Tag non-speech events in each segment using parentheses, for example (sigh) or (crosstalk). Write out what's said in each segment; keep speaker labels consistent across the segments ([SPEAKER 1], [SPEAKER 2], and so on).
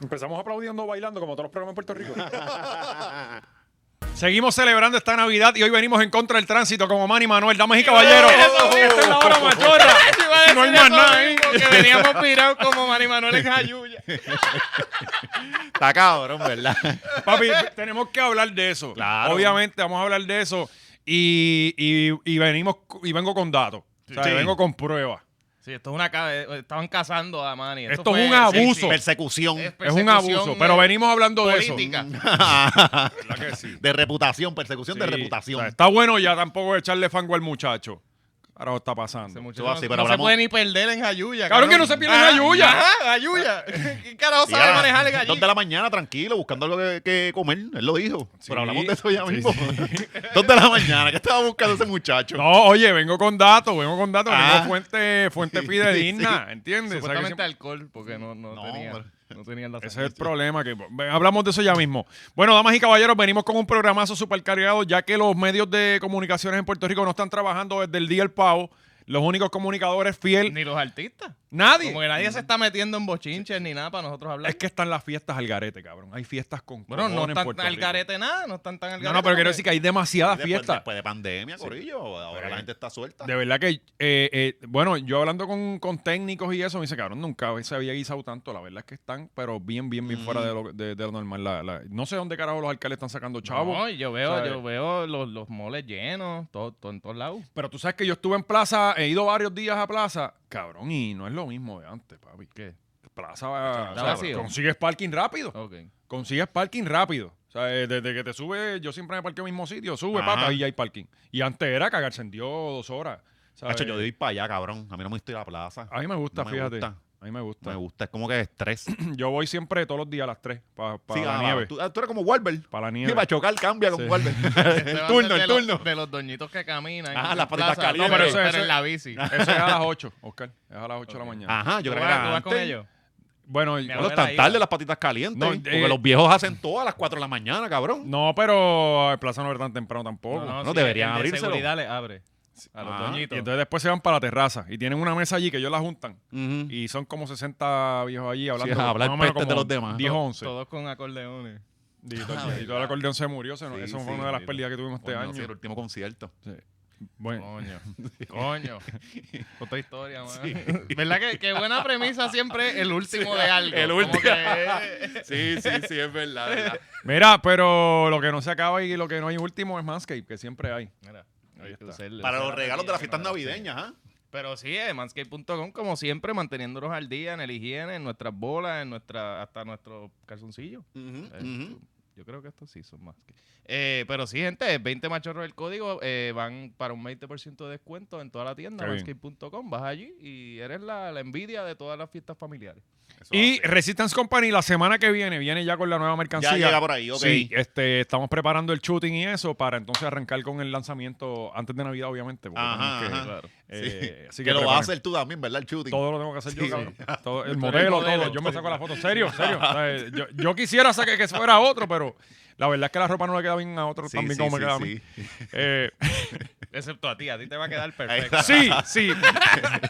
[SPEAKER 1] Empezamos aplaudiendo, bailando, como todos los programas en Puerto Rico. (laughs) Seguimos celebrando esta Navidad y hoy venimos en contra del tránsito como Manny Manuel, damas y caballeros.
[SPEAKER 2] eso,
[SPEAKER 1] Esta es la hora machorra.
[SPEAKER 2] Yo iba a
[SPEAKER 1] No hay
[SPEAKER 2] decir
[SPEAKER 1] más
[SPEAKER 2] eso
[SPEAKER 1] nada, ¿eh?
[SPEAKER 2] mismo, Que veníamos pirados como Mari Manuel en Jayuya.
[SPEAKER 3] Está
[SPEAKER 1] (laughs)
[SPEAKER 3] cabrón, ¿verdad?
[SPEAKER 1] (laughs) Papi, tenemos que hablar de eso.
[SPEAKER 3] Claro.
[SPEAKER 1] Obviamente, vamos a hablar de eso. Y, y- y venimos y vengo con datos. O sea,
[SPEAKER 3] Sí.
[SPEAKER 1] vengo con pruebas.
[SPEAKER 2] Sí, esto es una ca- eh, estaban cazando a Manny.
[SPEAKER 1] Esto es un abuso.
[SPEAKER 3] Persecución
[SPEAKER 2] Es
[SPEAKER 1] Es un abuso.
[SPEAKER 2] Persecución,
[SPEAKER 1] Pero
[SPEAKER 2] eh,
[SPEAKER 1] venimos hablando
[SPEAKER 2] política.
[SPEAKER 1] de eso. ¿Verdad que sí?
[SPEAKER 3] (laughs) de reputación, persecución (laughs) de
[SPEAKER 1] Sí. O sea,
[SPEAKER 3] reputación.
[SPEAKER 1] está bueno ya tampoco echarle fango al muchacho. Carajo, está pasando.
[SPEAKER 2] Ese muchacho
[SPEAKER 3] Tú así,
[SPEAKER 2] no,
[SPEAKER 3] pero
[SPEAKER 2] no se
[SPEAKER 3] hablamos-
[SPEAKER 2] puede ni perder en Jayuya.
[SPEAKER 1] Cabrón, que no se pierde en Jayuya.
[SPEAKER 2] Ajá, Jayuya. ¿Qué carajo
[SPEAKER 3] Y a
[SPEAKER 2] sabe
[SPEAKER 3] las
[SPEAKER 2] manejar en
[SPEAKER 3] dos de
[SPEAKER 2] Jayuya?
[SPEAKER 3] la mañana, tranquilo, buscando algo que, que comer. Él lo dijo.
[SPEAKER 1] Sí.
[SPEAKER 3] Pero hablamos de eso ya
[SPEAKER 1] Sí,
[SPEAKER 3] mismo. (laughs) Dos de la mañana, ¿qué estaba buscando ese muchacho?
[SPEAKER 1] No, oye, vengo con datos, vengo con datos,
[SPEAKER 3] Ah.
[SPEAKER 1] vengo fuente,
[SPEAKER 2] (laughs)
[SPEAKER 1] fuente fidedigna, ¿entiendes? O sea, que
[SPEAKER 2] Supuestamente
[SPEAKER 1] siempre-
[SPEAKER 2] alcohol, porque no, no,
[SPEAKER 3] No,
[SPEAKER 2] tenía,
[SPEAKER 3] hombre.
[SPEAKER 2] no tenía la
[SPEAKER 1] Ese es el problema, que pues, ve, hablamos de eso ya mismo. Bueno, damas y caballeros, venimos con un programazo supercargado, ya que los medios de comunicaciones en Puerto Rico no están trabajando desde el día del pavo. Los únicos comunicadores fiel,
[SPEAKER 2] Ni los artistas.
[SPEAKER 1] nadie.
[SPEAKER 2] Como que nadie se está metiendo en bochinches ni nada para nosotros hablar.
[SPEAKER 1] Es que están las fiestas al garete, cabrón. Hay fiestas con
[SPEAKER 2] bueno, no
[SPEAKER 1] cojones en
[SPEAKER 2] están
[SPEAKER 1] Puerto
[SPEAKER 2] tan al
[SPEAKER 1] Rico.
[SPEAKER 2] garete nada, no están tan al
[SPEAKER 1] No,
[SPEAKER 2] garete.
[SPEAKER 1] no, pero quiero
[SPEAKER 2] porque-
[SPEAKER 1] decir que hay demasiadas
[SPEAKER 3] después,
[SPEAKER 1] fiestas.
[SPEAKER 3] después de pandemia, Corillo. Ahora
[SPEAKER 1] Sí.
[SPEAKER 3] la gente está suelta.
[SPEAKER 1] De verdad que, eh, eh, bueno, yo hablando con, con técnicos y eso, me dice, cabrón, nunca se había guisado tanto. La verdad es que están, pero bien, bien, bien fuera de lo, de, de lo normal. La- la- no sé dónde carajo los alcaldes están sacando chavos.
[SPEAKER 2] No, yo veo,
[SPEAKER 1] ¿Sabes?
[SPEAKER 2] yo veo los, los moles llenos, todo, todo en todos lados.
[SPEAKER 1] Pero tú sabes que yo estuve en plaza, he ido varios días a plaza, cabrón, y no es lo mismo de antes, papi.
[SPEAKER 2] ¿Qué?
[SPEAKER 1] Plaza, va-
[SPEAKER 2] Está
[SPEAKER 1] o sea,
[SPEAKER 2] vacío.
[SPEAKER 1] consigues parking rápido.
[SPEAKER 2] Ok.
[SPEAKER 1] Consigues parking rápido. O sea, eh, desde que te sube, yo siempre me parqueo en el mismo sitio, sube,
[SPEAKER 3] Ajá.
[SPEAKER 1] papá, ahí hay parking. Y antes era cagarse en Dios dos horas. ¿sabes?
[SPEAKER 3] Cacho, yo de ir para allá, cabrón. A mí no me gusta ir a la plaza.
[SPEAKER 1] A mí eh. me gusta,
[SPEAKER 3] No me
[SPEAKER 1] fíjate.
[SPEAKER 3] gusta.
[SPEAKER 1] A mí me gusta.
[SPEAKER 3] Me gusta, es como que estrés. Sí,
[SPEAKER 1] Yo voy siempre todos los días a las 3 (clears throat) para la
[SPEAKER 3] ah,
[SPEAKER 1] nieve.
[SPEAKER 3] Tú, ah, tú eres como Walbert.
[SPEAKER 1] Para la
[SPEAKER 3] Sí,
[SPEAKER 1] nieve.
[SPEAKER 3] para chocar cambia con
[SPEAKER 1] Sí.
[SPEAKER 3] Walbert. (laughs)
[SPEAKER 2] Este
[SPEAKER 3] el
[SPEAKER 2] va
[SPEAKER 3] turno,
[SPEAKER 2] a ser
[SPEAKER 3] el
[SPEAKER 2] de
[SPEAKER 3] turno.
[SPEAKER 2] Los, de los doñitos que caminan.
[SPEAKER 3] Ah,
[SPEAKER 2] en
[SPEAKER 3] las patitas
[SPEAKER 2] plaza. No,
[SPEAKER 3] calientes.
[SPEAKER 2] pero,
[SPEAKER 1] Pero eso-
[SPEAKER 2] pero en la bici.
[SPEAKER 1] Eso es a las 8, Oscar. Es a las 8 de la
[SPEAKER 2] Ok.
[SPEAKER 1] mañana.
[SPEAKER 3] Ajá, yo
[SPEAKER 2] ¿Tú
[SPEAKER 3] creo que
[SPEAKER 2] vas- tú
[SPEAKER 3] era
[SPEAKER 2] vas con
[SPEAKER 3] antes.
[SPEAKER 2] ellos?
[SPEAKER 1] Bueno, y-
[SPEAKER 2] Mi
[SPEAKER 3] Bueno,
[SPEAKER 2] abuela
[SPEAKER 3] tan
[SPEAKER 2] iba.
[SPEAKER 3] tarde las patitas calientes.
[SPEAKER 1] No, eh,
[SPEAKER 3] porque los viejos hacen todo a las 4 de la mañana, cabrón.
[SPEAKER 1] no, pero el plaza no era tan temprano tampoco.
[SPEAKER 3] No, deberían
[SPEAKER 2] el de
[SPEAKER 3] abrírselo.
[SPEAKER 2] seguridad les abre a los
[SPEAKER 3] Ah,
[SPEAKER 1] Y
[SPEAKER 2] doñitos.
[SPEAKER 1] entonces después se van para la terraza y tienen una mesa allí que ellos la juntan.
[SPEAKER 3] Ujú.
[SPEAKER 1] Y son como 60 viejos allí hablando.
[SPEAKER 3] a hablar
[SPEAKER 1] más o menos
[SPEAKER 3] pestes
[SPEAKER 1] como
[SPEAKER 3] de los demás.
[SPEAKER 1] 10 o 11.
[SPEAKER 2] Todos con acordeones.
[SPEAKER 1] Y
[SPEAKER 3] (laughs)
[SPEAKER 1] todo, y todo el acordeón se murió. se-
[SPEAKER 3] Sí,
[SPEAKER 1] eso
[SPEAKER 3] sí,
[SPEAKER 1] fue una de las
[SPEAKER 3] sí.
[SPEAKER 1] pérdidas que tuvimos este
[SPEAKER 3] Coño,
[SPEAKER 1] año.
[SPEAKER 3] sí, el último concierto.
[SPEAKER 1] Sí. Bueno,
[SPEAKER 2] Coño,
[SPEAKER 3] (laughs)
[SPEAKER 2] coño. Otra historia, man. ¿Verdad que, que buena premisa siempre el último de algo?
[SPEAKER 3] el
[SPEAKER 2] Como
[SPEAKER 3] último. (laughs)
[SPEAKER 2] que-
[SPEAKER 3] (laughs) Sí, sí, sí, es verdad. (laughs) verdad.
[SPEAKER 1] mira, pero lo que no se acaba y lo que no hay último es Manscape, que siempre hay.
[SPEAKER 2] Mira,
[SPEAKER 1] Ahí está.
[SPEAKER 2] usarle-
[SPEAKER 3] Para los
[SPEAKER 2] usarle
[SPEAKER 3] regalos de las
[SPEAKER 2] también,
[SPEAKER 3] fiestas
[SPEAKER 2] ¿no?
[SPEAKER 3] navideñas, ¿ah?
[SPEAKER 2] Pero sí, eh, manscape.com, como siempre, manteniéndonos al día en el higiene, en nuestras bolas, en nuestra, hasta nuestros calzoncillos.
[SPEAKER 3] Ujú,
[SPEAKER 2] Eh,
[SPEAKER 3] ujú.
[SPEAKER 2] Yo creo que estos sí son más que. Eh, pero sí, gente, 20 machorros del código eh, van para un 20% de descuento en toda la tienda,
[SPEAKER 1] Qué bien.
[SPEAKER 2] manscape.com. Vas allí y eres la, la envidia de todas las fiestas familiares.
[SPEAKER 3] Eso
[SPEAKER 1] Y
[SPEAKER 3] hace.
[SPEAKER 1] Resistance Company la semana que viene viene ya con la nueva mercancía.
[SPEAKER 3] ya llega por ahí, ok.
[SPEAKER 1] Sí, este, estamos preparando el shooting y eso para entonces arrancar con el lanzamiento antes de Navidad, obviamente. porque
[SPEAKER 3] Ajá,
[SPEAKER 1] tenemos que-
[SPEAKER 3] ajá.
[SPEAKER 2] Claro.
[SPEAKER 1] eh, así
[SPEAKER 3] que,
[SPEAKER 1] que
[SPEAKER 3] lo vas a
[SPEAKER 1] preparen.
[SPEAKER 3] hacer tú también, ¿verdad? El shooting.
[SPEAKER 1] Todo lo tengo que hacer yo,
[SPEAKER 3] Sí. (laughs)
[SPEAKER 1] cabrón. Todo- el
[SPEAKER 2] el
[SPEAKER 1] modelo,
[SPEAKER 2] modelo.
[SPEAKER 1] todo. Yo me saco la foto. Serio, serio. O sea, eh, yo, yo quisiera saque- que fuera otro, pero la verdad es que la ropa no le queda bien a otro
[SPEAKER 3] Sí,
[SPEAKER 1] también
[SPEAKER 3] sí,
[SPEAKER 1] como
[SPEAKER 3] sí,
[SPEAKER 1] me queda a mí.
[SPEAKER 3] sí.
[SPEAKER 1] Eh,
[SPEAKER 2] Excepto a ti, a ti te va a
[SPEAKER 3] (laughs)
[SPEAKER 2] quedar perfecto.
[SPEAKER 3] está.
[SPEAKER 1] Sí, sí. (laughs)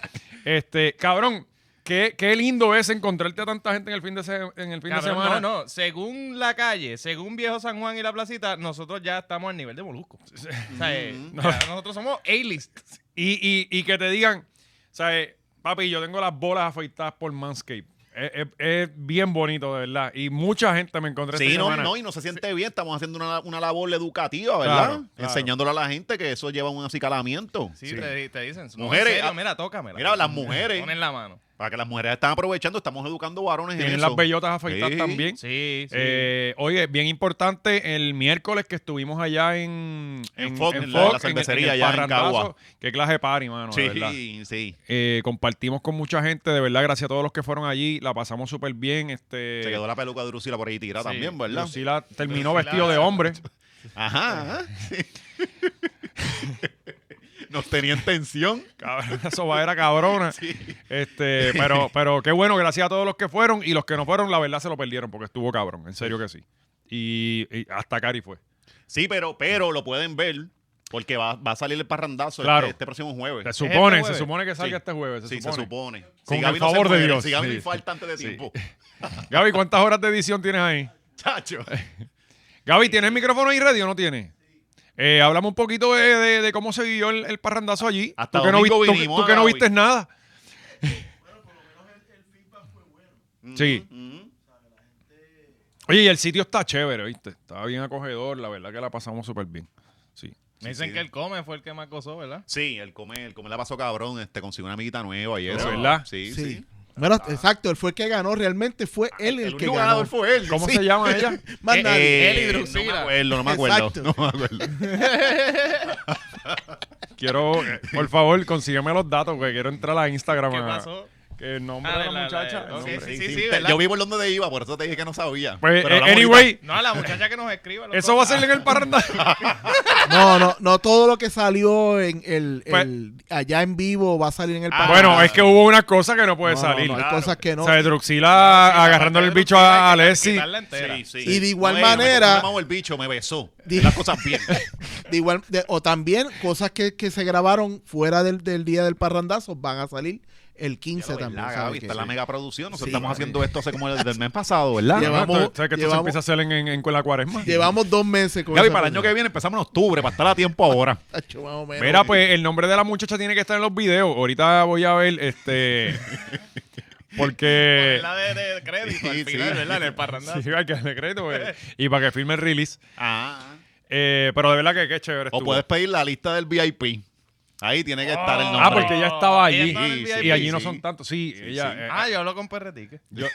[SPEAKER 1] Este, cabrón, qué, qué lindo es encontrarte a tanta gente en el fin de, se- en el fin de
[SPEAKER 2] Cabrón,
[SPEAKER 1] semana.
[SPEAKER 2] No, no, según la calle, según Viejo San Juan y la Placita, nosotros ya estamos al nivel de Molusco. (laughs) O sea, eh, ya nosotros somos A-list.
[SPEAKER 1] Y, y- y que te digan, ¿sabes? Papi, yo tengo las bolas afeitadas por Manscape. Es, es- es bien bonito, de verdad. Y mucha gente me encontré
[SPEAKER 3] Sí,
[SPEAKER 1] esta
[SPEAKER 3] no,
[SPEAKER 1] semana.
[SPEAKER 3] no, y no se siente bien. Estamos haciendo una, una labor educativa, ¿verdad?
[SPEAKER 1] Claro, claro.
[SPEAKER 3] Enseñándole a la gente que eso lleva un acicalamiento.
[SPEAKER 2] Sí, Te, di- te dicen. no,
[SPEAKER 3] Mujeres,
[SPEAKER 2] en serio,
[SPEAKER 3] ah,
[SPEAKER 2] mira, tócamela.
[SPEAKER 3] Mira, las mujeres,
[SPEAKER 2] Ponen la mano.
[SPEAKER 3] para que las mujeres están aprovechando, estamos educando varones en
[SPEAKER 1] Tienen
[SPEAKER 3] eso.
[SPEAKER 1] las bellotas afeitadas
[SPEAKER 3] Sí.
[SPEAKER 1] también.
[SPEAKER 2] Sí, sí.
[SPEAKER 1] Eh, oye, bien importante, el miércoles que estuvimos allá en,
[SPEAKER 3] En Fox, en la- la cervecería
[SPEAKER 1] el
[SPEAKER 3] allá en Cagua.
[SPEAKER 1] parrandazo. Qué clase de party, mano, de verdad.
[SPEAKER 3] sí, sí.
[SPEAKER 1] Eh, compartimos con mucha gente, de verdad, gracias a todos los que fueron allí, la pasamos súper bien. Este,
[SPEAKER 3] Se quedó la peluca de Drusila por ahí tirada
[SPEAKER 2] Sí,
[SPEAKER 3] también, ¿verdad?
[SPEAKER 1] Lucila terminó
[SPEAKER 2] Lucila-
[SPEAKER 1] vestido de hombre.
[SPEAKER 3] Ajá, ajá. sí. (laughs) Nos tenían tensión.
[SPEAKER 1] Cabrón, (laughs) esa sobadera cabrona.
[SPEAKER 3] Sí.
[SPEAKER 1] Este, pero, pero qué bueno, gracias a todos los que fueron y los que no fueron, la verdad se lo perdieron porque estuvo cabrón, en serio que sí. Y, y hasta Cari fue.
[SPEAKER 3] Sí, pero, pero lo pueden ver Porque va, va a salir el parrandazo
[SPEAKER 1] Claro.
[SPEAKER 3] este, este próximo jueves.
[SPEAKER 1] Se
[SPEAKER 2] este
[SPEAKER 1] supone, se
[SPEAKER 2] jueves?
[SPEAKER 1] supone que salga
[SPEAKER 3] Sí.
[SPEAKER 1] este jueves. Se
[SPEAKER 3] sí,
[SPEAKER 1] supone.
[SPEAKER 3] se supone.
[SPEAKER 1] Con
[SPEAKER 3] si
[SPEAKER 1] el
[SPEAKER 3] Gaby no se
[SPEAKER 1] favor de
[SPEAKER 3] muere,
[SPEAKER 1] Dios,
[SPEAKER 3] Si Gaby
[SPEAKER 1] sí.
[SPEAKER 3] falta antes de tiempo. (laughs)
[SPEAKER 1] Gaby, ¿cuántas horas de edición tienes ahí?
[SPEAKER 3] Chacho.
[SPEAKER 1] Gaby, ¿tienes el micrófono ahí ready o no tienes? Eh, hablamos un poquito de, de- de cómo se vivió el, el parrandazo allí.
[SPEAKER 3] Hasta
[SPEAKER 1] tú que no,
[SPEAKER 3] domingo
[SPEAKER 1] viste- tú-
[SPEAKER 3] vinimos
[SPEAKER 1] tú
[SPEAKER 3] a
[SPEAKER 1] que no
[SPEAKER 3] Gaby.
[SPEAKER 1] viste nada. Sí.
[SPEAKER 3] Ujú.
[SPEAKER 1] Oye, y el sitio está chévere, ¿viste? Está bien acogedor, la verdad que la pasamos súper bien. Sí.
[SPEAKER 2] Me dicen
[SPEAKER 3] sí.
[SPEAKER 2] que el come fue el que más gozó, ¿verdad?
[SPEAKER 3] Sí, el comer, el comer la pasó cabrón, este, consiguió una amiguita nueva y eso.
[SPEAKER 1] ¿Verdad?
[SPEAKER 3] Sí, sí. Ah.
[SPEAKER 4] Sí. Bueno, exacto, él fue el que ganó, realmente fue él el,
[SPEAKER 3] El
[SPEAKER 4] que
[SPEAKER 3] único
[SPEAKER 4] ganó.
[SPEAKER 3] ganador fue él.
[SPEAKER 1] ¿Cómo
[SPEAKER 3] sí.
[SPEAKER 1] se llama
[SPEAKER 3] (laughs)
[SPEAKER 1] ella?
[SPEAKER 4] Más
[SPEAKER 2] Eh,
[SPEAKER 4] nadie.
[SPEAKER 2] él y Drusila.
[SPEAKER 3] No me acuerdo, no me acuerdo.
[SPEAKER 4] Exacto.
[SPEAKER 3] (laughs) No me acuerdo.
[SPEAKER 1] Quiero, eh, por favor, consígueme los datos, que quiero entrar a Instagram.
[SPEAKER 2] ¿Qué
[SPEAKER 1] a-
[SPEAKER 2] pasó?
[SPEAKER 1] Que el nombre
[SPEAKER 2] Ah,
[SPEAKER 1] de la,
[SPEAKER 2] la- la-
[SPEAKER 1] muchacha.
[SPEAKER 2] la-
[SPEAKER 1] el
[SPEAKER 2] ok,
[SPEAKER 1] nombre.
[SPEAKER 2] sí, sí, ¿verdad?
[SPEAKER 3] Yo vi por dónde te iba, por eso te dije que no sabía.
[SPEAKER 1] Pues,
[SPEAKER 3] Pero
[SPEAKER 1] eh,
[SPEAKER 3] hablamos ahorita.
[SPEAKER 1] anyway,
[SPEAKER 2] No, a la muchacha que nos escriba. los
[SPEAKER 1] eso va a
[SPEAKER 2] dos.
[SPEAKER 1] ser en el parrandazo.
[SPEAKER 4] No, no, no todo lo que salió en el,
[SPEAKER 1] Pues-
[SPEAKER 4] el- allá en vivo va a salir en el
[SPEAKER 3] Ah,
[SPEAKER 1] bueno,
[SPEAKER 4] panorama.
[SPEAKER 1] es que hubo una cosa que no puede
[SPEAKER 4] No, no,
[SPEAKER 1] salir.
[SPEAKER 4] no, hay
[SPEAKER 3] claro.
[SPEAKER 4] cosas que no.
[SPEAKER 1] O sea, Druxila
[SPEAKER 2] Ah, sí, la
[SPEAKER 1] agarrándole el
[SPEAKER 2] parte de
[SPEAKER 1] bicho
[SPEAKER 2] Drusila
[SPEAKER 1] a
[SPEAKER 2] hay que
[SPEAKER 1] Alessi.
[SPEAKER 2] quitarla entera.
[SPEAKER 3] Sí, sí.
[SPEAKER 4] Y de igual
[SPEAKER 3] No, ella me tocó,
[SPEAKER 4] manera-
[SPEAKER 3] me mamó el bicho, me besó.
[SPEAKER 4] Di-
[SPEAKER 3] Las cosas
[SPEAKER 4] (laughs)
[SPEAKER 3] bien.
[SPEAKER 4] De igual, de- o también cosas que, que se grabaron fuera del, del día del parrandazo van a salir el 15
[SPEAKER 3] ¿Verdad,
[SPEAKER 4] también. ¿sabes
[SPEAKER 3] Gaby?
[SPEAKER 4] qué?
[SPEAKER 3] Está la mega producción. Nosotros
[SPEAKER 4] Sí,
[SPEAKER 3] estamos
[SPEAKER 4] vale.
[SPEAKER 3] haciendo esto hace como el del mes pasado, ¿verdad?
[SPEAKER 1] Ah,
[SPEAKER 4] Llevamos-
[SPEAKER 1] tú- ¿Sabes que esto se
[SPEAKER 4] llevamos-
[SPEAKER 1] empieza a hacer en, en, en la cuaresma?
[SPEAKER 4] Llevamos dos meses con
[SPEAKER 3] Gaby,
[SPEAKER 4] esa
[SPEAKER 3] para el año que
[SPEAKER 4] cosa.
[SPEAKER 3] viene empezamos en octubre, para estar a tiempo
[SPEAKER 4] (laughs)
[SPEAKER 3] ahora.
[SPEAKER 4] Tacho, más o menos.
[SPEAKER 1] Mira, pues el nombre de la muchacha tiene que estar en los videos. Ahorita voy a ver, este... Porque... (laughs)
[SPEAKER 2] La Ah, de, de crédito al
[SPEAKER 3] Sí,
[SPEAKER 2] final,
[SPEAKER 3] sí.
[SPEAKER 2] ¿verdad? En el parrandazo.
[SPEAKER 1] Sí, hay que darle crédito, porque- Y para que firme el release.
[SPEAKER 3] Ah.
[SPEAKER 1] Eh, pero de verdad que qué chévere
[SPEAKER 3] O
[SPEAKER 1] estuvo.
[SPEAKER 3] puedes pedir la lista del VIP. Ahí tiene que estar el
[SPEAKER 2] Oh.
[SPEAKER 3] nombre.
[SPEAKER 1] Ah,
[SPEAKER 3] (laughs)
[SPEAKER 1] porque ella estaba
[SPEAKER 2] Ella
[SPEAKER 1] allí.
[SPEAKER 2] estaba en el
[SPEAKER 1] y,
[SPEAKER 2] VIP,
[SPEAKER 1] y allí no
[SPEAKER 3] sí.
[SPEAKER 1] son tantos. Sí, ella...
[SPEAKER 3] sí.
[SPEAKER 1] eh,
[SPEAKER 2] Ah, yo hablo con Perretique.
[SPEAKER 1] Yo,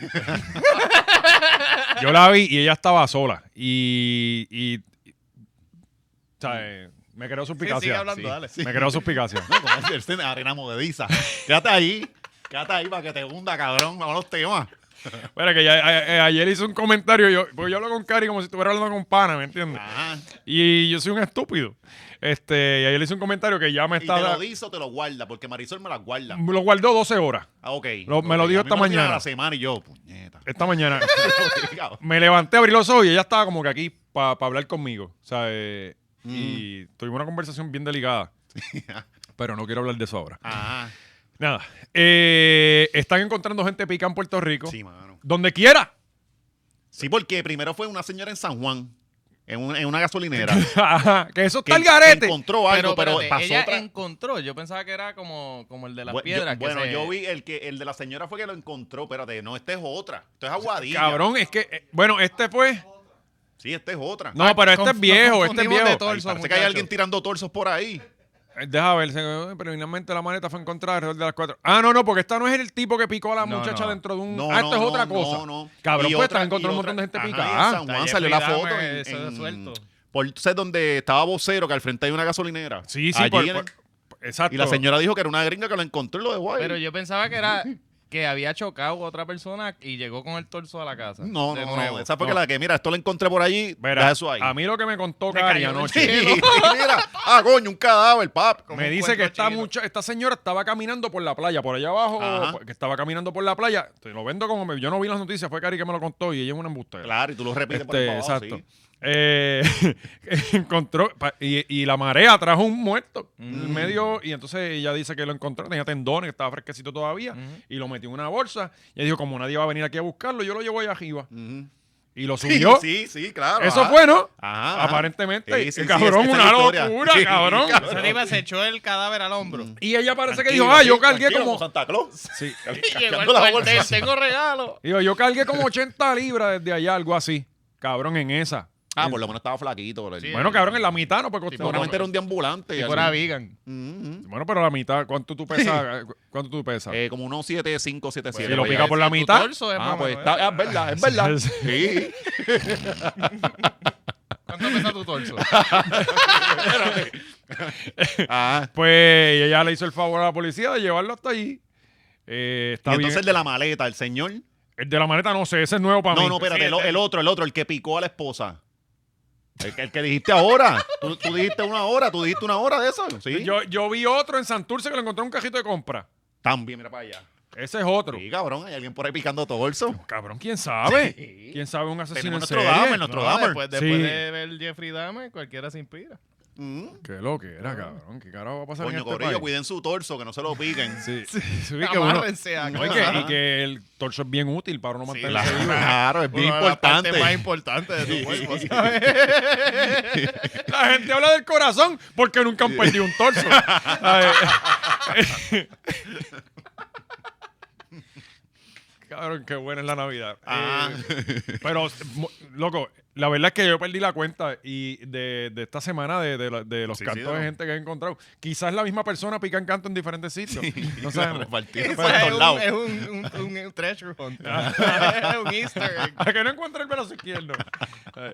[SPEAKER 1] yo la vi y ella estaba sola. Y. y, y- o sea, eh, me creó
[SPEAKER 2] Sí,
[SPEAKER 1] suspicacia.
[SPEAKER 2] sigue hablando, dale.
[SPEAKER 1] Sí, Me creó suspicacia.
[SPEAKER 3] No, con el- el cine, arena movediza. Quédate ahí. Quédate ahí para que te hunda, cabrón. Vamos a los temas.
[SPEAKER 1] Espera, que ya, eh, eh, ayer hice un comentario. Yo, porque yo hablo con Cari como si estuviera hablando con Pana, ¿me
[SPEAKER 2] Ah.
[SPEAKER 1] entiendes?
[SPEAKER 3] Ajá.
[SPEAKER 1] Y yo soy un estúpido. Este, y ayer hice un comentario que ya me
[SPEAKER 3] Y te
[SPEAKER 1] está.
[SPEAKER 3] lo dice o te lo guarda, porque Marisol me la guarda.
[SPEAKER 1] Lo guardó 12 horas
[SPEAKER 3] Ah, ok.
[SPEAKER 1] Lo- me
[SPEAKER 3] Ok,
[SPEAKER 1] lo dijo
[SPEAKER 3] a mí
[SPEAKER 1] esta
[SPEAKER 3] me tiran
[SPEAKER 1] mañana.
[SPEAKER 3] a la semana y yo, puñeta.
[SPEAKER 4] (laughs)
[SPEAKER 3] (laughs)
[SPEAKER 1] esta mañana.
[SPEAKER 3] Cabrón.
[SPEAKER 1] me levanté, abrí los ojos y ella estaba como que aquí para hablar conmigo. O sea, eh, y
[SPEAKER 2] Mm.
[SPEAKER 1] tuvimos una conversación bien delicada. pero no quiero hablar de eso ahora.
[SPEAKER 3] Ajá.
[SPEAKER 1] Nada. Eh, están encontrando gente pica en Puerto Rico.
[SPEAKER 3] Sí, mano.
[SPEAKER 1] Donde quiera. (laughs)
[SPEAKER 3] Sí, porque primero fue una señora en San Juan, en, un- en
[SPEAKER 1] (laughs)
[SPEAKER 3] una gasolinera.
[SPEAKER 1] Ajá, que eso
[SPEAKER 3] que
[SPEAKER 1] está el garete.
[SPEAKER 3] Encontró Pues algo, pero,
[SPEAKER 2] espérate,
[SPEAKER 3] pasó
[SPEAKER 2] ella
[SPEAKER 3] otra.
[SPEAKER 2] encontró. Yo pensaba que era como, como el de las
[SPEAKER 3] Bu- yo-
[SPEAKER 2] piedras. que
[SPEAKER 3] bueno,
[SPEAKER 2] se-
[SPEAKER 3] yo vi el que el de la señora fue que lo encontró. Espérate, no, esta es otra. Esto es aguadilla.
[SPEAKER 1] Cabrón, es que. eh, bueno, este fue.
[SPEAKER 3] Sí, esta es otra.
[SPEAKER 1] No, pero este es
[SPEAKER 2] Conf-
[SPEAKER 1] viejo, este es
[SPEAKER 2] confundimos de
[SPEAKER 1] viejo.
[SPEAKER 2] torso,
[SPEAKER 3] Parece que hay
[SPEAKER 2] muchacho.
[SPEAKER 3] alguien tirando torsos por ahí.
[SPEAKER 1] Eh, Deja ver, se- eh, preliminarmente la maleta fue encontrada alrededor de las cuatro. Ah, no, no, porque esta no es el tipo que picó a la
[SPEAKER 2] No,
[SPEAKER 1] muchacha
[SPEAKER 2] no.
[SPEAKER 1] dentro de un.
[SPEAKER 3] No,
[SPEAKER 1] ah, esto
[SPEAKER 3] no,
[SPEAKER 1] es otra
[SPEAKER 3] no,
[SPEAKER 1] cosa.
[SPEAKER 3] no, no.
[SPEAKER 1] Cabrón,
[SPEAKER 3] Y
[SPEAKER 1] pues
[SPEAKER 3] otra-
[SPEAKER 1] están encontrando
[SPEAKER 3] y
[SPEAKER 1] un montón de gente
[SPEAKER 3] otra-
[SPEAKER 1] pica.
[SPEAKER 3] Ajá, en
[SPEAKER 1] Ah,
[SPEAKER 3] San Juan
[SPEAKER 2] Está
[SPEAKER 3] salió la
[SPEAKER 2] Jeffrey
[SPEAKER 3] foto.
[SPEAKER 2] Dahmer,
[SPEAKER 3] en-
[SPEAKER 2] eso de
[SPEAKER 3] en-
[SPEAKER 2] suelto.
[SPEAKER 3] por, ¿Sabes dónde estaba vocero? Que al frente hay una gasolinera.
[SPEAKER 1] sí, sí,
[SPEAKER 3] Allí
[SPEAKER 1] por-
[SPEAKER 3] en-
[SPEAKER 1] por- exacto.
[SPEAKER 3] Y la señora dijo que era una gringa que lo encontró y lo dejó ahí.
[SPEAKER 2] Pero yo pensaba que era que había chocado a otra persona y llegó con el torso a la casa.
[SPEAKER 3] No,
[SPEAKER 2] De
[SPEAKER 3] no,
[SPEAKER 2] nuevo.
[SPEAKER 3] no. Esa fue que la que, mira, esto lo encontré por allí.
[SPEAKER 1] Verá,
[SPEAKER 3] deja eso ahí.
[SPEAKER 1] A mí lo que me contó
[SPEAKER 2] Me
[SPEAKER 1] Cari
[SPEAKER 2] cayó en el (laughs)
[SPEAKER 1] anoche.
[SPEAKER 3] (laughs) Sí, mira. Ah, coño, un cadáver, pap.
[SPEAKER 2] Como
[SPEAKER 1] Me
[SPEAKER 2] un
[SPEAKER 1] dice que
[SPEAKER 2] cuento
[SPEAKER 1] esta,
[SPEAKER 2] chino.
[SPEAKER 1] mucha- esta señora estaba caminando por la playa, por allá abajo,
[SPEAKER 3] Ajá.
[SPEAKER 1] que estaba caminando por la playa. Te lo vendo como me- yo no vi las noticias, fue Cari que me lo contó y ella es una embustera.
[SPEAKER 3] Claro, y tú lo repites por ahí
[SPEAKER 1] Este,
[SPEAKER 3] para abajo,
[SPEAKER 1] exacto.
[SPEAKER 3] sí.
[SPEAKER 1] Eh, (laughs) encontró pa- y, y la marea trajo un muerto
[SPEAKER 3] Mm.
[SPEAKER 1] en medio y entonces ella dice que lo encontró tenía tendones estaba fresquecito todavía
[SPEAKER 2] Ujú.
[SPEAKER 1] y lo metió en una bolsa y ella dijo como nadie va a venir aquí a buscarlo yo lo llevo allá arriba
[SPEAKER 3] Ujú.
[SPEAKER 1] y lo
[SPEAKER 3] Mm. (laughs) Sí,
[SPEAKER 1] subió
[SPEAKER 3] Sí, sí, claro.
[SPEAKER 1] eso
[SPEAKER 3] ajá.
[SPEAKER 1] fue no
[SPEAKER 3] Ajá, ajá.
[SPEAKER 1] aparentemente
[SPEAKER 3] Sí, sí, sí,
[SPEAKER 1] cabrón
[SPEAKER 3] es que esa
[SPEAKER 1] una
[SPEAKER 3] es la historia.
[SPEAKER 1] locura
[SPEAKER 3] (laughs) Sí,
[SPEAKER 1] cabrón
[SPEAKER 3] cabrón.
[SPEAKER 2] Esa tipa se echó el cadáver al hombro.
[SPEAKER 1] y ella parece que
[SPEAKER 3] Tranquilo,
[SPEAKER 1] dijo ah
[SPEAKER 3] sí,
[SPEAKER 1] yo cargué
[SPEAKER 3] tranquilo,
[SPEAKER 1] como
[SPEAKER 3] Santa Claus.
[SPEAKER 1] (laughs)
[SPEAKER 3] (laughs)
[SPEAKER 1] Sí.
[SPEAKER 2] Y llegó al
[SPEAKER 3] Cargando la
[SPEAKER 2] cuartel,
[SPEAKER 3] bolsa.
[SPEAKER 2] tengo regalo.
[SPEAKER 1] Digo, yo cargué como 80 libras desde allá, algo así. Cabrón, en esa.
[SPEAKER 3] Ah, por lo menos estaba flaquito. por ahí.
[SPEAKER 2] Sí.
[SPEAKER 1] Bueno, cabrón, en la mitad no puede costar.
[SPEAKER 3] Seguramente era un deambulante.
[SPEAKER 2] Si
[SPEAKER 3] así.
[SPEAKER 2] fuera vegan.
[SPEAKER 3] Ujú.
[SPEAKER 1] Bueno, pero la mitad, ¿cuánto tú pesas? ¿Cu- (laughs) ¿Cuánto tú pesas?
[SPEAKER 3] Eh, como unos 7, 5, 7, 7.
[SPEAKER 1] Pues, y lo
[SPEAKER 2] Oye,
[SPEAKER 1] pica por la
[SPEAKER 2] pues, tu
[SPEAKER 1] mitad.
[SPEAKER 2] torso es ¿eh?
[SPEAKER 3] Ah,
[SPEAKER 2] más
[SPEAKER 3] pues
[SPEAKER 2] o menos
[SPEAKER 3] está, es
[SPEAKER 2] eso.
[SPEAKER 3] verdad, es
[SPEAKER 1] (laughs)
[SPEAKER 3] verdad.
[SPEAKER 1] Sí,
[SPEAKER 3] Sí.
[SPEAKER 2] ¿Cuánto pesa tu torso?
[SPEAKER 3] Ah.
[SPEAKER 1] Pues y ella le hizo el favor a la policía de llevarlo hasta allí. Eh,
[SPEAKER 3] Y
[SPEAKER 1] está
[SPEAKER 3] entonces el
[SPEAKER 1] bien.
[SPEAKER 3] de la maleta, el señor.
[SPEAKER 1] El de la maleta no sé, ese es nuevo para mí.
[SPEAKER 3] No, no, espérate,
[SPEAKER 2] Sí,
[SPEAKER 3] el,
[SPEAKER 2] este-
[SPEAKER 3] el otro, el otro, el que picó a la esposa. El, que- el que dijiste ahora. Tú, tú dijiste una hora, tú dijiste una hora de eso. Sí.
[SPEAKER 1] yo, yo vi otro en Santurce que lo encontré en un cajito de compra.
[SPEAKER 3] También, mira para allá.
[SPEAKER 1] Ese es otro.
[SPEAKER 3] Sí, cabrón, hay alguien por ahí picando torso.
[SPEAKER 1] Cabrón, ¿quién sabe?
[SPEAKER 3] Sí.
[SPEAKER 1] ¿Quién sabe un asesino
[SPEAKER 3] Tenemos
[SPEAKER 1] en
[SPEAKER 3] nuestro
[SPEAKER 1] serie?
[SPEAKER 3] Dahmer, nuestro
[SPEAKER 2] No,
[SPEAKER 3] Dahmer.
[SPEAKER 2] después después
[SPEAKER 1] Sí.
[SPEAKER 2] de ver Jeffrey Dahmer, cualquiera se inspira.
[SPEAKER 3] Mm.
[SPEAKER 1] Qué lo que era, cabrón. ¿Qué carajo va a pasar
[SPEAKER 3] Coño,
[SPEAKER 1] en este
[SPEAKER 3] Corillo,
[SPEAKER 1] país?
[SPEAKER 3] cuiden su torso, que no se lo piquen.
[SPEAKER 1] Sí, sí, sí, que uno-
[SPEAKER 2] Amárrense acá.
[SPEAKER 1] no, y, que, y que el torso es bien útil para uno
[SPEAKER 3] Sí,
[SPEAKER 1] mantenerse
[SPEAKER 3] claro,
[SPEAKER 1] vivo.
[SPEAKER 3] claro, es bien
[SPEAKER 2] Una de las partes
[SPEAKER 3] importante.
[SPEAKER 2] más importante de tu
[SPEAKER 3] (laughs)
[SPEAKER 2] cuerpo,
[SPEAKER 3] Sí.
[SPEAKER 2] ¿sabes?
[SPEAKER 1] La gente habla del corazón porque nunca han perdido un torso. A ver. (laughs) Cabrón, qué buena es la Navidad.
[SPEAKER 3] Ah.
[SPEAKER 1] Eh, pero, mo- loco, la verdad es que yo perdí la cuenta y de, de esta semana de, de la- de los
[SPEAKER 3] Sí, sí,
[SPEAKER 1] cantos
[SPEAKER 3] de
[SPEAKER 1] de
[SPEAKER 3] los-
[SPEAKER 1] gente que he encontrado. Quizás la misma persona pica en canto en diferentes sitios. no
[SPEAKER 3] La
[SPEAKER 1] sabemos.
[SPEAKER 3] repartieron por
[SPEAKER 2] Esa
[SPEAKER 3] todos lados.
[SPEAKER 2] Es un, es un, un, un treasure hunt. (laughs) es un easter
[SPEAKER 1] (laughs)
[SPEAKER 2] egg.
[SPEAKER 1] A que no encuentre el brazo izquierdo. Eh,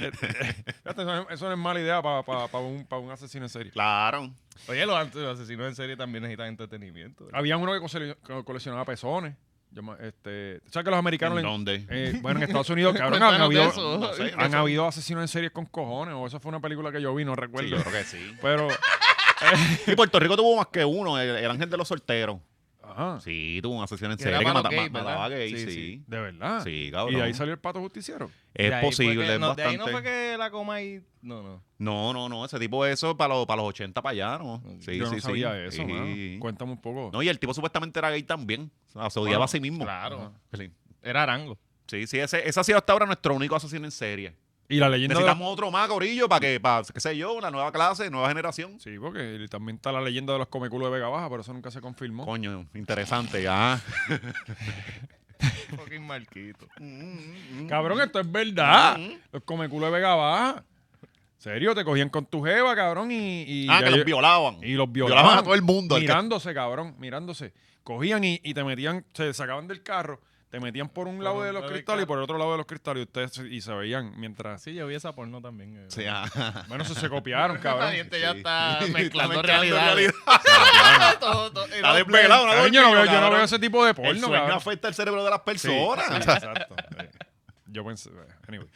[SPEAKER 1] eh, fíjate, eso, no- eso no es mala idea para un, pa un asesino en serie.
[SPEAKER 3] Claro.
[SPEAKER 2] Oye, los, ant- los asesinos en serie también necesitan entretenimiento.
[SPEAKER 1] Había uno que cole- co- coleccionaba pezones. Yo me- este, o sea que los americanos...
[SPEAKER 3] ¿En
[SPEAKER 1] le-
[SPEAKER 3] dónde?
[SPEAKER 1] eh, bueno, en Estados
[SPEAKER 3] (laughs)
[SPEAKER 1] Unidos, cabrón, han
[SPEAKER 2] Cuéntanos de
[SPEAKER 1] habido,
[SPEAKER 2] eso.
[SPEAKER 3] no sé,
[SPEAKER 1] han
[SPEAKER 3] eso-
[SPEAKER 1] habido asesinos en series con cojones. O esa fue una película que yo vi, no
[SPEAKER 3] Sí,
[SPEAKER 1] recuerdo.
[SPEAKER 3] yo creo que sí.
[SPEAKER 1] Pero...
[SPEAKER 3] Y Puerto Rico tuvo más que uno, el, el ángel de los solteros.
[SPEAKER 1] Ajá.
[SPEAKER 3] Sí, tuvo una asesino en
[SPEAKER 2] Que era
[SPEAKER 3] serie que
[SPEAKER 2] para los
[SPEAKER 3] mata-
[SPEAKER 2] gays,
[SPEAKER 3] ma-
[SPEAKER 2] ¿verdad?
[SPEAKER 3] mataba
[SPEAKER 2] Sí,
[SPEAKER 3] gays, sí. Ah.
[SPEAKER 2] sí.
[SPEAKER 1] De verdad.
[SPEAKER 3] Sí,
[SPEAKER 1] y
[SPEAKER 3] cabrón.
[SPEAKER 1] de ahí salió el pato justiciero.
[SPEAKER 3] Es
[SPEAKER 2] De ahí fue
[SPEAKER 3] posible,
[SPEAKER 2] que-
[SPEAKER 3] es
[SPEAKER 2] no,
[SPEAKER 3] bastante.
[SPEAKER 2] De ahí no fue que la coma y... No, no.
[SPEAKER 3] No, no, no, ese tipo eso para los, para los 80 para allá, ¿no? Sí,
[SPEAKER 1] yo
[SPEAKER 3] sí,
[SPEAKER 1] no
[SPEAKER 3] sí.
[SPEAKER 1] sabía eso,
[SPEAKER 3] Sí.
[SPEAKER 1] mano. Cuéntame un poco.
[SPEAKER 3] No, y el tipo supuestamente era gay también. O sea, se odiaba a sí mismo.
[SPEAKER 2] Claro.
[SPEAKER 3] Sí,
[SPEAKER 2] Era Arango.
[SPEAKER 3] sí, sí, ese, ese ha sido hasta ahora nuestro único asesino en serie.
[SPEAKER 1] Y la leyenda... de la-
[SPEAKER 3] Necesitamos otro más, Corillo, para que, para, qué sé yo, una nueva clase, nueva generación.
[SPEAKER 1] Sí, porque también está la leyenda de los comeculos de Vega Baja, pero eso nunca se confirmó.
[SPEAKER 3] Coño, interesante, ya.
[SPEAKER 2] Fucking marquito.
[SPEAKER 1] Cabrón, esto es
[SPEAKER 3] Ah,
[SPEAKER 1] verdad. Los comeculos de Vega Baja. Serio, te cogían con tu jeva, cabrón, y... y
[SPEAKER 3] ah,
[SPEAKER 1] ya
[SPEAKER 3] que los
[SPEAKER 1] lle-
[SPEAKER 3] violaban.
[SPEAKER 1] Y los violaban.
[SPEAKER 3] Violaban a todo el mundo, al que-
[SPEAKER 1] Mirándose, cabrón, mirándose. Cogían y, y te metían, se sacaban del carro, te metían por un lado
[SPEAKER 2] un
[SPEAKER 1] de
[SPEAKER 2] lado
[SPEAKER 1] los
[SPEAKER 2] del
[SPEAKER 1] cristales y
[SPEAKER 2] carro.
[SPEAKER 1] por el otro lado de los cristales. Y ustedes se- y se veían mientras.
[SPEAKER 2] Sí, yo vi esa porno también. eh.
[SPEAKER 3] O (laughs) sea,
[SPEAKER 1] Bueno, se, se
[SPEAKER 2] (laughs)
[SPEAKER 1] copiaron, cabrón.
[SPEAKER 2] La gente ya
[SPEAKER 3] Sí. (laughs)
[SPEAKER 2] está
[SPEAKER 3] mezclando
[SPEAKER 2] mezclando realidades. (laughs)
[SPEAKER 1] (laughs)
[SPEAKER 2] Todo- todo-
[SPEAKER 3] Está desvelado,
[SPEAKER 1] Cabrón, yo, Pues, no veo, yo no veo ese tipo de porno,
[SPEAKER 3] El sueño
[SPEAKER 1] cabrón.
[SPEAKER 3] afecta el cerebro de las
[SPEAKER 1] Sí,
[SPEAKER 3] personas.
[SPEAKER 1] sí, exacto. Eh, Yo pensé.
[SPEAKER 3] (laughs)
[SPEAKER 1] Anyway.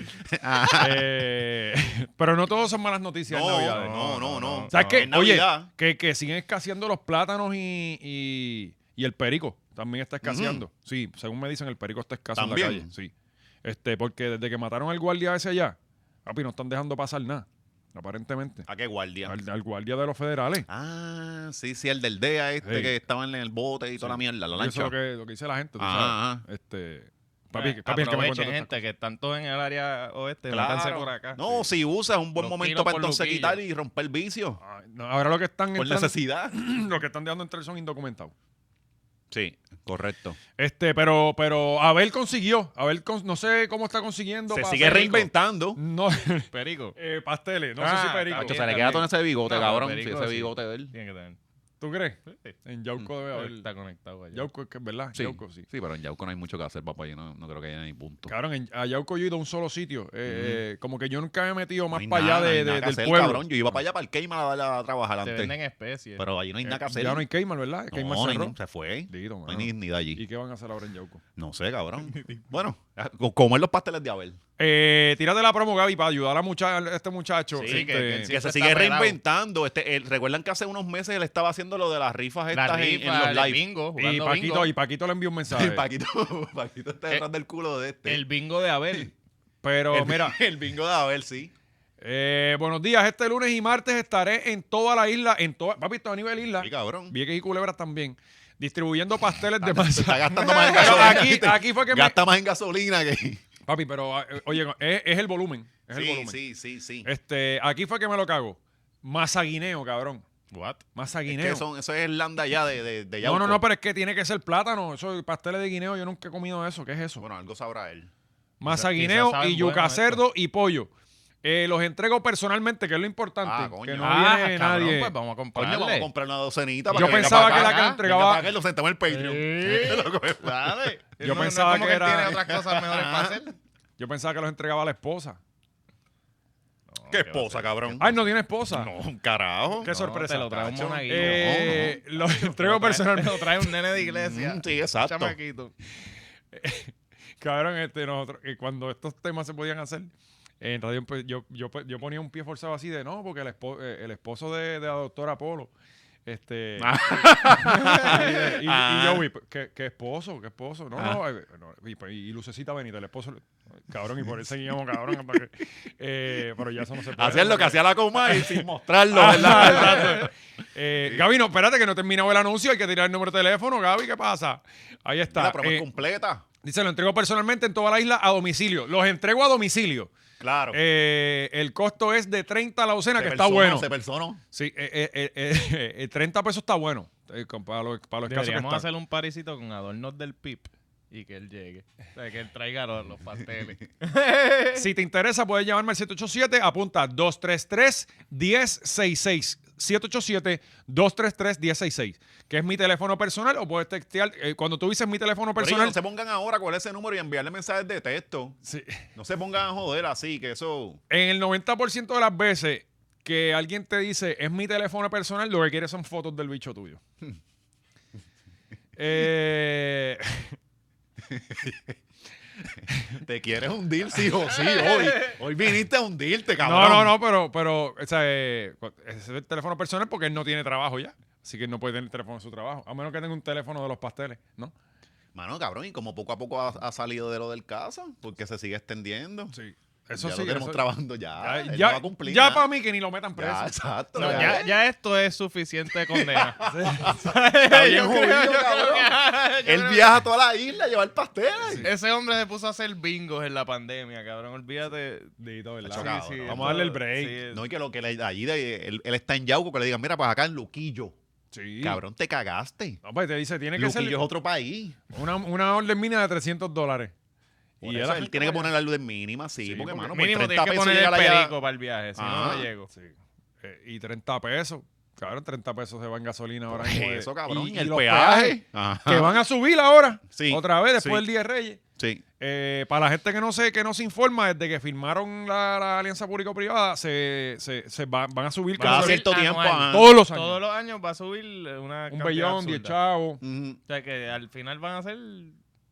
[SPEAKER 1] Eh, pero no todos son malas noticias. en
[SPEAKER 3] Ah. No,
[SPEAKER 1] Navidades.
[SPEAKER 3] no, no, no.
[SPEAKER 1] ¿Sabes
[SPEAKER 3] No,
[SPEAKER 1] qué?
[SPEAKER 3] en
[SPEAKER 1] Oye,
[SPEAKER 3] Navidad.
[SPEAKER 1] que, que siguen escaseando los plátanos y, y, y el perico. También está escaseando. Sí, según me dicen, el perico está escaso en la
[SPEAKER 3] ¿También?
[SPEAKER 1] calle. Sí. Este, porque desde que mataron al guardia ese allá, papi, no están dejando pasar nada, aparentemente.
[SPEAKER 3] ¿A Ah, qué guardia?
[SPEAKER 1] Al, al guardia de los federales.
[SPEAKER 3] Ah, sí, sí, el del DEA este
[SPEAKER 1] Sí.
[SPEAKER 3] que estaba en el bote y toda
[SPEAKER 1] Sí.
[SPEAKER 3] la mierda, Ah, la
[SPEAKER 1] Eso es lo
[SPEAKER 3] lancha.
[SPEAKER 1] que, lo que dice la gente, tú
[SPEAKER 3] Ah, Eh,
[SPEAKER 1] sabes. Este, papi,
[SPEAKER 2] Papi,
[SPEAKER 1] papi, el que me cuenta
[SPEAKER 2] Aprovechen,
[SPEAKER 1] todas estas
[SPEAKER 2] gente, que están todos en el área oeste.
[SPEAKER 3] Claro.
[SPEAKER 2] Métanse por
[SPEAKER 1] Ah,
[SPEAKER 2] acá.
[SPEAKER 3] No, si usa es un buen
[SPEAKER 2] Los
[SPEAKER 3] momento
[SPEAKER 2] tiros
[SPEAKER 3] para
[SPEAKER 2] por
[SPEAKER 3] entonces
[SPEAKER 2] Luquillo.
[SPEAKER 3] quitar y romper el vicio.
[SPEAKER 1] Ay, no, ahora lo que están
[SPEAKER 3] Por
[SPEAKER 1] entrando- (laughs) (clears throat)
[SPEAKER 3] necesidad.
[SPEAKER 1] lo que están dejando entrar son indocumentados.
[SPEAKER 3] Sí, correcto.
[SPEAKER 1] Este, pero, pero Abel consiguió. Abel con- no sé cómo está consiguiendo.
[SPEAKER 3] Se
[SPEAKER 1] pa-
[SPEAKER 3] sigue
[SPEAKER 1] ser rico.
[SPEAKER 3] reinventando.
[SPEAKER 1] No,
[SPEAKER 2] Perico.
[SPEAKER 1] eh, pasteles. No
[SPEAKER 2] Ah,
[SPEAKER 1] sé si perico.
[SPEAKER 2] está
[SPEAKER 3] Hacho,
[SPEAKER 2] bien.
[SPEAKER 3] se le queda todo en ese bigote,
[SPEAKER 2] No,
[SPEAKER 3] cabrón.
[SPEAKER 2] perico,
[SPEAKER 3] sí, ese
[SPEAKER 2] sí.
[SPEAKER 3] bigote de él.
[SPEAKER 2] Tiene que tener.
[SPEAKER 1] ¿Tú crees?
[SPEAKER 2] Sí.
[SPEAKER 1] En Yauco debe haber.
[SPEAKER 2] Está conectado allá.
[SPEAKER 1] Yauco es que es verdad.
[SPEAKER 3] Mm. Sí.
[SPEAKER 1] Yauco, sí.
[SPEAKER 3] Sí, pero en Yauco no hay mucho que hacer, papá. Yo no, no creo que haya ni punto.
[SPEAKER 1] Cabrón, en, a Yauco yo he ido a un solo sitio. Eh, eh, como que yo nunca me he metido
[SPEAKER 3] No
[SPEAKER 1] más
[SPEAKER 3] hay
[SPEAKER 1] para allá
[SPEAKER 3] nada, no hay
[SPEAKER 1] de- de-
[SPEAKER 3] nada que
[SPEAKER 1] del
[SPEAKER 3] hacer,
[SPEAKER 1] pueblo.
[SPEAKER 3] cabrón. Yo iba para allá para el Cayman a, a- a trabajar
[SPEAKER 2] Se venden
[SPEAKER 3] antes.
[SPEAKER 2] especies.
[SPEAKER 3] Pero allí no hay nada que
[SPEAKER 1] Eh,
[SPEAKER 3] hacer.
[SPEAKER 1] ya no hay Keimal, ¿verdad? Keimal
[SPEAKER 3] no, no hay-
[SPEAKER 1] cerró.
[SPEAKER 3] se fue.
[SPEAKER 1] Dito,
[SPEAKER 3] No hay
[SPEAKER 1] mano.
[SPEAKER 3] ni, ni de allí.
[SPEAKER 1] ¿Y qué van a hacer ahora en Yauco?
[SPEAKER 3] No sé,
[SPEAKER 1] (laughs)
[SPEAKER 3] cabrón. bueno, a- co- comer los pasteles de Abel.
[SPEAKER 1] Eh, tírate la promo, Gaby, para ayudar a, mucha- a este muchacho.
[SPEAKER 2] Sí, que- que
[SPEAKER 1] Este,
[SPEAKER 2] sí.
[SPEAKER 3] Que se
[SPEAKER 2] Siempre
[SPEAKER 3] sigue
[SPEAKER 2] está pelado.
[SPEAKER 3] reinventando. Este, él- Recuerdan que hace unos meses él estaba haciendo lo de las rifas
[SPEAKER 2] La
[SPEAKER 3] estas en-
[SPEAKER 2] rifa,
[SPEAKER 3] en los
[SPEAKER 2] el
[SPEAKER 3] live.
[SPEAKER 2] bingo,
[SPEAKER 1] Y
[SPEAKER 2] jugando
[SPEAKER 1] Paquito,
[SPEAKER 2] bingo.
[SPEAKER 1] y Paquito le envió un
[SPEAKER 3] El
[SPEAKER 1] mensaje.
[SPEAKER 3] (laughs) Paquito, Paquito
[SPEAKER 1] Eh,
[SPEAKER 3] está detrás del culo de este.
[SPEAKER 2] El bingo de Abel.
[SPEAKER 1] Pero
[SPEAKER 3] El- (laughs)
[SPEAKER 1] mira,
[SPEAKER 3] el bingo de Abel, sí.
[SPEAKER 1] eh, buenos días. Este lunes y martes estaré en toda la isla, en toda, papi, todo a nivel isla.
[SPEAKER 3] Sí, cabrón.
[SPEAKER 1] Vieques y Culebras también, distribuyendo pasteles de
[SPEAKER 3] Se
[SPEAKER 1] masa.
[SPEAKER 3] está gastando más en
[SPEAKER 1] Pero
[SPEAKER 3] gasolina.
[SPEAKER 1] aquí,
[SPEAKER 3] ¿viste?
[SPEAKER 1] aquí fue que me-
[SPEAKER 3] Gasta más en gasolina que.
[SPEAKER 1] Papi, pero eh, oye, es, es el volumen. Es el
[SPEAKER 3] Sí,
[SPEAKER 1] volumen.
[SPEAKER 3] sí, sí, sí.
[SPEAKER 1] Este, aquí fue que me lo cago. Mazaguineo, cabrón.
[SPEAKER 2] What?
[SPEAKER 3] Es
[SPEAKER 1] Mazaguineo.
[SPEAKER 3] que son, eso es landa ya de, de, de
[SPEAKER 1] no,
[SPEAKER 3] Yauco.
[SPEAKER 1] no, no, pero es que tiene que ser plátano. Eso, pasteles de guineo, yo nunca he comido eso. ¿Qué es eso?
[SPEAKER 3] Bueno, algo sabrá él.
[SPEAKER 1] Mazaguineo
[SPEAKER 2] Quizás saben
[SPEAKER 1] y yuca
[SPEAKER 2] bueno
[SPEAKER 1] cerdo y pollo. Eh, los entrego personalmente, que es lo importante.
[SPEAKER 3] Ah, coño.
[SPEAKER 1] Que no
[SPEAKER 2] Ah,
[SPEAKER 1] viene
[SPEAKER 2] cabrón,
[SPEAKER 1] nadie.
[SPEAKER 2] pues vamos a
[SPEAKER 3] Coño, vamos a
[SPEAKER 2] comprarle.
[SPEAKER 3] comprar una docenita para
[SPEAKER 1] Yo
[SPEAKER 3] que venga
[SPEAKER 1] pensaba
[SPEAKER 3] para
[SPEAKER 1] que
[SPEAKER 3] acá.
[SPEAKER 1] la que
[SPEAKER 2] acá,
[SPEAKER 1] entregaba.
[SPEAKER 3] Venga para acá y lo sentamos en el Patreon. (laughs) Lo
[SPEAKER 2] (laughs)
[SPEAKER 3] cogemos.
[SPEAKER 2] Dale.
[SPEAKER 1] Yo
[SPEAKER 2] No- no es
[SPEAKER 1] pensaba
[SPEAKER 2] como
[SPEAKER 1] que
[SPEAKER 2] él
[SPEAKER 1] era-
[SPEAKER 2] tiene otras cosas mejores para hacer.
[SPEAKER 1] Yo pensaba que los entregaba a la esposa.
[SPEAKER 3] ¿Qué esposa, cabrón?
[SPEAKER 1] Ay, no tiene esposa.
[SPEAKER 3] No, un carajo.
[SPEAKER 1] Qué sorpresa.
[SPEAKER 2] te lo trae un
[SPEAKER 1] tacho.
[SPEAKER 2] monaguillo.
[SPEAKER 1] Eh, Los entrego personalmente.
[SPEAKER 2] personalmente. Lo trae un nene de iglesia.
[SPEAKER 3] Mm, Sí, exacto.
[SPEAKER 2] Chamaquito.
[SPEAKER 1] Pues Cabrón, este, nosotros, que cuando estos temas se podían hacer, en radio eh, pues, yo, yo, pues, yo ponía un pie forzado así de no, porque el, espo- eh, el esposo de, de la doctora Polo
[SPEAKER 3] (laughs)
[SPEAKER 1] Este. y, y- y
[SPEAKER 3] Ah.
[SPEAKER 1] yo, güey, ¿qué, qué esposo? ¿Qué esposo? No, no, eh, no, y, pues, y Lucecita Benita, el esposo. Cabrón, y por él seguíamos, cabrón. para que- eh, pero ya eso no se puede.
[SPEAKER 3] Hacer lo que hacía la Coma y
[SPEAKER 1] eh,
[SPEAKER 3] sin mostrarlo,
[SPEAKER 1] Ajá,
[SPEAKER 3] ¿verdad?
[SPEAKER 1] (laughs) exacto. Eh, Gaby, no, espérate que no he terminado el anuncio. Hay que tirar el número de teléfono, Gaby, ¿qué pasa? Ahí está.
[SPEAKER 3] La promo
[SPEAKER 1] Eh,
[SPEAKER 3] es completa.
[SPEAKER 1] dice, lo entrego personalmente en toda la isla a domicilio. Los entrego a domicilio.
[SPEAKER 3] Claro.
[SPEAKER 1] Eh, el costo es de 30 la docena,
[SPEAKER 3] Se
[SPEAKER 1] que está
[SPEAKER 3] personó,
[SPEAKER 1] bueno.
[SPEAKER 3] Se personó.
[SPEAKER 1] Sí, eh, eh, eh, eh, (laughs) eh, 30 pesos está bueno. eh, con- para lo, para lo escaso que
[SPEAKER 2] Deberíamos
[SPEAKER 1] está.
[SPEAKER 2] hacer un parisito con adornos del PIP y que él llegue. O sea, que él traiga los, los pasteles. (laughs)
[SPEAKER 1] Si te interesa, puedes llamarme al 787, apunta 233-1066. 787-233-1066, que es mi teléfono personal, o puedes textear. eh, cuando tú dices mi teléfono
[SPEAKER 3] Pero
[SPEAKER 1] personal.
[SPEAKER 3] no se pongan ahora con ese número y enviarle mensajes de texto.
[SPEAKER 1] Sí.
[SPEAKER 3] No se pongan a joder así, que eso.
[SPEAKER 1] En el 90% de las veces que alguien te dice es mi teléfono personal, lo que quiere son fotos del bicho
[SPEAKER 3] (laughs)
[SPEAKER 1] tuyo. Eh,
[SPEAKER 3] Te quieres hundir, sí
[SPEAKER 1] (laughs)
[SPEAKER 3] o sí, hoy. Hoy viniste a hundirte,
[SPEAKER 1] no,
[SPEAKER 3] cabrón.
[SPEAKER 1] no, no, pero, pero o sea, eh, cu- ese es el teléfono personal porque él no tiene trabajo ya. Así que él no puede tener teléfono en su trabajo. A menos que tenga un teléfono de los pasteles, ¿no?
[SPEAKER 3] Mano, cabrón, y como poco a poco ha, ha salido de lo del casa, porque se sigue extendiendo.
[SPEAKER 1] Sí. Eso
[SPEAKER 3] ya
[SPEAKER 1] sí.
[SPEAKER 3] lo tenemos
[SPEAKER 1] eso-
[SPEAKER 3] trabajando ya.
[SPEAKER 1] ya
[SPEAKER 3] él
[SPEAKER 1] ya,
[SPEAKER 3] no va a cumplir
[SPEAKER 1] ya
[SPEAKER 3] nada.
[SPEAKER 1] para mí que ni lo metan preso.
[SPEAKER 3] Ya, exacto.
[SPEAKER 2] No, ya, ya esto es suficiente condena. (laughs)
[SPEAKER 3] bien
[SPEAKER 2] Yo creo-
[SPEAKER 3] jodido,
[SPEAKER 2] yo creo
[SPEAKER 3] cabrón.
[SPEAKER 2] que- yo
[SPEAKER 3] Él
[SPEAKER 2] creo
[SPEAKER 3] viaja a toda la isla a llevar pasteles.
[SPEAKER 2] que Ese hombre se puso a hacer bingos en la pandemia, cabrón. Olvídate.
[SPEAKER 1] Dito, ¿verdad?
[SPEAKER 3] Hacho, cabrón.
[SPEAKER 1] Vamos a darle el break.
[SPEAKER 2] sí.
[SPEAKER 3] No, y que lo que le, allí de- él, él está en Yauco, que le digan, mira, para acá en Luquillo.
[SPEAKER 1] Sí.
[SPEAKER 3] Cabrón, te cagaste.
[SPEAKER 1] No, pues te dice, tiene que
[SPEAKER 3] Luquillo
[SPEAKER 1] ser
[SPEAKER 3] es otro país.
[SPEAKER 1] una, una orden mínima de 300 dólares.
[SPEAKER 3] Por
[SPEAKER 1] él
[SPEAKER 3] eso él
[SPEAKER 1] afecta-
[SPEAKER 3] tiene que poner la luz en mínima, sí,
[SPEAKER 1] Sí, porque
[SPEAKER 3] porque,
[SPEAKER 1] pues,
[SPEAKER 3] mano, por
[SPEAKER 2] Mínimo
[SPEAKER 3] 30
[SPEAKER 2] tienes que
[SPEAKER 3] pesos
[SPEAKER 2] poner el
[SPEAKER 3] llegar allá.
[SPEAKER 2] perico para el viaje, si no,
[SPEAKER 1] Ah.
[SPEAKER 3] Ajá.
[SPEAKER 2] no llego.
[SPEAKER 1] Sí. Eh, y 30 pesos. Cabrón, 30 pesos se van gasolina ahora
[SPEAKER 3] Por
[SPEAKER 1] mismo de-
[SPEAKER 3] Eso, cabrón,
[SPEAKER 1] pues. Y,
[SPEAKER 3] y,
[SPEAKER 1] y
[SPEAKER 3] el
[SPEAKER 1] los
[SPEAKER 3] peaje.
[SPEAKER 1] peajes
[SPEAKER 3] Ajá.
[SPEAKER 1] Que van a subir ahora.
[SPEAKER 3] Sí,
[SPEAKER 1] Otra vez después del
[SPEAKER 3] sí.
[SPEAKER 1] Día de Reyes.
[SPEAKER 3] Sí.
[SPEAKER 1] Eh, para la gente que no sé, que no se informa, desde que firmaron la, la alianza público-privada, se, se, se va- van a subir
[SPEAKER 3] Cada
[SPEAKER 1] como
[SPEAKER 2] Subir
[SPEAKER 3] cierto tiempo,
[SPEAKER 2] anual.
[SPEAKER 3] ah.
[SPEAKER 1] todos los años.
[SPEAKER 2] Todos los años va a subir una
[SPEAKER 1] un
[SPEAKER 2] cantidad
[SPEAKER 1] bellón, 10
[SPEAKER 2] absurda.
[SPEAKER 1] chavos.
[SPEAKER 3] Ujú.
[SPEAKER 2] O sea que al final van a ser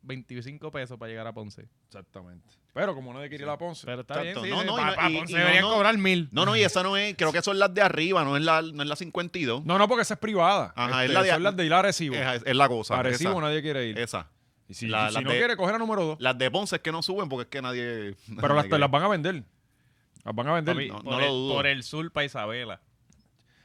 [SPEAKER 2] 25 pesos para llegar a Ponce.
[SPEAKER 1] Exactamente. Pero como no de Kirill Ponce.
[SPEAKER 2] Pero está
[SPEAKER 3] Exacto.
[SPEAKER 2] bien,
[SPEAKER 3] No, no, y no-
[SPEAKER 2] para
[SPEAKER 3] y-
[SPEAKER 2] Ponce
[SPEAKER 3] y no,
[SPEAKER 2] deberían
[SPEAKER 3] no.
[SPEAKER 2] cobrar mil.
[SPEAKER 3] No, no, y esa no es, creo que son las de arriba, no es la, no es la 52.
[SPEAKER 1] No, no, porque esa es privada.
[SPEAKER 3] Ajá,
[SPEAKER 1] Este,
[SPEAKER 3] es la de-
[SPEAKER 1] son las de Hilar Recibo.
[SPEAKER 3] Es, es la cosa.
[SPEAKER 1] A Arecibo
[SPEAKER 3] esa,
[SPEAKER 1] nadie quiere ir.
[SPEAKER 3] esa.
[SPEAKER 1] y si,
[SPEAKER 3] la-
[SPEAKER 1] si
[SPEAKER 3] las
[SPEAKER 1] no
[SPEAKER 3] de-
[SPEAKER 1] quiere, coger a número 2.
[SPEAKER 3] Las de Ponce es que no suben porque es que nadie. (laughs)
[SPEAKER 1] Pero las,
[SPEAKER 3] nadie
[SPEAKER 1] las van a vender. Las van a vender.
[SPEAKER 2] Papi,
[SPEAKER 3] no-
[SPEAKER 2] por,
[SPEAKER 3] no lo
[SPEAKER 2] el,
[SPEAKER 3] dudo.
[SPEAKER 2] por el sur para Isabela.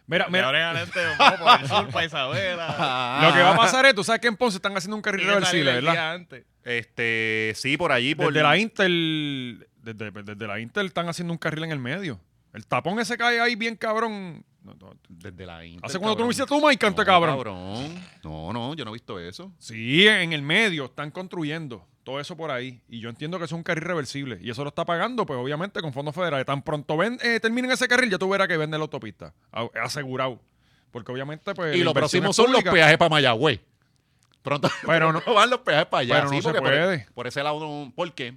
[SPEAKER 1] mira,
[SPEAKER 2] De
[SPEAKER 1] mira,
[SPEAKER 2] ahora en adelante vamos por el sur para Isabela.
[SPEAKER 3] (laughs) Ah,
[SPEAKER 1] lo que va a pasar es, tú sabes que en Ponce están haciendo un carril
[SPEAKER 2] Tiene que salir
[SPEAKER 1] reversible,
[SPEAKER 2] el
[SPEAKER 1] ¿verdad?
[SPEAKER 2] día antes.
[SPEAKER 3] Este, sí, por allí. Por,
[SPEAKER 1] Desde la Intel, desde, desde la Intel están haciendo un carril en el medio. El tapón ese cae ahí bien cabrón. No, no,
[SPEAKER 3] Desde la Inter,
[SPEAKER 1] ¿Hace cuando tú no
[SPEAKER 3] cabrón.
[SPEAKER 1] viste tu Mike, canto de cabrón?
[SPEAKER 3] cabrón. No, no, yo no he visto eso.
[SPEAKER 1] Sí, en el medio están construyendo todo eso por ahí. Y yo entiendo que eso es un carril reversible. Y eso lo está pagando, pues obviamente, con fondos federales. Tan pronto ven, eh, terminen ese carril, ya tú verás que venden la autopista. A- Asegurado. Porque obviamente, pues.
[SPEAKER 3] y
[SPEAKER 1] la
[SPEAKER 3] lo
[SPEAKER 1] inversión
[SPEAKER 3] próximo
[SPEAKER 1] es
[SPEAKER 3] son
[SPEAKER 1] pública.
[SPEAKER 3] los peajes para Mayagüez. Pronto,
[SPEAKER 1] (laughs) Pero no-
[SPEAKER 3] (laughs) van los peajes para allá.
[SPEAKER 1] pero
[SPEAKER 3] sí,
[SPEAKER 1] no se
[SPEAKER 3] porque por- e-,
[SPEAKER 1] puede.
[SPEAKER 3] Por, ese lado, no- ¿por qué?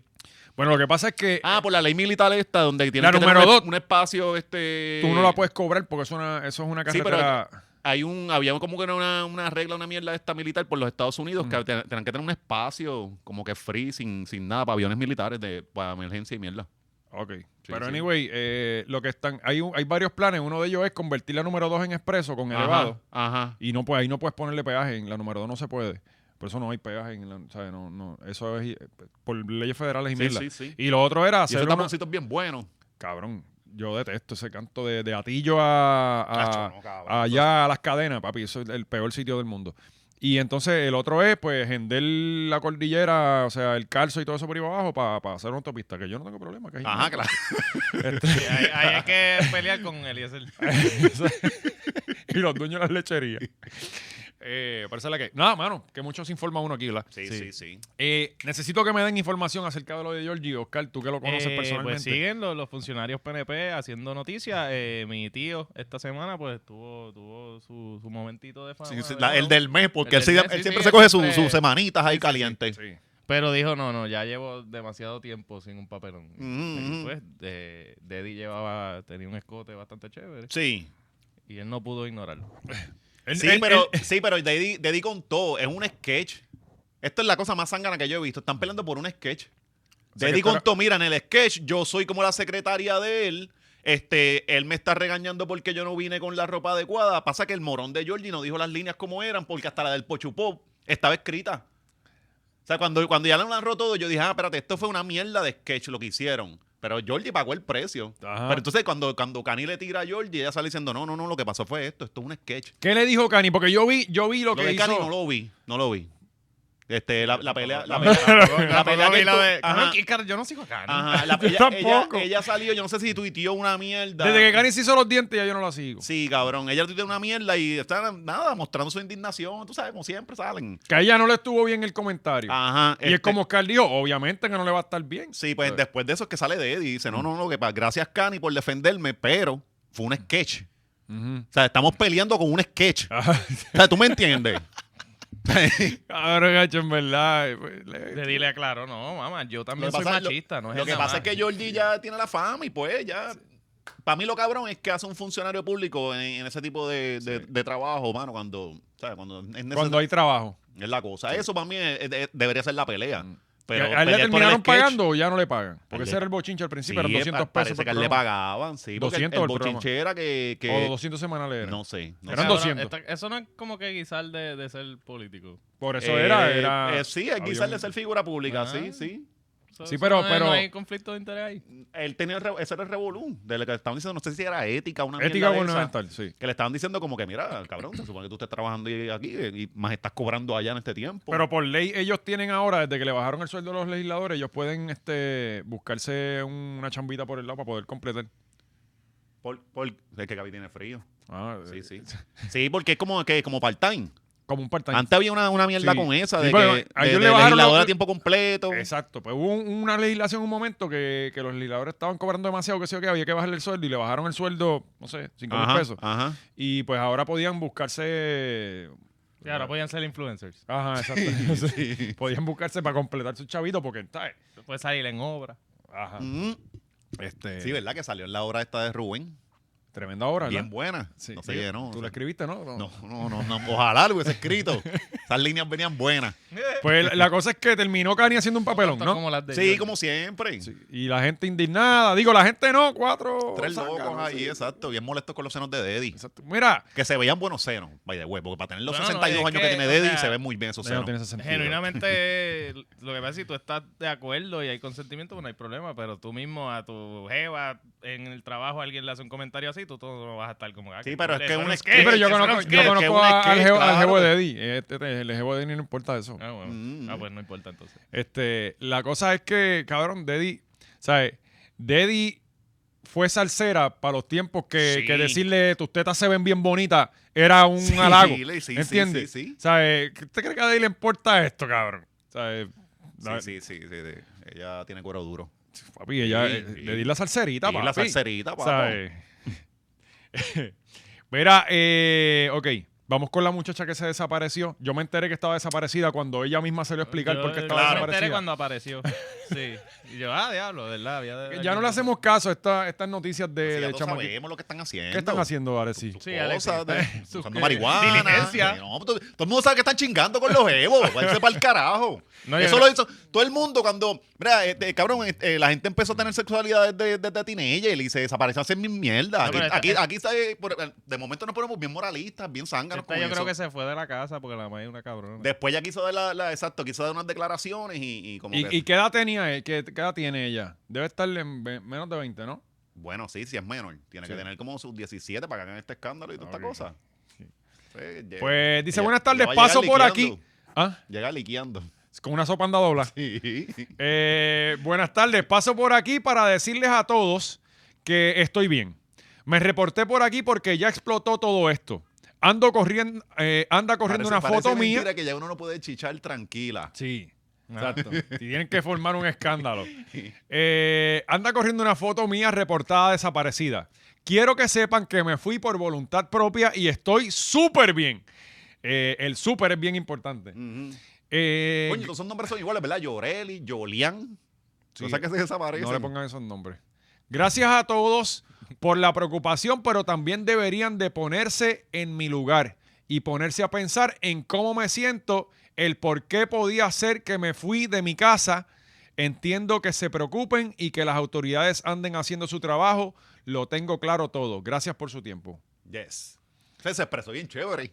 [SPEAKER 1] Bueno, lo que pasa es que
[SPEAKER 3] Ah, por la ley militar esta, donde tiene
[SPEAKER 1] La
[SPEAKER 3] que
[SPEAKER 1] número
[SPEAKER 3] tener un-
[SPEAKER 1] dos.
[SPEAKER 3] un espacio, este...
[SPEAKER 1] tú no la puedes cobrar porque eso, es una- eso es una
[SPEAKER 3] Sí, pero-
[SPEAKER 1] carretera.
[SPEAKER 3] Hay un, había como que una, una regla, una mierda esta militar por los Estados Unidos que
[SPEAKER 1] Mm.
[SPEAKER 3] te- tenían que tener un espacio como que free, sin, sin nada, para aviones militares, de, para emergencia y mierda.
[SPEAKER 1] Ok.
[SPEAKER 3] Sí,
[SPEAKER 1] Pero
[SPEAKER 3] sí.
[SPEAKER 1] anyway, eh, lo que están, hay, un- hay varios planes. Uno de ellos es convertir la número 2 en expreso con elevado.
[SPEAKER 3] Ajá, ajá.
[SPEAKER 1] Y no pues, ahí no puedes ponerle peaje. En la número 2 no se puede. Por eso no hay peaje. En la, o sea, no, no, eso es eh, por leyes federales y
[SPEAKER 3] Sí,
[SPEAKER 1] mierda.
[SPEAKER 3] sí, sí.
[SPEAKER 1] Y lo otro era
[SPEAKER 3] Y esos
[SPEAKER 1] hacer una-
[SPEAKER 3] taponcitos bien buenos.
[SPEAKER 1] Cabrón, yo detesto ese canto de, de Atillo a,
[SPEAKER 2] Ah,
[SPEAKER 1] a-
[SPEAKER 3] Acho, no, cabrón.
[SPEAKER 1] allá a las cadenas, papi. Eso es el peor sitio del mundo. Y entonces el otro es, pues, gender la cordillera, o sea, el calzo y todo eso por ahí para abajo para hacer una autopista, que yo no tengo problema. Que hay-
[SPEAKER 3] Ajá, claro. (laughs)
[SPEAKER 2] Sí, ahí, ahí hay que pelear con Eliezer.
[SPEAKER 1] (laughs) y los dueños de las lecherías. Eh, parece la que. Nada, mano, que mucho se informa uno aquí, ¿verdad?
[SPEAKER 3] sí.
[SPEAKER 1] Eh, necesito que me den información acerca de lo de Georgie, Oscar, tú que lo conoces
[SPEAKER 2] Eh,
[SPEAKER 1] personalmente.
[SPEAKER 2] Pues siguen los, los funcionarios PNP haciendo noticias. Eh, mi tío esta semana pues tuvo, tuvo su, su momentito de fama.
[SPEAKER 3] Sí, sí,
[SPEAKER 2] de
[SPEAKER 3] la-
[SPEAKER 2] nuevo.
[SPEAKER 3] el del mes, porque
[SPEAKER 2] El
[SPEAKER 3] él,
[SPEAKER 2] del
[SPEAKER 3] sigue-
[SPEAKER 2] mes,
[SPEAKER 3] él
[SPEAKER 2] sí,
[SPEAKER 3] siempre
[SPEAKER 2] sí,
[SPEAKER 3] se coge
[SPEAKER 2] él
[SPEAKER 3] sus
[SPEAKER 2] siempre-
[SPEAKER 3] sus semanitas ahí calientes.
[SPEAKER 1] Sí.
[SPEAKER 2] Pero dijo, no, no, ya llevo demasiado tiempo sin un papelón.
[SPEAKER 3] Mm,
[SPEAKER 2] Y,
[SPEAKER 3] mm.
[SPEAKER 2] pues, de, Deddy llevaba, tenía un escote bastante chévere
[SPEAKER 3] Sí.
[SPEAKER 2] y él no pudo ignorarlo.
[SPEAKER 1] Él-
[SPEAKER 3] Sí,
[SPEAKER 1] él-
[SPEAKER 3] pero,
[SPEAKER 1] él-
[SPEAKER 3] sí, pero Daddy, Daddy contó, es un sketch. Esto es la cosa más zángana que yo he visto. Están peleando por un sketch.
[SPEAKER 1] sea, que
[SPEAKER 3] Daddy
[SPEAKER 1] esto era-
[SPEAKER 3] contó, mira, en el sketch yo soy como la secretaria de él Este, él me está regañando porque yo no vine con la ropa adecuada. Pasa que el morón de Georgie no dijo las líneas como eran, porque hasta la del Pochupop estaba escrita. O sea, cuando, cuando ya lo han todo, yo dije, ah, espérate, esto fue una mierda de sketch lo que hicieron. Pero Georgie pagó el precio.
[SPEAKER 1] Ajá.
[SPEAKER 3] Pero entonces cuando, cuando Cani le tira a Georgie, ella sale diciendo, no, no, no, lo que pasó fue esto, esto es un sketch.
[SPEAKER 1] ¿Qué le dijo Cani? Porque yo vi, yo vi lo,
[SPEAKER 3] Lo
[SPEAKER 1] que
[SPEAKER 3] de
[SPEAKER 1] hizo.
[SPEAKER 3] Cani no lo vi, no lo vi. Este, la, la pelea,
[SPEAKER 2] La
[SPEAKER 3] la pelea.
[SPEAKER 2] pelea-
[SPEAKER 1] (laughs)
[SPEAKER 3] la pelea
[SPEAKER 2] no vi
[SPEAKER 3] que
[SPEAKER 2] la
[SPEAKER 3] tú-
[SPEAKER 2] de-
[SPEAKER 3] Ajá.
[SPEAKER 2] Ajá, que, cara, Yo no sigo acá. ¿no?
[SPEAKER 3] Ajá, la-
[SPEAKER 1] Yo
[SPEAKER 3] ella,
[SPEAKER 1] tampoco.
[SPEAKER 3] ella- ella salió, yo no sé si tuiteó una mierda.
[SPEAKER 1] Desde que Cani se hizo los dientes ya yo no la sigo.
[SPEAKER 3] Sí, cabrón. Ella tuiteó una mierda y está nada, mostrando su indignación. Tú sabes, como siempre salen.
[SPEAKER 1] Que a ella no le estuvo bien el comentario.
[SPEAKER 3] Ajá.
[SPEAKER 1] y es
[SPEAKER 3] este-
[SPEAKER 1] como Oscar dijo, obviamente que no le va a estar bien.
[SPEAKER 3] Sí, pues después de eso es que sale de Eddie y dice, no, no, no, que pa- gracias Cani por defenderme, pero fue un sketch.
[SPEAKER 1] Ujú.
[SPEAKER 3] O sea, estamos peleando con un sketch. O
[SPEAKER 1] Ajá.
[SPEAKER 3] sea, ¿tú
[SPEAKER 1] (laughs)
[SPEAKER 3] me entiendes?
[SPEAKER 1] Cabrón, gacho, en verdad. eh, pues,
[SPEAKER 2] Le
[SPEAKER 1] le-
[SPEAKER 2] dile a Claro, no, mamá, yo
[SPEAKER 3] Lo
[SPEAKER 2] también
[SPEAKER 3] que
[SPEAKER 2] soy
[SPEAKER 3] pasa- lo-
[SPEAKER 2] machista. no es
[SPEAKER 3] Lo que
[SPEAKER 2] nada
[SPEAKER 3] pasa es
[SPEAKER 2] más.
[SPEAKER 3] que Jordi ya tiene la fama y pues ya... Para mí lo cabrón es que hace un funcionario público en, en ese tipo de, de- de trabajo, mano, cuando, ¿sabes? cuando es necesario.
[SPEAKER 1] Cuando hay trabajo.
[SPEAKER 3] Es la cosa. Eso para mí es- es- debería ser la pelea. Pero
[SPEAKER 1] Pero, ¿A él Mm. le
[SPEAKER 3] pelear por el
[SPEAKER 1] terminaron
[SPEAKER 3] sketch,
[SPEAKER 1] pagando o ya no le pagan? Porque
[SPEAKER 3] Al
[SPEAKER 1] ese
[SPEAKER 3] de-
[SPEAKER 1] era el bochinche al
[SPEAKER 3] Sí,
[SPEAKER 1] principio, eran 200
[SPEAKER 3] pa-
[SPEAKER 1] pesos.
[SPEAKER 3] parece
[SPEAKER 1] por
[SPEAKER 3] que a él le
[SPEAKER 1] programa.
[SPEAKER 3] pagaban, sí.
[SPEAKER 1] 200
[SPEAKER 3] Porque el, el
[SPEAKER 1] el programa.
[SPEAKER 3] bochinchera que... que-
[SPEAKER 1] O 200 semanales era.
[SPEAKER 3] no sé. no
[SPEAKER 1] Eran
[SPEAKER 3] sé.
[SPEAKER 2] Cabrón,
[SPEAKER 1] 200.
[SPEAKER 2] esta- eso no es como que guisar de, de ser político.
[SPEAKER 1] Por eso
[SPEAKER 3] Eh,
[SPEAKER 1] era. era
[SPEAKER 3] eh, sí, aquí sale ser figura pública,
[SPEAKER 2] Ah.
[SPEAKER 3] sí, sí.
[SPEAKER 2] Eso-
[SPEAKER 1] Sí,
[SPEAKER 2] eso
[SPEAKER 1] pero-
[SPEAKER 2] no, es- no
[SPEAKER 1] pero-
[SPEAKER 2] hay conflicto de interés ahí.
[SPEAKER 3] Él tenía el re- ese era el revolú de lo que estaban diciendo, no sé si era ética una
[SPEAKER 1] Ética
[SPEAKER 3] mierda de esa,
[SPEAKER 1] gubernamental, sí.
[SPEAKER 3] que le estaban diciendo como que mira, cabrón, se supone que tú estás trabajando y- aquí eh, y más estás cobrando allá en este tiempo.
[SPEAKER 1] Pero por ley, ellos tienen ahora, desde que le bajaron el sueldo a los legisladores, ellos pueden este, buscarse un- una chambita por el lado para poder completar.
[SPEAKER 3] por, por- es que Gaby tiene frío.
[SPEAKER 1] Ah,
[SPEAKER 3] Sí,
[SPEAKER 1] eh,
[SPEAKER 3] sí. Sí, porque es como que como part-time.
[SPEAKER 1] Como un part-time.
[SPEAKER 3] Antes había una, una mierda
[SPEAKER 1] Sí.
[SPEAKER 3] con esa
[SPEAKER 1] Sí,
[SPEAKER 3] de
[SPEAKER 1] pero
[SPEAKER 3] que
[SPEAKER 1] a
[SPEAKER 3] de,
[SPEAKER 1] ellos
[SPEAKER 3] de
[SPEAKER 1] le bajaron
[SPEAKER 3] legislador
[SPEAKER 1] la-
[SPEAKER 3] a tiempo completo.
[SPEAKER 1] Exacto, pues hubo un- una legislación en un momento que, que los legisladores estaban cobrando demasiado, que sé yo, que había que bajarle el sueldo y le bajaron el sueldo, no sé, 5 mil
[SPEAKER 3] Ajá,
[SPEAKER 1] pesos.
[SPEAKER 3] ajá.
[SPEAKER 1] Y pues ahora podían buscarse.
[SPEAKER 2] Y ahora podían ser influencers.
[SPEAKER 3] (laughs)
[SPEAKER 1] Ajá, (laughs) exacto. Podían buscarse para completar su chavito porque, ¿sabes?
[SPEAKER 2] Puede salir en obra.
[SPEAKER 1] Ajá.
[SPEAKER 3] Mm.
[SPEAKER 1] Este,
[SPEAKER 3] Sí, ¿verdad? Que salió en la obra esta de Rubén.
[SPEAKER 1] Tremenda obra,
[SPEAKER 3] Bien
[SPEAKER 1] ¿verdad?
[SPEAKER 3] buena.
[SPEAKER 1] Sí,
[SPEAKER 3] no se
[SPEAKER 1] sí,
[SPEAKER 3] llenó.
[SPEAKER 1] Tú
[SPEAKER 3] o
[SPEAKER 1] la
[SPEAKER 3] sea,
[SPEAKER 1] escribiste, ¿no?
[SPEAKER 3] No, no, no, no. Ojalá lo
[SPEAKER 1] (laughs)
[SPEAKER 3] hubiese escrito. Esas líneas venían buenas.
[SPEAKER 1] Pues la- la cosa es que terminó Cani haciendo un papelón,
[SPEAKER 2] Tanto
[SPEAKER 1] Ah, ¿no?
[SPEAKER 2] Como las de
[SPEAKER 3] Sí,
[SPEAKER 2] Jordi.
[SPEAKER 3] como siempre.
[SPEAKER 1] Sí, Y la gente indignada. Digo, la gente no, cuatro.
[SPEAKER 3] Tres
[SPEAKER 1] zánganos,
[SPEAKER 3] locos ahí,
[SPEAKER 1] sí.
[SPEAKER 3] exacto. Bien molestos con los senos de Deddy.
[SPEAKER 1] Exacto. Mira,
[SPEAKER 3] Que se veían buenos senos, by the way, porque para tener los
[SPEAKER 2] Bueno, no,
[SPEAKER 3] 62
[SPEAKER 2] es
[SPEAKER 3] años que,
[SPEAKER 2] que,
[SPEAKER 3] tiene
[SPEAKER 2] o
[SPEAKER 3] Deddy,
[SPEAKER 2] sea,
[SPEAKER 3] se ven muy bien esos
[SPEAKER 1] no
[SPEAKER 3] senos.
[SPEAKER 1] tiene ese sentido.
[SPEAKER 2] Genuinamente, (laughs) lo que pasa es si tú estás de acuerdo y hay consentimiento, pues no hay problema. Pero tú mismo, a tu jeva, en el trabajo, alguien le hace un comentario así, tú, tú no vas a estar como. ah,
[SPEAKER 3] Sí,
[SPEAKER 2] qué
[SPEAKER 3] pero es
[SPEAKER 2] cool,
[SPEAKER 3] que
[SPEAKER 2] eso
[SPEAKER 3] un
[SPEAKER 2] no
[SPEAKER 3] sketch,
[SPEAKER 1] Sí, pero yo
[SPEAKER 2] eso no
[SPEAKER 1] conozco,
[SPEAKER 2] es
[SPEAKER 1] yo
[SPEAKER 2] sketch.
[SPEAKER 1] conozco
[SPEAKER 3] que un
[SPEAKER 1] a- al,
[SPEAKER 3] sketch,
[SPEAKER 1] jevo, al jevo
[SPEAKER 3] claro.
[SPEAKER 1] de Eddie. Este, este, el jevo de Eddie no importa eso.
[SPEAKER 2] Ah, bueno.
[SPEAKER 3] Mm.
[SPEAKER 2] Ah, pues no importa entonces.
[SPEAKER 1] Este, la cosa es que, cabrón, Deddy, ¿sabes? Deddy fue salsera para los tiempos que,
[SPEAKER 2] Sí.
[SPEAKER 1] que decirle tus tetas se ven bien bonitas era un
[SPEAKER 3] Sí,
[SPEAKER 1] halago.
[SPEAKER 3] le- sí, sí,
[SPEAKER 1] ¿Entiendes?
[SPEAKER 3] sí, sí.
[SPEAKER 1] ¿Sabes? ¿Qué ¿Usted cree que a Deddy le importa esto, cabrón? ¿Sabes? La-
[SPEAKER 3] Sí, sí, sí, sí, sí. Ella tiene cuero duro.
[SPEAKER 1] Papi, ella,
[SPEAKER 3] Sí,
[SPEAKER 1] eh,
[SPEAKER 3] sí.
[SPEAKER 1] le di la salserita,
[SPEAKER 3] Y
[SPEAKER 1] papi. eh,
[SPEAKER 3] la salserita, papá.
[SPEAKER 1] ¿Sabes? (laughs) Mira, eh, ok, vamos con la muchacha que se desapareció. Yo me enteré que estaba desaparecida cuando ella misma se lo explicar
[SPEAKER 2] Yo-
[SPEAKER 1] por qué
[SPEAKER 2] yo
[SPEAKER 1] estaba
[SPEAKER 2] me enteré
[SPEAKER 1] desaparecida.
[SPEAKER 2] cuando apareció. Sí. Y yo, ah, diablo, ¿verdad? Había-
[SPEAKER 1] Ya no le hacemos caso a esta- estas noticias de,
[SPEAKER 3] Sí, Pues ya
[SPEAKER 1] de
[SPEAKER 3] todos
[SPEAKER 1] chamaqui-
[SPEAKER 3] sabemos lo que están haciendo.
[SPEAKER 1] ¿Qué están haciendo, Areci?
[SPEAKER 3] Sus
[SPEAKER 2] Sí, Alexis,
[SPEAKER 3] cosas, de-
[SPEAKER 2] está- sus-
[SPEAKER 3] usando
[SPEAKER 2] eh,
[SPEAKER 3] marihuana.
[SPEAKER 2] diligencia.
[SPEAKER 3] Sí, no, todo, todo el mundo sabe que están chingando con los evos. Váyanse para el carajo.
[SPEAKER 2] No, yo
[SPEAKER 3] Eso
[SPEAKER 2] no-
[SPEAKER 3] lo hizo todo el mundo cuando. Mira, este, cabrón, este, la gente empezó a tener sexualidad desde, desde teenager y se desapareció a hacer mis mierdas.
[SPEAKER 2] No, pero esta-
[SPEAKER 3] aquí, aquí, aquí sabe, por- eh, de momento nos ponemos bien moralistas, bien zánganos.
[SPEAKER 2] Esta
[SPEAKER 3] con
[SPEAKER 2] yo
[SPEAKER 3] eso.
[SPEAKER 2] creo que se fue de la casa porque la madre es una cabrona.
[SPEAKER 3] Después ya quiso dar la, la- Exacto, quiso dar unas declaraciones y, y como
[SPEAKER 1] ¿Y,
[SPEAKER 3] que.
[SPEAKER 1] y qué edad tenía él? ¿Qué, qué edad tiene ella? Debe estarle en ve- menos de 20, ¿no?
[SPEAKER 3] Bueno, sí, si es menor. Tiene que
[SPEAKER 1] Sí.
[SPEAKER 3] tener como sus 17 para que hagan este escándalo y toda
[SPEAKER 1] Ok.
[SPEAKER 3] esta cosa.
[SPEAKER 1] Sí.
[SPEAKER 3] Sí, ya-
[SPEAKER 1] Pues dice,
[SPEAKER 3] ella-
[SPEAKER 1] buenas
[SPEAKER 3] ella
[SPEAKER 1] tardes,
[SPEAKER 3] va a llegar
[SPEAKER 1] paso por aquí.
[SPEAKER 3] liqueando.
[SPEAKER 1] Ah,
[SPEAKER 3] Llega liqueando. (laughs)
[SPEAKER 1] con una sopa anda dobla.
[SPEAKER 3] Sí.
[SPEAKER 1] Eh, buenas tardes, paso por aquí para decirles a todos que estoy bien. Me reporté por aquí porque ya explotó todo esto. Ando corriendo, eh, anda corriendo
[SPEAKER 3] Parece-
[SPEAKER 1] una foto
[SPEAKER 3] parece
[SPEAKER 1] mía.
[SPEAKER 3] mentira que ya uno no puede chichar tranquila.
[SPEAKER 1] Sí, exacto. Si tienen que formar un escándalo. Eh, anda corriendo una foto mía reportada desaparecida. Quiero que sepan que me fui por voluntad propia y estoy súper bien. Eh, el súper es bien importante.
[SPEAKER 3] Ujú.
[SPEAKER 1] Eh,
[SPEAKER 3] Coño, todos esos nombres son iguales, ¿verdad? Yoreli, Yolian.
[SPEAKER 1] Sí.
[SPEAKER 3] O sea que se desaparecen.
[SPEAKER 1] No le pongan esos nombres. Gracias a todos por la preocupación, pero también deberían de ponerse en mi lugar y ponerse a pensar en cómo me siento, el por qué podía ser que me fui de mi casa, Entiendo que se preocupen y que las autoridades anden haciendo su trabajo. Lo tengo claro todo. Gracias por su tiempo. (laughs)
[SPEAKER 3] Yes. Se expresó bien chévere.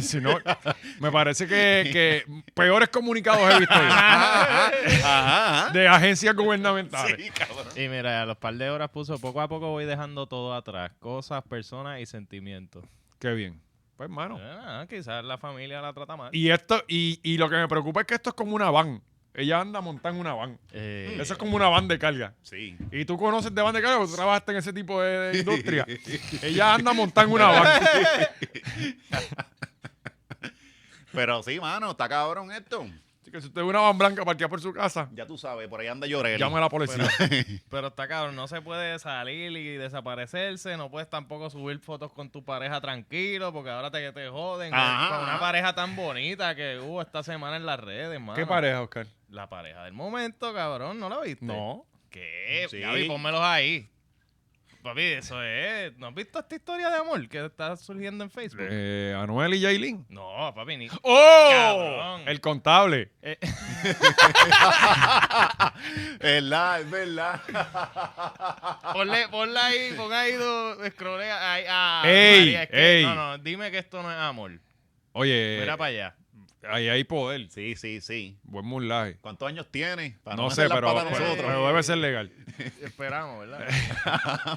[SPEAKER 1] si no, me parece que, que peores comunicados he visto
[SPEAKER 3] (laughs)
[SPEAKER 1] yo,
[SPEAKER 3] Ajá. ajá.
[SPEAKER 1] de agencias gubernamentales.
[SPEAKER 3] Sí, cabrón.
[SPEAKER 2] Y mira, a los par de horas puso, poco a poco voy dejando todo atrás. Cosas, personas y sentimientos.
[SPEAKER 1] Qué bien. Pues, hermano.
[SPEAKER 2] Ah, quizás la familia la trata mal.
[SPEAKER 1] Y esto, y, y lo que me preocupa es que esto es como una van. Ella anda montada en una van.
[SPEAKER 2] Eh,
[SPEAKER 1] Eso es como una van de carga.
[SPEAKER 3] Sí.
[SPEAKER 1] Y tú conoces de van de carga porque tú trabajaste en ese tipo de, de industria. Ella anda montada en una
[SPEAKER 3] (laughs)
[SPEAKER 1] van.
[SPEAKER 3] Pero sí, mano, está cabrón esto.
[SPEAKER 1] Así que si usted ve una van blanca parqueada por su casa,
[SPEAKER 3] Ya tú sabes, por ahí anda llorando.
[SPEAKER 1] llame a la policía.
[SPEAKER 2] pero está cabrón, no se puede salir y desaparecerse, no puedes tampoco subir fotos con tu pareja tranquilo, porque ahora te, te joden.
[SPEAKER 3] Ajá,
[SPEAKER 2] con una
[SPEAKER 3] ajá.
[SPEAKER 2] pareja tan bonita que hubo esta semana en las redes, mano.
[SPEAKER 1] ¿Qué pareja, Oscar?
[SPEAKER 2] La pareja del momento, cabrón, ¿no la viste?
[SPEAKER 1] No.
[SPEAKER 2] ¿Qué?
[SPEAKER 3] Sí.
[SPEAKER 2] Gaby, pónmelos ahí. Papi, eso es. ¿No has visto esta historia de amor que está surgiendo en Facebook?
[SPEAKER 1] Eh, Anuel y Jailin.
[SPEAKER 2] No, papi, ni.
[SPEAKER 1] ¡Oh!
[SPEAKER 2] Cabrón.
[SPEAKER 1] El contable.
[SPEAKER 3] ¿Verdad? Es verdad.
[SPEAKER 2] Ponle, ponla ahí, pon ahí, do- escrolea. Ahí, ah,
[SPEAKER 1] Ey,
[SPEAKER 2] María, es que-
[SPEAKER 1] ey. Eh.
[SPEAKER 2] No, no, dime que esto no es amor.
[SPEAKER 1] Oye,
[SPEAKER 2] Mira para allá.
[SPEAKER 1] ahí hay poder.
[SPEAKER 3] Sí, sí, sí.
[SPEAKER 1] Buen mulaje.
[SPEAKER 3] ¿Cuántos años tiene? Para
[SPEAKER 1] No sé,
[SPEAKER 3] hacer las
[SPEAKER 1] pero, eh,
[SPEAKER 3] patas a
[SPEAKER 1] pero-
[SPEAKER 3] nosotros.
[SPEAKER 1] pero debe ser legal.
[SPEAKER 2] Esperamos, ¿verdad?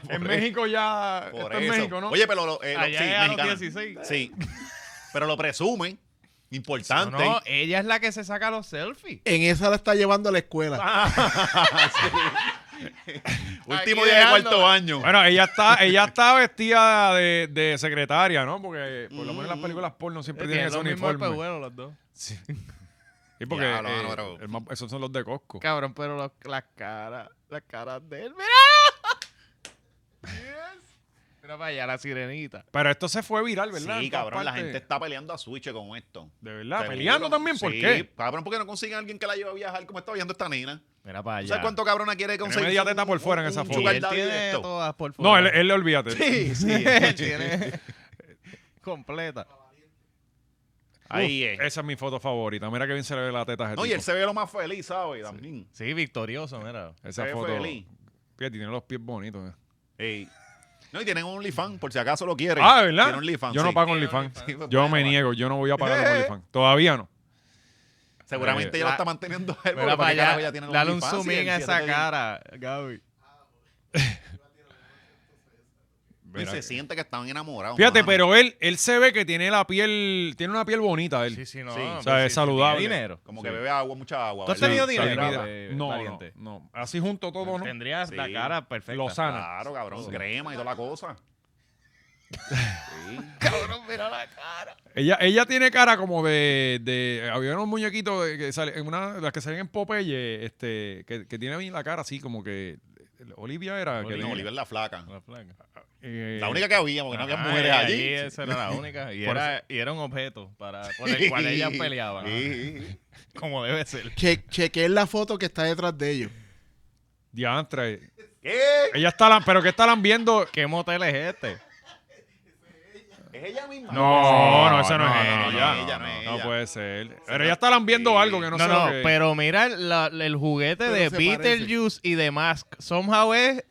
[SPEAKER 1] en México ya.
[SPEAKER 3] Ah, Por
[SPEAKER 1] eh, esto es
[SPEAKER 3] eso.
[SPEAKER 1] México, ¿no?
[SPEAKER 3] Oye, pero lo, eh, lo-
[SPEAKER 2] Allá
[SPEAKER 3] sí,
[SPEAKER 2] es a los
[SPEAKER 3] mexicana.
[SPEAKER 2] 16.
[SPEAKER 3] Sí. Pero lo presumen.
[SPEAKER 2] No,
[SPEAKER 3] Importante.
[SPEAKER 2] no, ella es la que se saca los selfies.
[SPEAKER 4] En esa la está llevando a la escuela.
[SPEAKER 3] Ah. Último
[SPEAKER 2] Aquí
[SPEAKER 3] día de
[SPEAKER 2] dejándola.
[SPEAKER 3] cuarto año.
[SPEAKER 1] Bueno, ella está, ella está vestida de, de secretaria, ¿no? Porque por lo menos en las películas porno
[SPEAKER 3] Eh,
[SPEAKER 1] siempre tienen ese
[SPEAKER 2] los mismos
[SPEAKER 1] uniforme.
[SPEAKER 2] espejuelos los dos.
[SPEAKER 1] Sí. Y porque
[SPEAKER 3] Ya, no,
[SPEAKER 1] eh,
[SPEAKER 3] no, pero-
[SPEAKER 1] el más- esos son los de Costco.
[SPEAKER 2] Cabrón, pero los- las caras, las caras de él. ¡Mira! Yes. Mira para allá, la sirenita.
[SPEAKER 1] Pero esto se fue viral, ¿verdad?
[SPEAKER 3] sí,
[SPEAKER 1] En todas
[SPEAKER 3] cabrón, la
[SPEAKER 1] partes.
[SPEAKER 3] gente está peleando a Switch con esto.
[SPEAKER 1] De verdad,
[SPEAKER 3] Seguro.
[SPEAKER 1] peleando también, ¿por
[SPEAKER 3] Sí,
[SPEAKER 1] qué?
[SPEAKER 3] Cabrón, porque no consiguen a alguien que la lleve a viajar como está viajando esta nena.
[SPEAKER 2] Mira para allá.
[SPEAKER 3] ¿Sabes cuánto cabrona quiere conseguir?
[SPEAKER 1] media
[SPEAKER 3] un-
[SPEAKER 1] teta por fuera en
[SPEAKER 3] un-
[SPEAKER 1] esa
[SPEAKER 3] un
[SPEAKER 1] foto.
[SPEAKER 2] Y
[SPEAKER 3] sugar
[SPEAKER 2] Ah, él
[SPEAKER 3] daddy de
[SPEAKER 2] tiene
[SPEAKER 3] esto?
[SPEAKER 2] todas, por favor.
[SPEAKER 1] No, él, él le olvídate.
[SPEAKER 3] (laughs) Sí,
[SPEAKER 1] (laughs)
[SPEAKER 3] sí.
[SPEAKER 2] él tiene completa.
[SPEAKER 3] Ahí
[SPEAKER 1] Uf,
[SPEAKER 3] es.
[SPEAKER 1] Esa es mi foto favorita. Mira que bien se le ve la teta a ese
[SPEAKER 3] No, y
[SPEAKER 1] tipo.
[SPEAKER 3] él se ve lo más feliz, ¿sabes? También.
[SPEAKER 2] Sí, victorioso, mira.
[SPEAKER 1] Esa
[SPEAKER 3] se ve
[SPEAKER 1] foto.
[SPEAKER 3] feliz.
[SPEAKER 1] Fíjate, tiene los pies bonitos. eh.
[SPEAKER 3] Ey. No, y tienen un OnlyFans, por si acaso lo quieren.
[SPEAKER 1] Ah, ¿verdad?
[SPEAKER 3] Tienen OnlyFans,
[SPEAKER 1] yo no
[SPEAKER 3] sí.
[SPEAKER 1] pago
[SPEAKER 2] Sí,
[SPEAKER 1] OnlyFans.
[SPEAKER 2] OnlyFans.
[SPEAKER 3] Sí, pues,
[SPEAKER 1] Yo me
[SPEAKER 3] puede pagar.
[SPEAKER 1] niego, yo no voy a pagar
[SPEAKER 3] (laughs)
[SPEAKER 1] los OnlyFans. Todavía no.
[SPEAKER 3] Seguramente
[SPEAKER 1] Eh,
[SPEAKER 3] ya lo
[SPEAKER 2] la-
[SPEAKER 3] está manteniendo él.
[SPEAKER 2] Mira
[SPEAKER 3] porque
[SPEAKER 2] para
[SPEAKER 3] ¿para qué carajo
[SPEAKER 2] allá.
[SPEAKER 3] ella tiene un
[SPEAKER 2] Dale un
[SPEAKER 3] OnlyFans?
[SPEAKER 2] zoom
[SPEAKER 3] Sí,
[SPEAKER 2] in a
[SPEAKER 3] sí,
[SPEAKER 2] esa
[SPEAKER 3] tiene-
[SPEAKER 2] cara, Gaby.
[SPEAKER 3] Y
[SPEAKER 1] Mira
[SPEAKER 3] se
[SPEAKER 1] que-
[SPEAKER 3] siente que están enamorados.
[SPEAKER 1] Fíjate,
[SPEAKER 3] Oh, mano.
[SPEAKER 1] pero él, él se ve que tiene la piel, tiene una piel bonita él.
[SPEAKER 2] Sí, sí, no.
[SPEAKER 3] Sí.
[SPEAKER 2] hombre,
[SPEAKER 3] O
[SPEAKER 1] sea, es
[SPEAKER 2] sí,
[SPEAKER 1] saludable.
[SPEAKER 2] tiene Dinero.
[SPEAKER 3] Como que bebe agua, mucha agua.
[SPEAKER 2] ¿Tú has
[SPEAKER 1] Sí,
[SPEAKER 3] ¿verdad?
[SPEAKER 2] tenido
[SPEAKER 1] sí,
[SPEAKER 2] dinero,
[SPEAKER 3] Ah,
[SPEAKER 1] mira,
[SPEAKER 2] eh,
[SPEAKER 1] no, no,
[SPEAKER 2] pariente?
[SPEAKER 1] no. Así junto todo, ¿no?
[SPEAKER 2] Tendrías la
[SPEAKER 3] Sí.
[SPEAKER 2] cara perfecta.
[SPEAKER 1] Lozano.
[SPEAKER 3] Claro, cabrón.
[SPEAKER 1] Sí.
[SPEAKER 3] Crema y toda la cosa. (laughs) Sí.
[SPEAKER 2] Cabrón, mira la cara.
[SPEAKER 1] Ella, ella tiene cara como de, de había unos muñequitos de- que sale, en una de las que salen en Popeye, este, que, que tiene bien la cara así como que Olivia era que
[SPEAKER 3] No,
[SPEAKER 1] tenía-
[SPEAKER 3] Oliver la flaca.
[SPEAKER 2] La flaca.
[SPEAKER 1] eh,
[SPEAKER 3] La única que había, porque no había
[SPEAKER 2] Ajá,
[SPEAKER 3] mujeres
[SPEAKER 2] y
[SPEAKER 3] allí.
[SPEAKER 2] Ah, ahí Esa era la única. Y,
[SPEAKER 1] (laughs) Por
[SPEAKER 2] era, y era un objeto para, por el
[SPEAKER 3] (laughs)
[SPEAKER 2] cual ellas peleaban.
[SPEAKER 3] Sí.
[SPEAKER 2] (laughs) Como debe ser.
[SPEAKER 4] Che chequeen la foto que está detrás de ellos.
[SPEAKER 1] diantre.
[SPEAKER 3] ¿Qué?
[SPEAKER 1] Ella está la- pero que están viendo
[SPEAKER 2] ¿Qué motel es este?
[SPEAKER 3] ¿Es ella misma?
[SPEAKER 1] No, no, esa no, es
[SPEAKER 3] no,
[SPEAKER 1] ella.
[SPEAKER 3] no, ella, no es
[SPEAKER 1] no
[SPEAKER 3] ella.
[SPEAKER 1] puede ser. Pero ella estarán viendo algo que no,
[SPEAKER 2] No,
[SPEAKER 1] sé
[SPEAKER 2] no,
[SPEAKER 1] lo que-
[SPEAKER 2] pero mira la- el juguete
[SPEAKER 4] Pero
[SPEAKER 2] de
[SPEAKER 4] se
[SPEAKER 2] Beetlejuice y de Mask. Somehow es.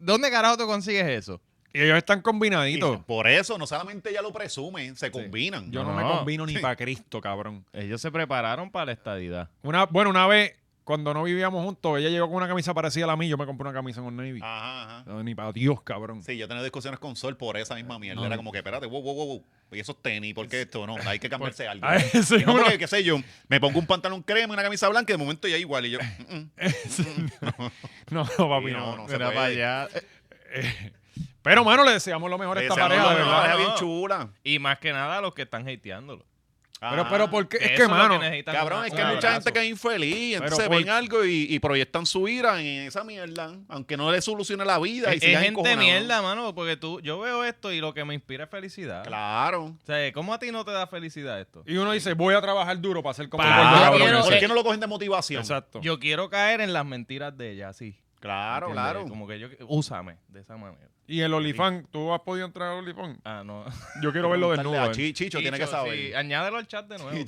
[SPEAKER 2] ¿Dónde carajo tú consigues eso?
[SPEAKER 1] Y ellos están
[SPEAKER 3] Y
[SPEAKER 1] combinaditos.
[SPEAKER 3] Por eso, no solamente ella lo presume, se combinan.
[SPEAKER 1] Yo no,
[SPEAKER 2] No.
[SPEAKER 1] me combino ni para Cristo, cabrón.
[SPEAKER 2] Ellos se prepararon para la estadidad.
[SPEAKER 1] Una, bueno, una vez, cuando no vivíamos juntos, ella llegó con una camisa parecida a la mía, yo me compré una camisa con Navy.
[SPEAKER 3] Ajá, ajá.
[SPEAKER 1] No, ni para Dios, cabrón.
[SPEAKER 3] Ah. Sí, yo tenía discusiones con Sol por esa misma mierda.
[SPEAKER 1] No.
[SPEAKER 3] Era como que, espérate, wow, wow, wow, wow. Y esos tenis, ¿por qué esto? No,
[SPEAKER 1] (laughs)
[SPEAKER 3] hay que cambiarse algo.
[SPEAKER 1] Ah, ese
[SPEAKER 3] Y no,
[SPEAKER 1] uno- (laughs)
[SPEAKER 3] porque, qué sé yo, me pongo un pantalón crema y una camisa blanca y de momento ya igual. Y
[SPEAKER 1] (laughs)
[SPEAKER 3] yo, mm, mm.
[SPEAKER 1] No, no, papi,
[SPEAKER 3] Sí,
[SPEAKER 1] no.
[SPEAKER 3] no, no. se
[SPEAKER 2] Mira
[SPEAKER 3] puede.
[SPEAKER 2] para allá.
[SPEAKER 1] Pero, mano, le deseamos lo mejor a esta
[SPEAKER 3] Esa
[SPEAKER 1] pareja, de
[SPEAKER 3] mujer, una
[SPEAKER 1] verdad.
[SPEAKER 3] pareja bien
[SPEAKER 2] No.
[SPEAKER 3] chula.
[SPEAKER 2] Y más que nada a los que están hateándolo.
[SPEAKER 1] Pero,
[SPEAKER 3] Ajá.
[SPEAKER 1] pero, ¿por qué?
[SPEAKER 2] Que
[SPEAKER 1] Es
[SPEAKER 2] eso
[SPEAKER 1] que,
[SPEAKER 2] es lo
[SPEAKER 1] mano,
[SPEAKER 2] necesitan
[SPEAKER 3] Cabrón,
[SPEAKER 2] un-
[SPEAKER 3] es que
[SPEAKER 2] un
[SPEAKER 3] hay mucha
[SPEAKER 2] abrazo.
[SPEAKER 3] gente que es infeliz,
[SPEAKER 1] Pero
[SPEAKER 3] entonces
[SPEAKER 1] por-
[SPEAKER 3] ven algo y, y proyectan su ira en esa mierda, aunque no le solucione la vida. y
[SPEAKER 2] Es,
[SPEAKER 3] sigan
[SPEAKER 2] es gente
[SPEAKER 3] encojonados.
[SPEAKER 2] mierda, mano, porque tú, yo veo esto y lo que me inspira es felicidad.
[SPEAKER 3] Claro.
[SPEAKER 2] O sea, ¿cómo a ti no te da felicidad esto?
[SPEAKER 1] y uno dice, voy a trabajar duro para hacer como
[SPEAKER 2] Para-
[SPEAKER 1] el gordo
[SPEAKER 2] Claro,
[SPEAKER 1] cabrón
[SPEAKER 2] quiero-
[SPEAKER 1] ese.
[SPEAKER 3] ¿Por qué no lo cogen de motivación?
[SPEAKER 1] Exacto.
[SPEAKER 2] Yo quiero caer en las mentiras de ella, sí.
[SPEAKER 3] Claro,
[SPEAKER 2] ¿Entiendes?
[SPEAKER 3] claro.
[SPEAKER 2] Como que yo, úsame de esa manera.
[SPEAKER 1] Y el Olifán, ¿tú has podido entrar al Olifán?
[SPEAKER 2] Ah, no.
[SPEAKER 1] Yo quiero verlo
[SPEAKER 3] Preguntarle
[SPEAKER 1] desnudo.
[SPEAKER 3] a
[SPEAKER 1] eh.
[SPEAKER 3] Chi- Chicho, tiene que
[SPEAKER 2] Chicho,
[SPEAKER 3] saber.
[SPEAKER 2] sí, añádelo al chat de nuevo.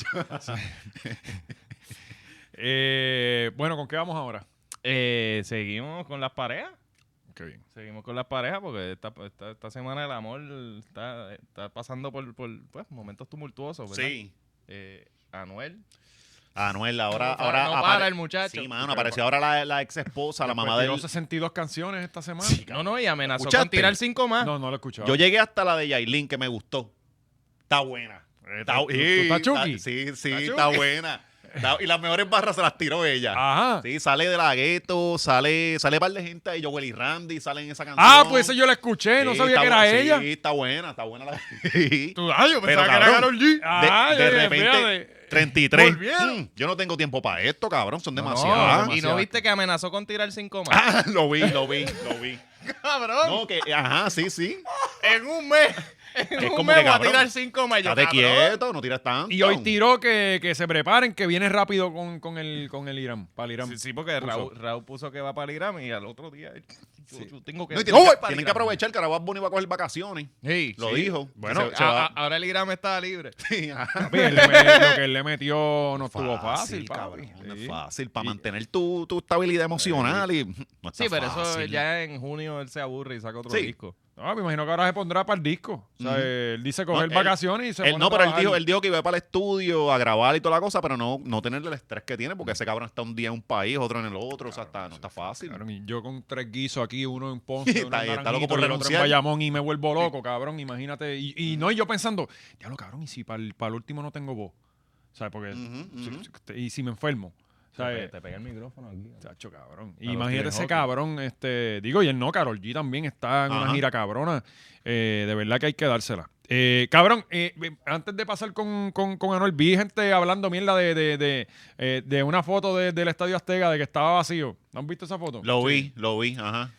[SPEAKER 1] Eh, bueno, ¿con qué vamos ahora?
[SPEAKER 2] Eh, seguimos con las parejas.
[SPEAKER 1] Qué bien.
[SPEAKER 2] Seguimos con las parejas porque esta, esta, esta semana el amor está, está pasando por, por, pues, momentos tumultuosos, ¿verdad?
[SPEAKER 3] Sí.
[SPEAKER 2] Eh, Anuel.
[SPEAKER 3] Anuel, ahora.
[SPEAKER 2] Ahora
[SPEAKER 3] ahora
[SPEAKER 2] no
[SPEAKER 3] apare-
[SPEAKER 2] para el muchacho.
[SPEAKER 3] Sí, mano, apareció ahora la, la ex esposa, la mamá de él.
[SPEAKER 1] 62 canciones esta semana.
[SPEAKER 2] No, no, y amenazó con
[SPEAKER 3] ¿Escuchaste?
[SPEAKER 2] tirar cinco más.
[SPEAKER 1] No, no lo he escuchado.
[SPEAKER 3] Yo llegué hasta la de Yailin, que me gustó. Está buena. Está,
[SPEAKER 1] Eh, ¿tú- tú- tú
[SPEAKER 3] sí,
[SPEAKER 1] estás
[SPEAKER 3] está-
[SPEAKER 1] chuki?
[SPEAKER 3] Sí, sí,
[SPEAKER 1] ¿Estás
[SPEAKER 3] está
[SPEAKER 1] chuki?
[SPEAKER 3] buena. Está- y las mejores barras se las tiró ella.
[SPEAKER 1] Ajá.
[SPEAKER 3] Sí, sale de la gueto, sale, sale par de gente ahí, Joel y Randy, salen en esa canción.
[SPEAKER 1] Ah, pues esa yo la escuché, no
[SPEAKER 3] Sí,
[SPEAKER 1] sabía
[SPEAKER 3] está
[SPEAKER 1] que era
[SPEAKER 3] bu-
[SPEAKER 1] ella.
[SPEAKER 3] Sí, está buena, está buena la. (laughs) Sí.
[SPEAKER 1] Tú- ah, yo
[SPEAKER 3] Pero,
[SPEAKER 1] pensaba que era
[SPEAKER 3] cabrón,
[SPEAKER 1] Karol G.
[SPEAKER 3] De,
[SPEAKER 1] Ah,
[SPEAKER 3] de
[SPEAKER 1] yo dije,
[SPEAKER 3] repente,
[SPEAKER 1] fíjate.
[SPEAKER 3] 33.
[SPEAKER 1] volvieron.
[SPEAKER 3] Mm, yo no tengo tiempo para esto, cabrón. Son
[SPEAKER 2] No,
[SPEAKER 3] demasiadas.
[SPEAKER 2] no, y no viste que amenazó con tirar cinco más.
[SPEAKER 3] (laughs) Ah, lo vi, lo vi, lo vi.
[SPEAKER 2] (laughs) cabrón.
[SPEAKER 3] Ah, No, que, ajá, sí, sí.
[SPEAKER 2] En un mes. En
[SPEAKER 3] Es
[SPEAKER 2] un
[SPEAKER 3] como
[SPEAKER 2] mes
[SPEAKER 3] que,
[SPEAKER 2] voy a
[SPEAKER 3] cabrón,
[SPEAKER 2] tirar cinco más. Yo,
[SPEAKER 3] Estate
[SPEAKER 2] cabrón.
[SPEAKER 3] quieto, no tiras tanto.
[SPEAKER 1] Y hoy tiró que, que se preparen, que viene rápido con, con el, con el Irán, para el Irán.
[SPEAKER 2] Sí, sí, porque
[SPEAKER 1] Puso.
[SPEAKER 2] Raúl, Raúl puso que va para el Irán y al otro día yo, yo tengo que...
[SPEAKER 3] No, y tienen,
[SPEAKER 2] ¡No voy
[SPEAKER 3] que,
[SPEAKER 2] para el
[SPEAKER 3] tienen que
[SPEAKER 2] Irán!
[SPEAKER 3] aprovechar que ahora Bad Bunny va a coger vacaciones.
[SPEAKER 2] Sí,
[SPEAKER 3] Lo
[SPEAKER 2] sí.
[SPEAKER 3] dijo.
[SPEAKER 2] Bueno,
[SPEAKER 3] Se- se (laughs)
[SPEAKER 2] a-
[SPEAKER 3] va-
[SPEAKER 2] a- ahora el Irán está libre.
[SPEAKER 3] Sí, ajá.
[SPEAKER 1] ah, Papi, él le met- lo que él le metió no estuvo fácil, papi.
[SPEAKER 3] cabrón, no es
[SPEAKER 1] Sí.
[SPEAKER 3] fácil. Para mantener tu, tu estabilidad emocional y mm, no está
[SPEAKER 2] Sí, pero eso
[SPEAKER 3] fácil.
[SPEAKER 2] ya en junio él se aburre y saca otro
[SPEAKER 3] Sí.
[SPEAKER 2] disco.
[SPEAKER 1] No, me imagino que ahora se pondrá para el disco. O sea,
[SPEAKER 3] Ujú.
[SPEAKER 1] él dice
[SPEAKER 3] No,
[SPEAKER 1] coger
[SPEAKER 3] él-
[SPEAKER 1] vacaciones y se
[SPEAKER 3] Él,
[SPEAKER 1] pone
[SPEAKER 3] no,
[SPEAKER 1] a
[SPEAKER 3] pero él
[SPEAKER 1] trabajar.
[SPEAKER 3] dijo, él dijo que iba para el estudio a grabar y toda la cosa, pero no, no tener el estrés que tiene, porque ese cabrón está un día en un país, otro en el otro, o sea, está- no está fácil.
[SPEAKER 1] Cabrón, y yo con tres guisos aquí, uno en Ponce, uno en
[SPEAKER 3] (laughs) Está- está
[SPEAKER 1] Naranjito,
[SPEAKER 3] loco por
[SPEAKER 1] y el otro
[SPEAKER 3] renunciar.
[SPEAKER 1] en Bayamón y me vuelvo loco, cabrón, imagínate. Y, y no, y yo pensando, diablo, cabrón, y si para el, para el último no tengo voz, ¿sabes? Porque,
[SPEAKER 3] Ujú,
[SPEAKER 1] si-
[SPEAKER 3] ujú.
[SPEAKER 1] si- y si me enfermo, ¿sabes?
[SPEAKER 2] pega el micrófono aquí.
[SPEAKER 1] Chacho, cabrón.
[SPEAKER 2] los
[SPEAKER 1] Imagínate
[SPEAKER 2] Stephen
[SPEAKER 1] ese
[SPEAKER 2] Hawking.
[SPEAKER 1] cabrón, este, digo, y el no, Carol G también está en una
[SPEAKER 3] Ajá.
[SPEAKER 1] gira cabrona. Eh, de verdad que hay que dársela. Eh, cabrón, eh, eh, antes de pasar con, con, con Anuel, vi gente hablando mierda de, de, de, eh, de una foto de- del Estadio Azteca de que estaba vacío. ¿No han visto esa foto?
[SPEAKER 3] Lo vi, lo vi, ajá.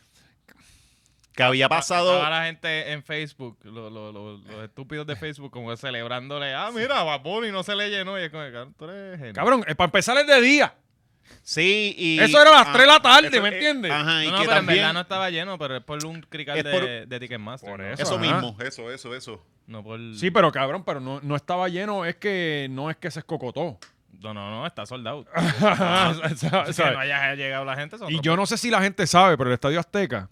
[SPEAKER 3] Que había pasado.
[SPEAKER 2] Estaba la gente en Facebook, lo- lo- lo- los estúpidos de Facebook, como celebrándole. Ah, mira, Bad Bunny no se le llenó. Y es como, cabrón, tú eres genio".
[SPEAKER 1] Cabrón, eh, para empezar es de día.
[SPEAKER 3] Sí, y.
[SPEAKER 1] Eso era a las
[SPEAKER 3] ah,
[SPEAKER 1] 3 de la tarde,
[SPEAKER 3] eso-
[SPEAKER 1] ¿me
[SPEAKER 3] eh,
[SPEAKER 1] entiendes?
[SPEAKER 3] Ajá, y
[SPEAKER 2] No, no,
[SPEAKER 3] que
[SPEAKER 2] pero en
[SPEAKER 3] también.
[SPEAKER 2] verdad no estaba lleno, pero es por un crical
[SPEAKER 3] Es
[SPEAKER 2] de,
[SPEAKER 3] por-
[SPEAKER 2] de Ticketmaster.
[SPEAKER 1] Por
[SPEAKER 2] ¿no?
[SPEAKER 1] eso.
[SPEAKER 3] Eso
[SPEAKER 1] Ajá.
[SPEAKER 3] mismo, eso, eso, eso.
[SPEAKER 2] No por...
[SPEAKER 1] Sí, pero cabrón, pero no, no estaba lleno, es que no es que se escocotó.
[SPEAKER 2] No, no, no, está soldado.
[SPEAKER 1] (laughs) ¿Sabes?
[SPEAKER 2] que no haya llegado la gente. son
[SPEAKER 1] Y
[SPEAKER 2] otros
[SPEAKER 3] pues.
[SPEAKER 1] yo no sé si la gente sabe, pero el Estadio Azteca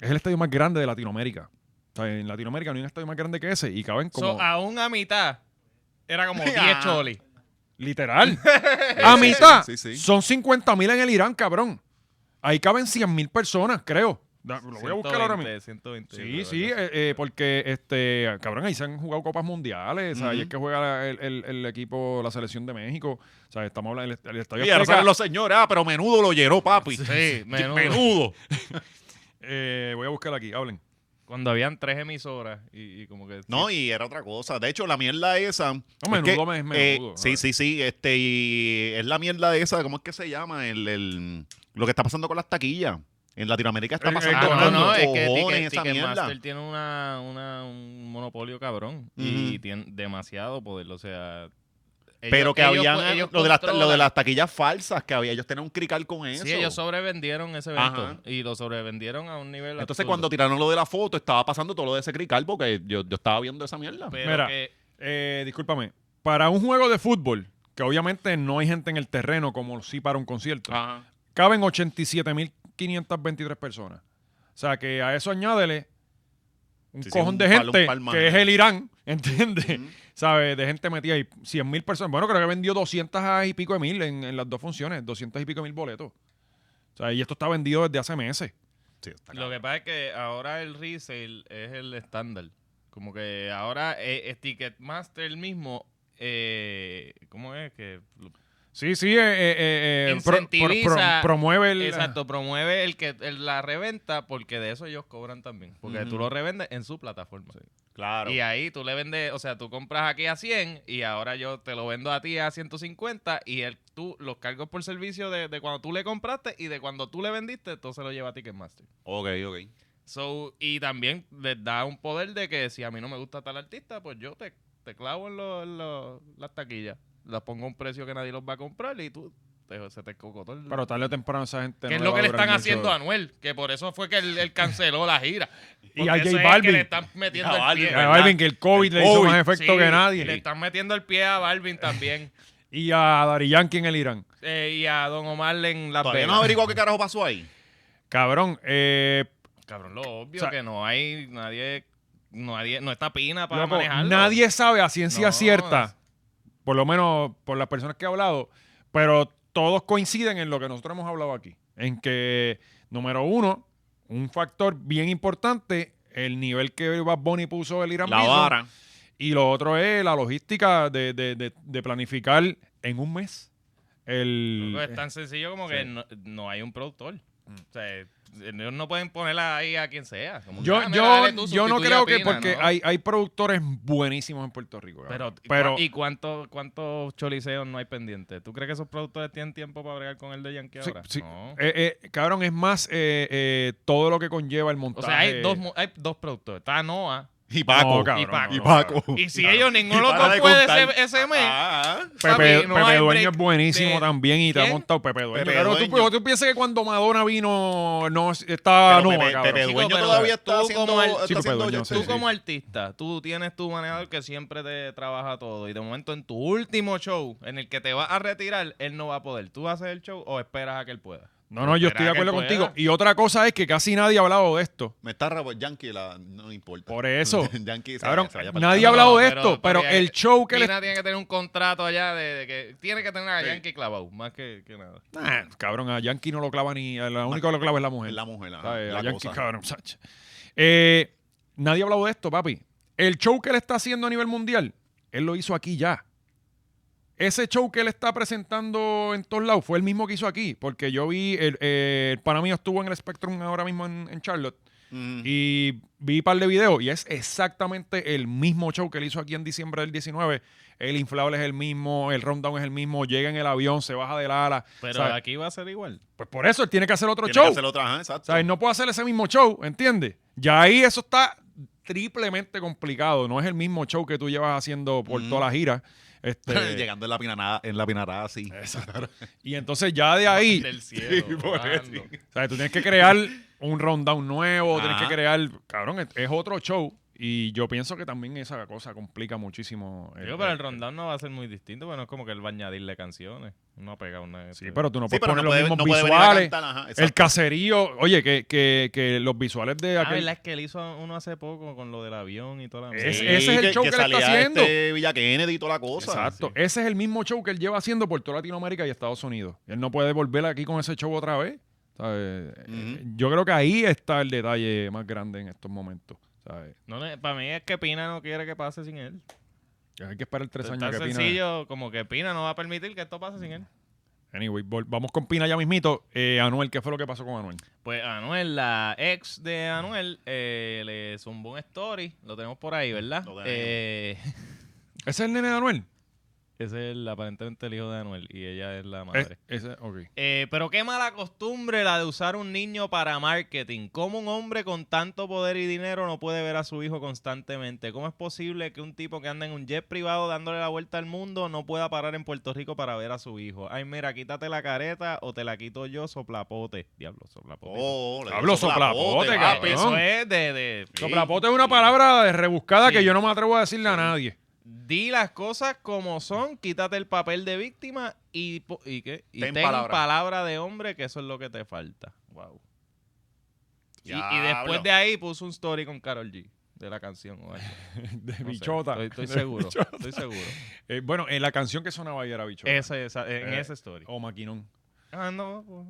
[SPEAKER 1] es el estadio más grande de Latinoamérica. O sea, en Latinoamérica no hay un estadio más grande que ese y caben como...
[SPEAKER 2] So, aún a mitad era
[SPEAKER 1] (laughs)
[SPEAKER 2] como 10
[SPEAKER 3] Ah.
[SPEAKER 2] cholis.
[SPEAKER 3] (laughs)
[SPEAKER 1] literal. a
[SPEAKER 3] sí,
[SPEAKER 1] mitad.
[SPEAKER 3] sí, sí, sí.
[SPEAKER 1] Son 50 mil en el Irán, cabrón. Ahí caben 100 mil personas, creo. Da- Lo voy a buscar ahora mismo.
[SPEAKER 2] 120, 120,
[SPEAKER 1] Sí,
[SPEAKER 2] creo,
[SPEAKER 1] sí,
[SPEAKER 2] algo así.
[SPEAKER 1] eh, eh, porque este cabrón ahí se han jugado copas mundiales, o sea, ahí es
[SPEAKER 3] Ujú.
[SPEAKER 1] que juega el, el- el equipo, la selección de México, o sea, estamos hablando del el estadio
[SPEAKER 3] Y ahora
[SPEAKER 1] Azteca.
[SPEAKER 3] salen los señores, ah, pero menudo lo llenó, papi.
[SPEAKER 2] Sí, menudo.
[SPEAKER 3] (laughs) menudo.
[SPEAKER 1] Eh, voy a buscar aquí, hablen.
[SPEAKER 2] Cuando habían tres emisoras y, y como que...
[SPEAKER 3] No, y era otra cosa. De hecho, la mierda esa. No,
[SPEAKER 1] menudo me- es menudo.
[SPEAKER 3] sí, sí, sí. Este, y es la mierda esa, ¿cómo es que se llama? El, el- lo que está pasando con las taquillas. En Latinoamérica está
[SPEAKER 1] Eh,
[SPEAKER 3] pasando.
[SPEAKER 2] Ah, no, no, es que
[SPEAKER 3] cojones
[SPEAKER 2] Ticket-
[SPEAKER 3] esa mierda.
[SPEAKER 2] Ticketmaster tiene una, una- un monopolio cabrón y
[SPEAKER 3] Ujú.
[SPEAKER 2] tiene demasiado poder, o sea... ellos-
[SPEAKER 3] Pero que
[SPEAKER 2] ellos- pues,
[SPEAKER 3] habían
[SPEAKER 2] ellos
[SPEAKER 3] lo, de las,
[SPEAKER 2] controlan-
[SPEAKER 3] lo de las taquillas falsas que había. Ellos tenían un crical con eso.
[SPEAKER 2] Sí, ellos sobrevendieron ese evento
[SPEAKER 3] Ajá.
[SPEAKER 2] y lo sobrevendieron a un nivel
[SPEAKER 3] Entonces,
[SPEAKER 2] absurdo.
[SPEAKER 3] cuando tiraron lo de la foto, estaba pasando todo lo de ese crical porque yo, yo estaba viendo esa mierda.
[SPEAKER 2] Pero
[SPEAKER 1] Mira.
[SPEAKER 2] que-
[SPEAKER 1] Eh, discúlpame, para un juego de fútbol, que obviamente no hay gente en el terreno como sí para un concierto,
[SPEAKER 3] Ajá.
[SPEAKER 1] caben 87.523 personas. O sea que a eso añádele un
[SPEAKER 3] Sí, sí,
[SPEAKER 1] cojón
[SPEAKER 3] un
[SPEAKER 1] de
[SPEAKER 3] pal- un
[SPEAKER 1] gente
[SPEAKER 3] palma.
[SPEAKER 1] que es el Irán, (laughs) ¿entiendes?
[SPEAKER 3] Ujú.
[SPEAKER 1] ¿Sabes? De gente metida ahí, 100.000 personas. Bueno, creo que vendió 200 y pico de mil en, en las dos funciones, 200 y pico de mil boletos. O sea, y esto está vendido desde hace meses.
[SPEAKER 3] Sí, está
[SPEAKER 2] Lo que pasa es que ahora el resale es el estándar. Como que ahora eh, eh, Ticketmaster el mismo, eh, ¿cómo es? que lo-
[SPEAKER 1] Sí, sí, eh, eh, eh, eh, pro- pro- pro-
[SPEAKER 2] Incentiviza-
[SPEAKER 1] promueve el...
[SPEAKER 2] Exacto, promueve el que el- la reventa porque de eso ellos cobran también. Porque tú
[SPEAKER 3] Ujú.
[SPEAKER 2] lo revendes en su plataforma.
[SPEAKER 3] Claro.
[SPEAKER 2] Y ahí tú le vendes, o sea, tú compras aquí a 100 y ahora yo te lo vendo a ti a 150 y el, tú los cargos por servicio de, de cuando tú le compraste y de cuando tú le vendiste, entonces lo lleva a Ticketmaster.
[SPEAKER 3] Ok, ok.
[SPEAKER 2] Ah, So, y también les da un poder de que si a mí no me gusta tal artista, pues yo te, te clavo en, los- en los- las taquillas. Las pongo a un precio que nadie los va a comprar y tú te- se te cocotó el...
[SPEAKER 1] Pero tarde o temprano esa gente no
[SPEAKER 2] que es lo
[SPEAKER 1] va
[SPEAKER 2] que
[SPEAKER 1] a
[SPEAKER 2] le
[SPEAKER 1] durar
[SPEAKER 2] están
[SPEAKER 1] mucho.
[SPEAKER 2] haciendo a Anuel, que por eso fue que él, él canceló la gira.
[SPEAKER 1] (laughs) Y
[SPEAKER 2] Porque
[SPEAKER 1] a
[SPEAKER 2] eso
[SPEAKER 1] J
[SPEAKER 2] es que
[SPEAKER 1] Balvin.
[SPEAKER 2] le están metiendo
[SPEAKER 3] A
[SPEAKER 2] el
[SPEAKER 3] Balvin,
[SPEAKER 2] pie.
[SPEAKER 1] A Balvin, que el COVID
[SPEAKER 3] El
[SPEAKER 1] le hizo
[SPEAKER 3] COVID,
[SPEAKER 1] más efecto
[SPEAKER 2] Sí,
[SPEAKER 1] que nadie.
[SPEAKER 2] Le están metiendo el pie a Balvin también.
[SPEAKER 1] y a Dari Yankee en el Irán.
[SPEAKER 2] Eh, y a Don Omar en Las
[SPEAKER 3] Todavía
[SPEAKER 2] Vegas.
[SPEAKER 3] no has averiguado qué carajo pasó ahí.
[SPEAKER 1] Cabrón, eh,
[SPEAKER 2] Cabrón, lo obvio
[SPEAKER 1] O sea-
[SPEAKER 2] que no hay nadie, nadie, no está pina para
[SPEAKER 1] loco,
[SPEAKER 2] manejarlo.
[SPEAKER 1] nadie sabe a ciencia
[SPEAKER 2] No.
[SPEAKER 1] cierta, por lo menos por las personas que he hablado, pero todos coinciden en lo que nosotros hemos hablado aquí. En que, número uno, un factor bien importante, el nivel que Bad Bunny puso el Irán
[SPEAKER 3] La
[SPEAKER 1] Bison,
[SPEAKER 3] vara.
[SPEAKER 1] Y lo otro es la logística de, de- de- de planificar en un mes. El,
[SPEAKER 2] Loco, Pues, es tan sencillo como que
[SPEAKER 1] Sí.
[SPEAKER 2] no, no hay un productor.
[SPEAKER 3] Mm.
[SPEAKER 2] O sea, ellos no pueden ponerla ahí a quien sea. Como que,
[SPEAKER 1] Yo,
[SPEAKER 2] ah, mira,
[SPEAKER 1] yo,
[SPEAKER 2] dale tú,
[SPEAKER 1] yo no
[SPEAKER 2] sustituye
[SPEAKER 1] creo
[SPEAKER 2] a
[SPEAKER 1] que,
[SPEAKER 2] Pina,
[SPEAKER 1] porque
[SPEAKER 2] ¿no?
[SPEAKER 1] hay, hay productores buenísimos en Puerto Rico.
[SPEAKER 2] Pero,
[SPEAKER 1] cabrón.
[SPEAKER 2] ¿y cuántos cuántos choliseos no hay pendientes? ¿Tú crees que esos productores tienen tiempo para bregar con el de Yankee
[SPEAKER 1] sí,
[SPEAKER 2] ahora?
[SPEAKER 1] sí.
[SPEAKER 2] No.
[SPEAKER 1] Eh, eh, cabrón, es más eh, eh, todo lo que conlleva el
[SPEAKER 2] O
[SPEAKER 1] montaje.
[SPEAKER 2] sea, hay dos, mu- hay dos productores. Está Noah
[SPEAKER 3] Y Paco.
[SPEAKER 1] No, cabrón,
[SPEAKER 2] y Paco.
[SPEAKER 1] no,
[SPEAKER 3] Y Paco.
[SPEAKER 2] Y si
[SPEAKER 1] Claro.
[SPEAKER 2] ellos
[SPEAKER 3] Y
[SPEAKER 2] ninguno de los
[SPEAKER 3] para
[SPEAKER 2] dos
[SPEAKER 3] de
[SPEAKER 2] puede
[SPEAKER 3] contar.
[SPEAKER 2] ese, ese mes.
[SPEAKER 3] Ah, ah.
[SPEAKER 1] Pepe,
[SPEAKER 2] Papi, no
[SPEAKER 1] Pepe
[SPEAKER 2] hay
[SPEAKER 1] Dueño
[SPEAKER 2] break
[SPEAKER 1] es buenísimo
[SPEAKER 2] de-
[SPEAKER 1] también y te ha
[SPEAKER 2] ¿Quién?
[SPEAKER 1] montado Pepe Dueño.
[SPEAKER 3] Pepe
[SPEAKER 1] Pero tú,
[SPEAKER 3] Dueño.
[SPEAKER 1] pero tú piensas que cuando Madonna vino no está
[SPEAKER 3] Pero
[SPEAKER 1] no,
[SPEAKER 3] Pepe-
[SPEAKER 1] cabrón.
[SPEAKER 3] Pepe
[SPEAKER 2] Chico,
[SPEAKER 3] Dueño
[SPEAKER 2] pero
[SPEAKER 3] todavía
[SPEAKER 2] tú
[SPEAKER 3] está
[SPEAKER 2] como
[SPEAKER 3] haciendo...
[SPEAKER 2] el-
[SPEAKER 3] está
[SPEAKER 1] Sí, Pepe
[SPEAKER 3] haciendo
[SPEAKER 1] Dueño,
[SPEAKER 3] ocho-
[SPEAKER 1] sí,
[SPEAKER 2] Tú
[SPEAKER 1] sí.
[SPEAKER 2] como artista, tú tienes tu manejador que siempre te trabaja todo y de momento en tu último show en el que te vas a retirar, él no va a poder. ¿Tú haces el show o esperas a que él pueda?
[SPEAKER 1] No, no, yo estoy de
[SPEAKER 2] Espera que
[SPEAKER 1] acuerdo
[SPEAKER 2] pueda.
[SPEAKER 1] contigo. Y otra cosa es que casi nadie ha hablado de esto.
[SPEAKER 3] Me está rabo Yankee, la, no importa.
[SPEAKER 1] Por eso.
[SPEAKER 3] Yankee, se
[SPEAKER 1] Cabrón,
[SPEAKER 3] vaya- se vaya para el
[SPEAKER 1] nadie ha
[SPEAKER 2] No,
[SPEAKER 1] hablado de
[SPEAKER 2] pero
[SPEAKER 1] esto, pero
[SPEAKER 2] todavía
[SPEAKER 1] el
[SPEAKER 2] que-
[SPEAKER 1] show que le...
[SPEAKER 2] Pina tiene que tener un contrato allá de, de que tiene que tener a
[SPEAKER 3] Sí.
[SPEAKER 2] Yankee clavado, más que, que nada.
[SPEAKER 1] Nah, cabrón, a Yankee no lo clava ni... La única que lo clava es la mujer.
[SPEAKER 3] La mujer, ajá,
[SPEAKER 1] ¿sabes?
[SPEAKER 3] Ah, la
[SPEAKER 1] A Yankee,
[SPEAKER 3] cosa.
[SPEAKER 1] cabrón, Sacha. Eh, nadie ha hablado de esto, papi. El show que él está haciendo a nivel mundial, él lo hizo aquí ya. Ese show que él está presentando en todos lados fue el mismo que hizo aquí, porque yo vi, el, eh, el pana mío estuvo en el Spectrum ahora mismo en, en Charlotte
[SPEAKER 3] Mm.
[SPEAKER 1] y vi un par de videos y es exactamente el mismo show que él hizo aquí en diciembre del 19. El inflable es el mismo, el rundown es el mismo, llega en el avión, se baja del ala.
[SPEAKER 2] Pero
[SPEAKER 1] ¿sabes?
[SPEAKER 2] aquí va a ser igual.
[SPEAKER 1] Pues por eso él tiene que hacer otro
[SPEAKER 3] Tiene
[SPEAKER 1] show.
[SPEAKER 3] que hacer otra, ajá, exacto.
[SPEAKER 1] O sea, él no puede hacer ese mismo show, ¿entiendes? Ya ahí eso está triplemente complicado. No es el mismo show que tú llevas haciendo por
[SPEAKER 3] Ujú.
[SPEAKER 1] toda la gira.
[SPEAKER 3] (laughs)
[SPEAKER 1] Este,
[SPEAKER 3] Llegando en la pinarada, en la pinarada así. Exacto.
[SPEAKER 1] y entonces ya de
[SPEAKER 3] (laughs)
[SPEAKER 1] ahí,
[SPEAKER 2] Del cielo. bajando.
[SPEAKER 1] o sea, tú tienes que crear un rundown nuevo, tienes
[SPEAKER 3] Ajá.
[SPEAKER 1] que crear, cabrón, es, es otro show. Y yo pienso que también esa cosa complica muchísimo. este, el-
[SPEAKER 2] Digo, pero el rundown no va a ser muy distinto, bueno, es como que él va a añadirle canciones. No pega una.
[SPEAKER 1] Sí, pero tú no
[SPEAKER 3] Sí,
[SPEAKER 1] puedes
[SPEAKER 3] pero
[SPEAKER 1] poner
[SPEAKER 3] no
[SPEAKER 1] los
[SPEAKER 3] puede,
[SPEAKER 1] mismos
[SPEAKER 3] no puede venir a
[SPEAKER 1] visuales.
[SPEAKER 3] cantar, ajá,
[SPEAKER 1] el
[SPEAKER 3] exacto.
[SPEAKER 1] caserío, oye, que, que, que los visuales de
[SPEAKER 2] La
[SPEAKER 1] aquel...
[SPEAKER 2] Ah, verdad es que él hizo uno hace poco con lo del avión y toda la
[SPEAKER 1] Ese-
[SPEAKER 2] mierda.
[SPEAKER 1] ese es el show que le está
[SPEAKER 3] salía
[SPEAKER 1] haciendo.
[SPEAKER 3] Este Villa Kennedy y toda la cosa.
[SPEAKER 1] Exacto. Ese es el mismo show que él lleva haciendo por toda Latinoamérica y Estados Unidos. Él no puede volver aquí con ese show otra vez. ¿sabes? Eh, Yo creo que ahí está el detalle más grande en estos momentos. ¿sabes?
[SPEAKER 2] No, para mí es que Pina no quiere que pase sin él.
[SPEAKER 1] Hay que esperar tres
[SPEAKER 2] Es
[SPEAKER 1] años
[SPEAKER 2] tan
[SPEAKER 1] que Pina-
[SPEAKER 2] sencillo como que Pina no va a permitir que esto pase sin él.
[SPEAKER 1] Anyway, vol- vamos con Pina ya mismito. Eh, Anuel, ¿qué fue lo que pasó con Anuel?
[SPEAKER 2] Pues Anuel, la ex de Anuel, eh, le zumbó un story. Lo tenemos por ahí, ¿verdad?
[SPEAKER 3] Lo tenemos.
[SPEAKER 2] Eh,
[SPEAKER 1] ¿Ese es el nene de Anuel?
[SPEAKER 2] ese es el- aparentemente el hijo de Anuel y ella es la
[SPEAKER 1] Es-
[SPEAKER 2] madre.
[SPEAKER 1] ese, ok.
[SPEAKER 2] Eh, pero qué mala costumbre la de usar un niño para marketing. ¿Cómo un hombre con tanto poder y dinero no puede ver a su hijo constantemente? ¿Cómo es posible que un tipo que anda en un jet privado dándole la vuelta al mundo no pueda parar en Puerto Rico para ver a su hijo? Ay, mira, quítate la careta o te la quito yo, soplapote. Diablo, soplapote.
[SPEAKER 3] Oh, le dio
[SPEAKER 1] Hablo
[SPEAKER 3] soplapote,
[SPEAKER 1] soplapote,
[SPEAKER 2] Eh,
[SPEAKER 1] cabrón.
[SPEAKER 3] papi.
[SPEAKER 2] eso es de... de-
[SPEAKER 1] Soplapote es una palabra de rebuscada
[SPEAKER 2] Sí.
[SPEAKER 1] que yo no me atrevo a decirle a nadie.
[SPEAKER 2] Di las cosas como son, quítate el papel de víctima y, po- y, qué? y
[SPEAKER 3] Ten
[SPEAKER 2] ten,
[SPEAKER 3] palabra.
[SPEAKER 2] palabra. de hombre, que eso es lo que te falta. Wow. Y, y
[SPEAKER 3] Diablo.
[SPEAKER 2] después de ahí puso un story con Carol G de la canción.
[SPEAKER 1] (laughs)
[SPEAKER 2] o algo.
[SPEAKER 1] De
[SPEAKER 2] No sé,
[SPEAKER 1] bichota.
[SPEAKER 2] estoy, estoy
[SPEAKER 1] De
[SPEAKER 2] seguro.
[SPEAKER 1] bichota.
[SPEAKER 2] Estoy seguro.
[SPEAKER 1] (laughs) Eh, bueno, en la canción que sonaba ayer era bichota.
[SPEAKER 2] Ese- esa- en
[SPEAKER 1] Eh,
[SPEAKER 2] ese story.
[SPEAKER 1] O maquinón.
[SPEAKER 2] Ah, no. pues,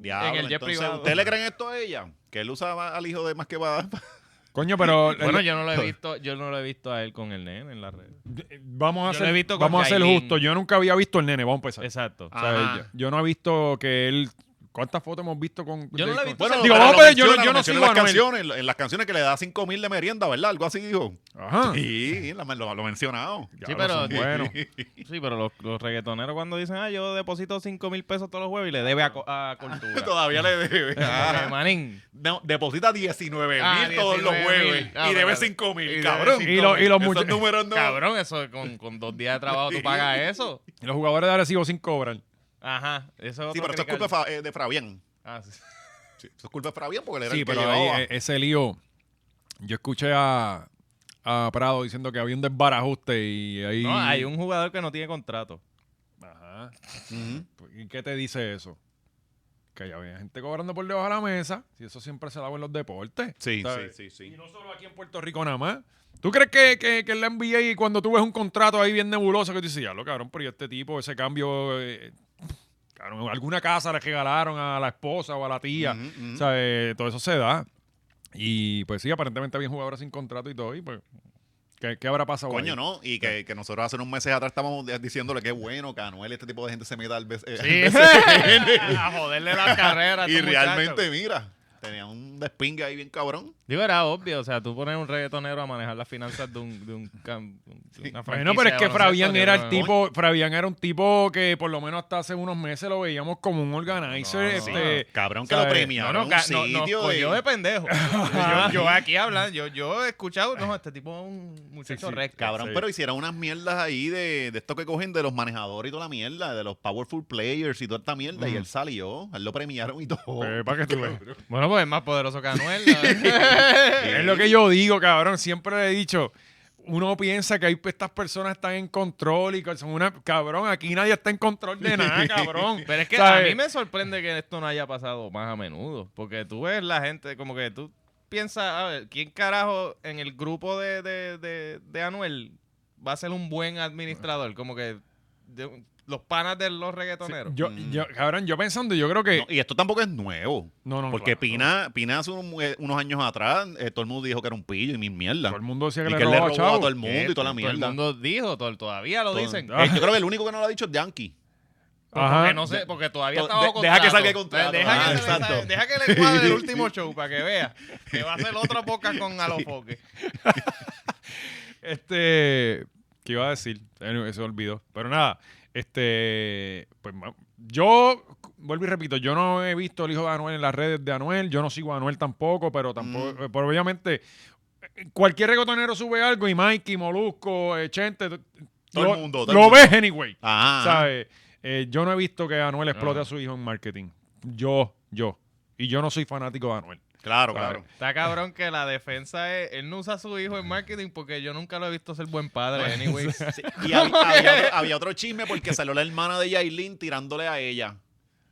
[SPEAKER 3] Diablo,
[SPEAKER 2] en el jet
[SPEAKER 3] entonces,
[SPEAKER 2] privado.
[SPEAKER 3] ¿Usted le creen esto a ella? Que él usa más al hijo de más que va. (laughs)
[SPEAKER 1] Coño, pero...
[SPEAKER 2] (laughs) Bueno, yo no lo he visto, yo no lo he visto a él con el nene en la red.
[SPEAKER 1] eh, Vamos a
[SPEAKER 2] Yo lo
[SPEAKER 1] ser,
[SPEAKER 2] he visto con
[SPEAKER 1] vamos a ser
[SPEAKER 2] Yailin.
[SPEAKER 1] justo. Yo nunca había visto el nene. Vamos a empezar.
[SPEAKER 2] Exacto.
[SPEAKER 1] O sea, yo, yo no he visto que él. ¿Cuántas fotos hemos visto con.?
[SPEAKER 2] Yo no
[SPEAKER 1] de-
[SPEAKER 2] la he
[SPEAKER 1] con-
[SPEAKER 2] visto. Bueno,
[SPEAKER 1] digo,
[SPEAKER 3] pero
[SPEAKER 1] vamos
[SPEAKER 3] lo
[SPEAKER 1] a ver, yo, no-
[SPEAKER 3] menciona,
[SPEAKER 1] yo no
[SPEAKER 3] menciona
[SPEAKER 1] sigo a
[SPEAKER 3] en las
[SPEAKER 1] Anuel.
[SPEAKER 3] canciones, en las canciones que le da 5 mil de merienda, ¿verdad? Algo así dijo.
[SPEAKER 1] Ajá.
[SPEAKER 3] Sí, la- lo, lo ha mencionado.
[SPEAKER 1] Diablo,
[SPEAKER 2] pero-
[SPEAKER 1] son buenos.
[SPEAKER 2] Sí, pero los, los reggaetoneros cuando dicen, ah, yo deposito 5 mil pesos todos los jueves y le debe a, co-
[SPEAKER 3] (laughs)
[SPEAKER 2] a Cultura.
[SPEAKER 3] (laughs) Todavía le debe.
[SPEAKER 2] Ah,
[SPEAKER 3] Ah.
[SPEAKER 2] Manín.
[SPEAKER 3] No, deposita 19 mil
[SPEAKER 2] Ah,
[SPEAKER 3] todos los
[SPEAKER 2] 19.000.
[SPEAKER 3] jueves
[SPEAKER 2] Ah,
[SPEAKER 3] y debe
[SPEAKER 2] vale.
[SPEAKER 3] 5 mil,
[SPEAKER 2] debe
[SPEAKER 3] cabrón.
[SPEAKER 1] 5.000. Y lo- y los
[SPEAKER 3] Esos
[SPEAKER 1] mucha-
[SPEAKER 3] números no.
[SPEAKER 2] Cabrón, eso con, con dos días de trabajo tú pagas eso.
[SPEAKER 1] Y Los jugadores de Arecibo sin cobrar.
[SPEAKER 2] Ajá, eso
[SPEAKER 3] Sí,
[SPEAKER 2] otro
[SPEAKER 3] pero esto es
[SPEAKER 2] crical.
[SPEAKER 3] culpa de Fa- eh, de Fabián.
[SPEAKER 2] Ah, sí.
[SPEAKER 3] Sí, eso es culpa de Fabián porque le era
[SPEAKER 1] Sí,
[SPEAKER 3] el que
[SPEAKER 1] pero ahí,
[SPEAKER 3] llevaba.
[SPEAKER 1] eh, ese lío. Yo escuché a, a Prado diciendo que había un desbarajuste y ahí.
[SPEAKER 2] No, hay un jugador que no tiene contrato.
[SPEAKER 1] Ajá. Pues,
[SPEAKER 3] Ujú.
[SPEAKER 1] ¿Y qué te dice eso? Que ya había gente cobrando por debajo de la mesa. Si eso siempre se da en los deportes.
[SPEAKER 3] Sí,
[SPEAKER 1] ¿sabes?
[SPEAKER 3] sí, sí,
[SPEAKER 1] Y
[SPEAKER 3] sí.
[SPEAKER 1] no solo aquí en Puerto Rico nada más. ¿Tú crees que, que, que en la NBA cuando tú ves un contrato ahí bien nebuloso que tú dices, ya lo cabrón, pero ¿y este tipo, ese cambio, eh, cabrón, alguna casa le regalaron a la esposa o a la tía?
[SPEAKER 3] Ujú, ujú.
[SPEAKER 1] O sea, eh, todo eso se da. Y pues sí, aparentemente había jugadores sin contrato y todo. Y pues, ¿qué, qué habrá pasado?
[SPEAKER 3] Coño,
[SPEAKER 1] ahí?
[SPEAKER 3] ¿no? Y que, que nosotros hace unos meses atrás estábamos de- diciéndole que bueno, que Anuel, este tipo de gente se meta al BC. (laughs)
[SPEAKER 2] Sí, (laughs) a joderle la carrera. a este
[SPEAKER 3] y
[SPEAKER 2] estos
[SPEAKER 3] realmente,
[SPEAKER 2] muchachos.
[SPEAKER 3] mira, tenía un despingue ahí bien cabrón.
[SPEAKER 2] Digo, era obvio. O sea, tú pones un reggaetonero a manejar las finanzas de un. De un cam- de una
[SPEAKER 1] Bueno,
[SPEAKER 2] franquicia
[SPEAKER 1] pero es
[SPEAKER 2] de
[SPEAKER 1] que
[SPEAKER 2] baloncesto,
[SPEAKER 1] Fabián
[SPEAKER 2] yo
[SPEAKER 1] era
[SPEAKER 2] no-
[SPEAKER 1] el tipo, Fabián era un tipo que por lo menos hasta hace unos meses lo veíamos como un organizer.
[SPEAKER 2] No,
[SPEAKER 1] este,
[SPEAKER 3] Cabrón,
[SPEAKER 1] ¿sabes?
[SPEAKER 2] No, no, ca- no, nos cogió de pendejo. yo, yo aquí hablando, yo, yo he escuchado, no, este tipo es un muchacho
[SPEAKER 1] Sí, sí,
[SPEAKER 2] recto.
[SPEAKER 3] Cabrón,
[SPEAKER 1] Sí.
[SPEAKER 3] pero hicieron unas mierdas ahí de, de esto que cogen de los manejadores y toda la mierda, de los powerful players y toda esta mierda. Y él salió, a él lo premiaron y todo.
[SPEAKER 1] pues, para que tú veas.
[SPEAKER 2] Bueno, pues es más poderoso que Anuel. (laughs)
[SPEAKER 1] (laughs) Es lo que yo digo, cabrón. Siempre le he dicho. Uno piensa que hay, estas personas están en control y que son una. Cabrón, aquí nadie está en control de
[SPEAKER 3] (laughs)
[SPEAKER 1] nada, cabrón.
[SPEAKER 2] Pero es que
[SPEAKER 1] ¿Sabes?
[SPEAKER 2] a mí me sorprende que esto no haya pasado más a menudo. Porque tú ves la gente, como que tú piensas, a ver, ¿quién carajo en el grupo de, de, de, de Anuel va a ser un buen administrador? Como que de- los panas de los
[SPEAKER 1] Sí,
[SPEAKER 2] reggaetoneros.
[SPEAKER 1] yo,
[SPEAKER 3] Mm.
[SPEAKER 1] yo- cabrón, yo pensando, yo creo que.
[SPEAKER 3] No, y esto tampoco es nuevo.
[SPEAKER 1] No, no,
[SPEAKER 3] Porque
[SPEAKER 1] claro,
[SPEAKER 3] Pina, Pina hace un- eh, unos años atrás, eh, todo el mundo dijo que era un pillo y mis mierdas.
[SPEAKER 1] Todo el mundo decía
[SPEAKER 3] Y
[SPEAKER 1] que le
[SPEAKER 3] que él le
[SPEAKER 1] robaba
[SPEAKER 3] robó a
[SPEAKER 1] chavos.
[SPEAKER 3] todo el mundo y toda
[SPEAKER 2] Todo
[SPEAKER 3] la
[SPEAKER 2] el
[SPEAKER 3] mierda.
[SPEAKER 2] mundo dijo, to- todavía lo
[SPEAKER 3] Todo-
[SPEAKER 2] dicen. Ah.
[SPEAKER 3] Eh, yo creo que el único que no lo ha dicho es Yankee.
[SPEAKER 2] Pues
[SPEAKER 1] Ajá.
[SPEAKER 2] Porque no sé, porque todavía
[SPEAKER 3] To-
[SPEAKER 2] está bajo
[SPEAKER 3] de- deja que
[SPEAKER 2] contrato.
[SPEAKER 3] salga el contrato.
[SPEAKER 2] Deja,
[SPEAKER 3] Ah,
[SPEAKER 2] que, se le
[SPEAKER 3] exacto.
[SPEAKER 2] salga- deja que le cuadre el
[SPEAKER 3] (laughs)
[SPEAKER 2] último show para que vea. Que va a hacer otra poca con Alofoque.
[SPEAKER 1] Este, ¿qué iba a decir? Eh, Se me olvidó. Pero nada, este, pues ma- yo, vuelvo y repito, yo no he visto el hijo de Anuel en las redes de Anuel, yo no sigo a Anuel tampoco, pero tampoco,
[SPEAKER 3] Mm.
[SPEAKER 1] eh, pero obviamente, eh, cualquier regotonero sube algo y Mikey, Molusco, eh, Chente, t-
[SPEAKER 3] Todo
[SPEAKER 1] lo,
[SPEAKER 3] el mundo,
[SPEAKER 1] lo
[SPEAKER 3] todo el mundo.
[SPEAKER 1] ves anyway,
[SPEAKER 3] Ah,
[SPEAKER 1] ¿sabes? Eh, yo no he visto que Anuel explote
[SPEAKER 2] Ah.
[SPEAKER 1] a su hijo en marketing. Yo, yo. Y yo no soy fanático de Anuel.
[SPEAKER 3] claro,
[SPEAKER 1] ¿sabes?
[SPEAKER 3] claro.
[SPEAKER 2] Está cabrón que la defensa es, él no usa a su hijo en marketing porque yo nunca lo he visto ser buen
[SPEAKER 3] (laughs)
[SPEAKER 2] padre, anyways.
[SPEAKER 1] (laughs)
[SPEAKER 3] Sí, Y hab- había, otro, había otro chisme porque salió la hermana de Yailin tirándole a ella.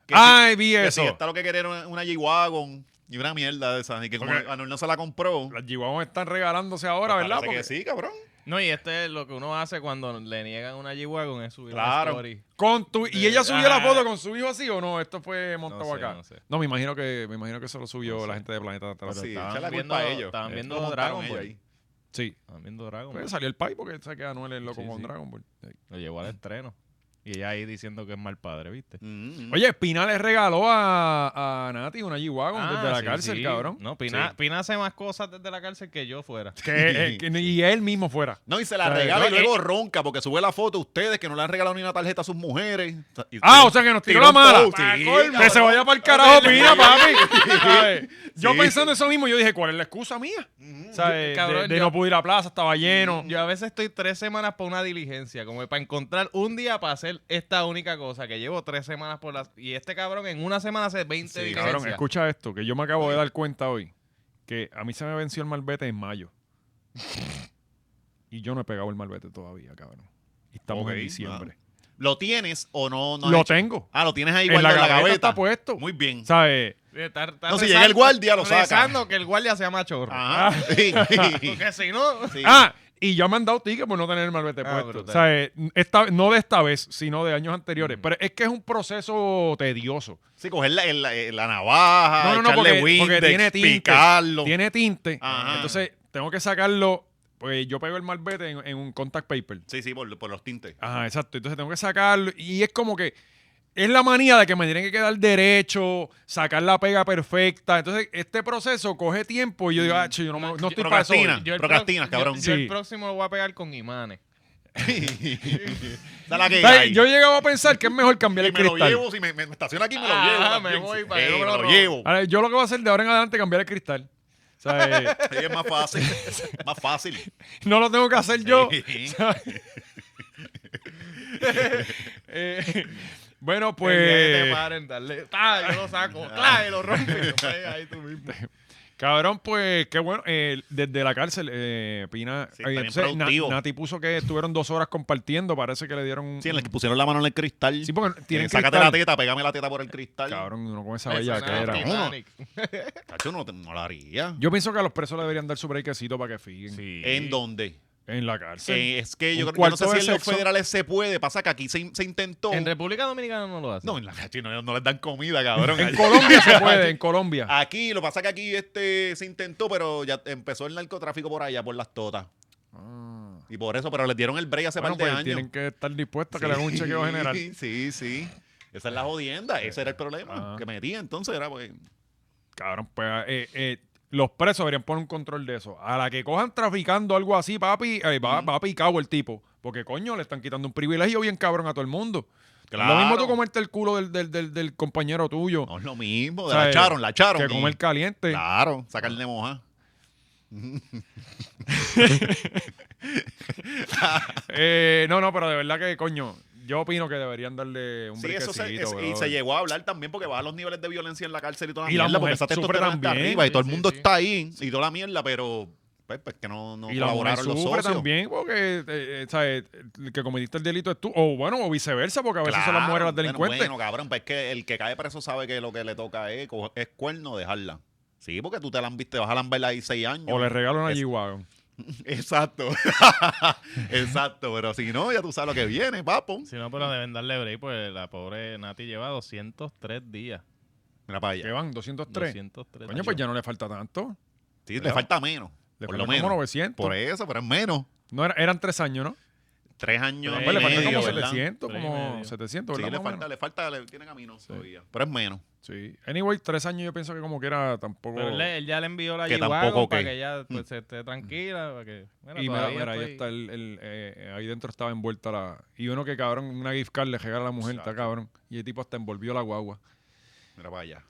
[SPEAKER 3] Que sí-
[SPEAKER 1] Ay, vi
[SPEAKER 3] que
[SPEAKER 1] Ah, eso.
[SPEAKER 3] sí, está lo que quería era una, una G-Wagon y una mierda de esas. Y que como
[SPEAKER 1] Ok.
[SPEAKER 3] Anuel no se la compró. pues
[SPEAKER 1] Las G-Wagon están regalándose ahora, ¿verdad?
[SPEAKER 3] Parece
[SPEAKER 1] Porque-
[SPEAKER 3] que sí, cabrón.
[SPEAKER 2] No, y este es lo que uno hace cuando le niegan una G-Wagon es subir
[SPEAKER 3] Claro.
[SPEAKER 2] la story.
[SPEAKER 1] Con tu, y ella subió la
[SPEAKER 2] Ajá.
[SPEAKER 1] foto con su hijo así o no, esto fue montado
[SPEAKER 2] No sé,
[SPEAKER 1] acá. No,
[SPEAKER 2] no sé.
[SPEAKER 1] me imagino que me imagino que eso lo subió
[SPEAKER 2] No sé.
[SPEAKER 1] la gente de Planeta Atrás.
[SPEAKER 3] Sí,
[SPEAKER 2] estaban
[SPEAKER 3] echa la
[SPEAKER 2] viendo-
[SPEAKER 3] culpa a ellos.
[SPEAKER 2] estaban
[SPEAKER 3] Eh,
[SPEAKER 2] viendo
[SPEAKER 3] lo montaron
[SPEAKER 2] Dragon
[SPEAKER 3] ellos
[SPEAKER 2] Ball.
[SPEAKER 3] ahí.
[SPEAKER 1] Sí.
[SPEAKER 2] Están viendo Dragon Ball.
[SPEAKER 1] Pues salió el pai porque sabe que Anuel es loco
[SPEAKER 2] Sí,
[SPEAKER 1] con
[SPEAKER 2] sí.
[SPEAKER 1] Dragon Ball. Sí.
[SPEAKER 2] Lo llevó al estreno. Y ella ahí diciendo que es mal padre, ¿viste?
[SPEAKER 3] Mm, mm.
[SPEAKER 1] Oye, Pina le regaló a, a Nati una G-Wagon
[SPEAKER 2] Ah,
[SPEAKER 1] desde la
[SPEAKER 2] sí,
[SPEAKER 1] cárcel,
[SPEAKER 2] sí.
[SPEAKER 1] cabrón.
[SPEAKER 2] No, Pina, Pina hace más cosas desde la cárcel que yo fuera. (laughs)
[SPEAKER 1] Que, eh, que- y él mismo fuera.
[SPEAKER 3] No, y se la
[SPEAKER 1] Eh,
[SPEAKER 3] regala y
[SPEAKER 1] no,
[SPEAKER 3] luego ronca porque sube la foto ustedes que no le han regalado ni una tarjeta a sus mujeres. Y-
[SPEAKER 1] Ah, o sea que nos tiró la
[SPEAKER 3] un
[SPEAKER 1] mala.
[SPEAKER 3] post,
[SPEAKER 1] Pa'
[SPEAKER 3] sí,
[SPEAKER 1] colmo. que
[SPEAKER 3] cabrón.
[SPEAKER 1] se vaya para el carajo, Pina,
[SPEAKER 2] (laughs)
[SPEAKER 3] Sí.
[SPEAKER 1] papi. ¿Sabes? Yo
[SPEAKER 3] Sí.
[SPEAKER 1] pensando eso mismo, yo dije, ¿cuál es la excusa mía? ¿Sabes?
[SPEAKER 2] Cabrón,
[SPEAKER 1] de de
[SPEAKER 2] Mm. yo- Mm,
[SPEAKER 1] no pude ir a la plaza, estaba lleno.
[SPEAKER 2] Yo a veces estoy tres semanas por una diligencia, como para encontrar un día para hacer esta única cosa, que llevo tres semanas por las... Y este cabrón en una semana hace 20
[SPEAKER 3] Sí,
[SPEAKER 2] diligencias.
[SPEAKER 1] Cabrón, escucha esto, que yo me acabo de dar cuenta hoy, que a mí se me venció el malvete en mayo. y yo no he pegado el malvete todavía, cabrón. Y estamos
[SPEAKER 3] Ok,
[SPEAKER 1] en diciembre.
[SPEAKER 3] ¿Lo tienes o no? no has
[SPEAKER 1] Lo
[SPEAKER 3] hecho?
[SPEAKER 1] tengo.
[SPEAKER 3] Ah, lo tienes ahí
[SPEAKER 1] en la
[SPEAKER 3] guardado
[SPEAKER 1] gaveta,
[SPEAKER 3] en la gaveta.
[SPEAKER 1] está puesto. eh,
[SPEAKER 3] Muy bien.
[SPEAKER 1] ¿Sabes?
[SPEAKER 2] Está- está
[SPEAKER 3] No, si
[SPEAKER 2] rezando-
[SPEAKER 3] llega el guardia, lo saca.
[SPEAKER 2] rezando que el guardia sea machorro.
[SPEAKER 3] Ajá. (laughs) Sí.
[SPEAKER 2] Porque si no...
[SPEAKER 3] Sí.
[SPEAKER 1] Ah, y ya me han dado ticket por no tener el malvete
[SPEAKER 2] Ah,
[SPEAKER 1] puesto.
[SPEAKER 2] brutal.
[SPEAKER 1] ¿Sabes? Esta, no de esta vez, sino de años anteriores.
[SPEAKER 3] Mm.
[SPEAKER 2] Ujú.
[SPEAKER 1] Pero es que es un proceso tedioso.
[SPEAKER 3] Sí, coger la, la- eh, la navaja,
[SPEAKER 1] No, no, no,
[SPEAKER 3] echarle
[SPEAKER 1] porque- porque
[SPEAKER 3] Windex,
[SPEAKER 1] tiene tinte.
[SPEAKER 3] picarlo.
[SPEAKER 1] Tiene tinte.
[SPEAKER 3] Ajá.
[SPEAKER 1] Entonces, tengo que sacarlo. Pues yo pego el malvete en- en un contact paper.
[SPEAKER 3] Sí, sí, por, por los tintes.
[SPEAKER 1] Ajá, exacto. Entonces tengo que sacarlo. Y es como que es la manía de que me tienen que quedar derecho, sacar la pega perfecta. Entonces, este proceso coge tiempo y yo digo, ah, che, yo no, me- no estoy para eso. hoy".
[SPEAKER 3] Procrastina.
[SPEAKER 2] yo el
[SPEAKER 3] Procrastinas,
[SPEAKER 2] pro-
[SPEAKER 3] cabrón.
[SPEAKER 2] Yo, yo
[SPEAKER 1] Sí.
[SPEAKER 2] el próximo lo voy a pegar con imanes.
[SPEAKER 3] Dale aquí,
[SPEAKER 1] ¿Sabes?
[SPEAKER 3] ahí.
[SPEAKER 1] Yo llegaba a pensar que es mejor cambiar
[SPEAKER 3] Si
[SPEAKER 1] el
[SPEAKER 3] me lo
[SPEAKER 1] cristal.
[SPEAKER 3] llevo, si me, me, me estaciona aquí, me lo
[SPEAKER 2] Ah,
[SPEAKER 3] llevo.
[SPEAKER 2] me
[SPEAKER 3] también.
[SPEAKER 2] voy
[SPEAKER 3] Sí,
[SPEAKER 2] para que no
[SPEAKER 3] me
[SPEAKER 2] me lo
[SPEAKER 3] lo
[SPEAKER 2] roben.
[SPEAKER 3] llevo.
[SPEAKER 1] Ahora, yo lo que voy a hacer de ahora en adelante es cambiar el cristal. O
[SPEAKER 3] (laughs)
[SPEAKER 1] sea, eh,
[SPEAKER 3] Sí, es más
[SPEAKER 1] (laughs)
[SPEAKER 3] fácil. más fácil.
[SPEAKER 1] no lo tengo que hacer yo.
[SPEAKER 3] Sí.
[SPEAKER 1] (laughs) Eh, (laughs) bueno,
[SPEAKER 2] El día que te
[SPEAKER 1] pues...
[SPEAKER 3] Ah.
[SPEAKER 2] paren, darle, ¡tá! yo lo saco, ¡tá! y lo rompe. y lo pega ahí tú mismo.
[SPEAKER 1] Cabrón, pues qué bueno. eh, desde la cárcel, eh, Pina. eh,
[SPEAKER 3] Sí, está bien
[SPEAKER 1] entonces, Na-
[SPEAKER 3] productivo.
[SPEAKER 1] Nati puso que estuvieron dos horas compartiendo. Parece que le dieron. un-
[SPEAKER 3] Sí, en el que pusieron la mano en el cristal. Eh,
[SPEAKER 1] Sí, porque tienen
[SPEAKER 3] Sácate
[SPEAKER 1] cristal.
[SPEAKER 3] la teta, pégame la teta por el cristal.
[SPEAKER 1] Cabrón, uno con esa
[SPEAKER 2] Esa
[SPEAKER 1] bella que
[SPEAKER 2] nada,
[SPEAKER 1] era.
[SPEAKER 2] Titanic.
[SPEAKER 3] Cacho, no, te- no la haría.
[SPEAKER 1] Yo pienso que a los presos le deberían dar su breakcito para que fíen.
[SPEAKER 2] Sí.
[SPEAKER 3] ¿En dónde?
[SPEAKER 1] En la cárcel. (laughs)
[SPEAKER 3] Eh, es que yo,
[SPEAKER 1] Un
[SPEAKER 3] creo- yo
[SPEAKER 1] cuarto
[SPEAKER 3] no sé si
[SPEAKER 1] de
[SPEAKER 3] en los
[SPEAKER 1] sexo.
[SPEAKER 3] federales se puede. Pasa que aquí se, in- se intentó.
[SPEAKER 2] En República Dominicana no lo hacen.
[SPEAKER 3] no, en la cacho, no, no les dan comida, cabrón.
[SPEAKER 1] en Colombia se puede, en Colombia.
[SPEAKER 3] Aquí, lo pasa que aquí este se intentó, pero ya empezó el narcotráfico por allá, por las totas.
[SPEAKER 1] Ah.
[SPEAKER 3] Y por eso, pero les dieron el break hace
[SPEAKER 1] Bueno,
[SPEAKER 3] par de
[SPEAKER 1] pues
[SPEAKER 3] años.
[SPEAKER 1] tienen que estar dispuestos a que
[SPEAKER 3] Sí.
[SPEAKER 1] le hagan un chequeo general.
[SPEAKER 3] (laughs)
[SPEAKER 1] Eh, ah.
[SPEAKER 3] Sí, sí. Esa es la jodienda. Ese era el problema
[SPEAKER 1] Ajá.
[SPEAKER 3] que metía. Entonces era, pues.
[SPEAKER 1] Cabrón, pues eh, eh, los presos deberían poner un control de eso. A la que cojan traficando algo así, papi, eh, va, va picado el tipo. Porque coño, le están quitando un privilegio bien cabrón a todo el mundo.
[SPEAKER 3] Claro.
[SPEAKER 1] Lo mismo tú comerte el culo del, del, del, del compañero tuyo.
[SPEAKER 3] No es lo mismo.
[SPEAKER 1] O sea,
[SPEAKER 3] la echaron, la echaron.
[SPEAKER 1] Que
[SPEAKER 3] y-
[SPEAKER 1] comer Ah. caliente.
[SPEAKER 3] Claro, sacarle moja.
[SPEAKER 1] Eh, no, no, pero de verdad que coño, yo opino que deberían darle un
[SPEAKER 3] Sí, eso se,
[SPEAKER 1] brequecito,
[SPEAKER 3] es- y
[SPEAKER 1] brother.
[SPEAKER 3] se llegó a hablar también porque baja los niveles de violencia en la cárcel y toda la
[SPEAKER 1] Y la
[SPEAKER 3] mierda. porque
[SPEAKER 1] mujer
[SPEAKER 3] esa
[SPEAKER 1] sufre
[SPEAKER 3] testosterona está
[SPEAKER 1] también.
[SPEAKER 3] arriba y todo el
[SPEAKER 2] Sí,
[SPEAKER 3] mundo
[SPEAKER 2] sí.
[SPEAKER 3] está ahí y toda la mierda, pero pues, pues, que no, no
[SPEAKER 1] y la mujer
[SPEAKER 3] colaboraron los
[SPEAKER 1] sufre
[SPEAKER 3] socios.
[SPEAKER 1] también porque eh, eh, ¿sabes? el que cometiste el delito es tú o bueno o viceversa porque a veces son las
[SPEAKER 3] Claro,
[SPEAKER 1] mujeres las
[SPEAKER 3] bueno,
[SPEAKER 1] delincuentes
[SPEAKER 3] Bueno, cabrón, pues es que el que cae preso sabe que lo que le toca es, co- es cuerno dejarla. Sí, porque tú te la han visto, vas a lamberla ahí seis años.
[SPEAKER 1] o le regalan una
[SPEAKER 3] Es-
[SPEAKER 1] G-Wagon
[SPEAKER 3] (laughs) Exacto. (laughs) Exacto, pero si no, ya tú sabes lo que viene, papo.
[SPEAKER 2] Si no, pero deben darle break, pues la pobre Nati lleva 203 días.
[SPEAKER 3] Mira para
[SPEAKER 1] que
[SPEAKER 3] allá.
[SPEAKER 1] van 203
[SPEAKER 2] 203
[SPEAKER 1] coño pues ya no le falta tanto
[SPEAKER 3] Sí, le
[SPEAKER 1] ¿verdad?
[SPEAKER 3] falta menos.
[SPEAKER 1] le
[SPEAKER 3] por
[SPEAKER 1] falta
[SPEAKER 3] lo
[SPEAKER 1] como
[SPEAKER 3] menos.
[SPEAKER 1] 900
[SPEAKER 3] Por eso, pero es menos.
[SPEAKER 1] no era- eran tres años ¿no?
[SPEAKER 3] Tres años.
[SPEAKER 2] Tres
[SPEAKER 1] Pues le
[SPEAKER 3] y
[SPEAKER 1] falta
[SPEAKER 2] faltan
[SPEAKER 3] medio,
[SPEAKER 1] como
[SPEAKER 3] ¿verdad?
[SPEAKER 1] 700
[SPEAKER 2] Tres y
[SPEAKER 1] como
[SPEAKER 2] medio.
[SPEAKER 1] 700
[SPEAKER 3] Sí,
[SPEAKER 1] ¿verdad?
[SPEAKER 3] le
[SPEAKER 1] Más o
[SPEAKER 3] falta,
[SPEAKER 1] menos.
[SPEAKER 3] le falta, le tiene camino todavía. Pero es menos.
[SPEAKER 1] sí anyway tres años yo pienso que como quiera tampoco
[SPEAKER 2] Pero él, él ya le envió la
[SPEAKER 3] Que
[SPEAKER 2] G-Wagon
[SPEAKER 3] tampoco,
[SPEAKER 2] para
[SPEAKER 3] que-
[SPEAKER 2] que ella pues, esté tranquila. Para que, bueno,
[SPEAKER 1] y mira,
[SPEAKER 2] todavía
[SPEAKER 1] mira, ahí
[SPEAKER 2] estoy-
[SPEAKER 1] está el, el, eh, ahí dentro estaba envuelta la y uno que cabrón una gift card le regala a la mujer está cabrón y el tipo hasta envolvió la guagua
[SPEAKER 3] Mira para allá.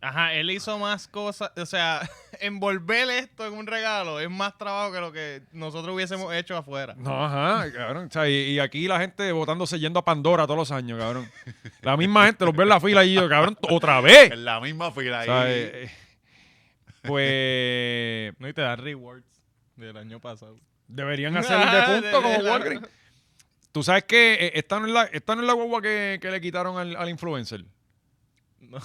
[SPEAKER 2] Ajá, él hizo más cosas. O sea, (laughs) envolver esto en un regalo es más trabajo que lo que nosotros hubiésemos hecho afuera.
[SPEAKER 1] No, ajá, (laughs) cabrón. O sea, y, y aquí la gente votándose yendo a Pandora todos los años, cabrón. La misma gente los ve en la fila y yo, cabrón, otra vez.
[SPEAKER 3] En la misma fila
[SPEAKER 1] O
[SPEAKER 3] ahí.
[SPEAKER 1] sea, eh, eh, pues
[SPEAKER 2] No, y te dan rewards del año pasado.
[SPEAKER 1] deberían hacer el de punto como Walgreens. Tú sabes que eh, esta, no es la, esta no es la guagua que, que le quitaron al, al influencer.
[SPEAKER 2] No,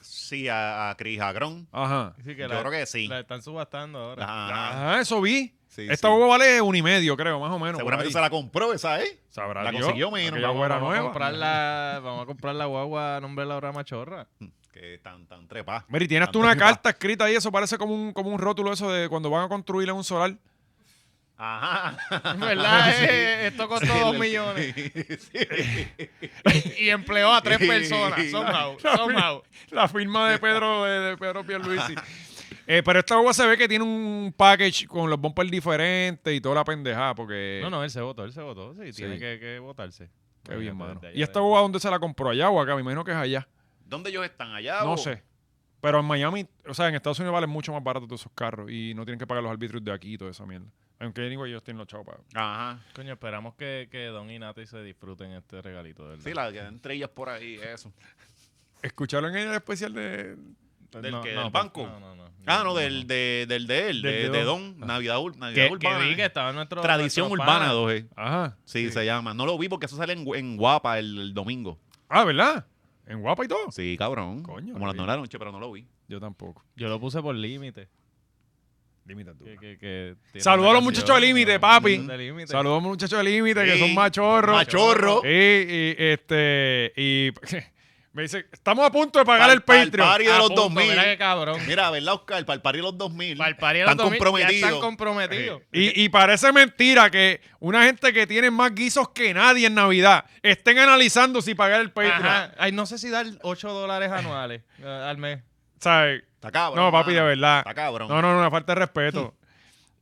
[SPEAKER 3] Sí, a, a Chris Agrón.
[SPEAKER 1] Ajá.
[SPEAKER 2] así que
[SPEAKER 3] Yo
[SPEAKER 2] la,
[SPEAKER 3] creo que sí.
[SPEAKER 2] la están subastando ahora.
[SPEAKER 3] Ajá.
[SPEAKER 1] Ajá, eso vi.
[SPEAKER 3] Sí,
[SPEAKER 1] esta
[SPEAKER 3] sí.
[SPEAKER 1] guagua vale un y medio, creo, más o menos. por
[SPEAKER 3] Seguramente
[SPEAKER 1] ahí.
[SPEAKER 3] se la compró esa, ¿eh?
[SPEAKER 1] Sabrá
[SPEAKER 3] la
[SPEAKER 1] Dios,
[SPEAKER 3] consiguió menos,
[SPEAKER 1] aquella
[SPEAKER 2] Vamos,
[SPEAKER 1] guagua era
[SPEAKER 2] vamos a
[SPEAKER 1] nueva.
[SPEAKER 2] comprar la, vamos a comprar la guagua a nombre de Laura Machorra.
[SPEAKER 3] Que tan, tan trepa.
[SPEAKER 1] Mary, tienes tú una carta escrita ahí, eso parece como un, como un rótulo eso de cuando van a construirle un solar.
[SPEAKER 2] (laughs)
[SPEAKER 3] Ajá. (laughs)
[SPEAKER 2] ¿Verdad? Eh, esto costó dos millones. Y (laughs) empleó a tres personas. Somehow. Somehow.
[SPEAKER 1] (laughs) La firma de Pedro, de, de Pedro Pierluisi. Eh, pero esta agua se ve que tiene un package con los bumpers diferentes y toda la pendejada, porque...
[SPEAKER 2] No, no, él se votó, él se votó. Sí,
[SPEAKER 1] Sí.
[SPEAKER 2] tiene que, que votarse.
[SPEAKER 1] Qué bien, mano.
[SPEAKER 2] Desde allá,
[SPEAKER 1] ¿Y esta
[SPEAKER 2] desde-
[SPEAKER 1] agua dónde se la compró? ¿Allá o acá? Me imagino que es allá.
[SPEAKER 3] ¿Dónde ellos están? ¿Allá?
[SPEAKER 1] No
[SPEAKER 3] o-
[SPEAKER 1] sé. Pero en Miami, o sea, en Estados Unidos valen mucho más barato todos esos carros y no tienen que pagar los arbitrios de aquí y toda esa mierda. Aunque anyway, ellos tienen los chavos para...
[SPEAKER 3] Ajá.
[SPEAKER 2] Coño, esperamos que, que Don y Nati se disfruten este regalito, de ¿verdad?
[SPEAKER 3] Sí, la que entre ellas por ahí, eso.
[SPEAKER 1] ¿Escucharon en el especial de...
[SPEAKER 3] ¿Del
[SPEAKER 2] No,
[SPEAKER 3] qué?
[SPEAKER 2] no,
[SPEAKER 3] ¿Del
[SPEAKER 2] pues,
[SPEAKER 3] banco?
[SPEAKER 2] No, no, no.
[SPEAKER 3] Ah, no, del de, del de él,
[SPEAKER 1] Del
[SPEAKER 3] de,
[SPEAKER 1] de
[SPEAKER 3] de
[SPEAKER 1] Don.
[SPEAKER 3] Don. Navidad, ur- Navidad
[SPEAKER 2] Que, que
[SPEAKER 3] Urbana.
[SPEAKER 2] vi que
[SPEAKER 3] ¿eh?
[SPEAKER 2] estaba nuestro.
[SPEAKER 3] Tradición
[SPEAKER 2] nuestro
[SPEAKER 3] Urbana
[SPEAKER 2] pana.
[SPEAKER 3] 2G.
[SPEAKER 1] Ajá.
[SPEAKER 3] Sí, se llama. No lo vi porque eso sale en, en Guapa el, el domingo.
[SPEAKER 1] Ah, ¿verdad? En Guapa y todo.
[SPEAKER 3] Sí, cabrón.
[SPEAKER 1] Coño,
[SPEAKER 3] Como las
[SPEAKER 1] sí.
[SPEAKER 3] nueve de la noche, pero no lo vi.
[SPEAKER 1] Yo tampoco.
[SPEAKER 2] Yo lo puse por límite.
[SPEAKER 1] Límite tú.
[SPEAKER 2] Que, que, que tiene
[SPEAKER 1] Saludos
[SPEAKER 2] una
[SPEAKER 1] a los muchachos
[SPEAKER 2] canción,
[SPEAKER 1] de Límite,
[SPEAKER 2] ¿no?
[SPEAKER 1] papi.
[SPEAKER 2] De Límite.
[SPEAKER 1] Saludamos muchachos de límite que
[SPEAKER 3] Sí,
[SPEAKER 1] son machorros.
[SPEAKER 3] Machorro.
[SPEAKER 1] Y, y, este y (laughs) me dice, estamos a punto de pagar
[SPEAKER 3] Pa'l-
[SPEAKER 1] el Patreon.
[SPEAKER 3] pa'l party de
[SPEAKER 2] A
[SPEAKER 3] los
[SPEAKER 2] punto,
[SPEAKER 3] 2000.
[SPEAKER 2] Mira qué cabrón.
[SPEAKER 3] Mira, ¿verdad, Oscar? Para el party de los 2000.
[SPEAKER 2] Pa'l party de los
[SPEAKER 3] Están
[SPEAKER 2] 2000,
[SPEAKER 3] comprometidos.
[SPEAKER 2] Ya están comprometidos.
[SPEAKER 1] Y, y parece mentira que una gente que tiene más guisos que nadie en Navidad estén analizando si pagar el Patreon.
[SPEAKER 2] Ajá. Pues, Ay, no sé si dar 8 dólares anuales eh, al mes.
[SPEAKER 1] ¿Sabes?
[SPEAKER 3] Está cabrón.
[SPEAKER 1] No, papi, de
[SPEAKER 3] mano.
[SPEAKER 1] verdad.
[SPEAKER 3] Está cabrón.
[SPEAKER 1] No, no, no, una falta de respeto. (laughs)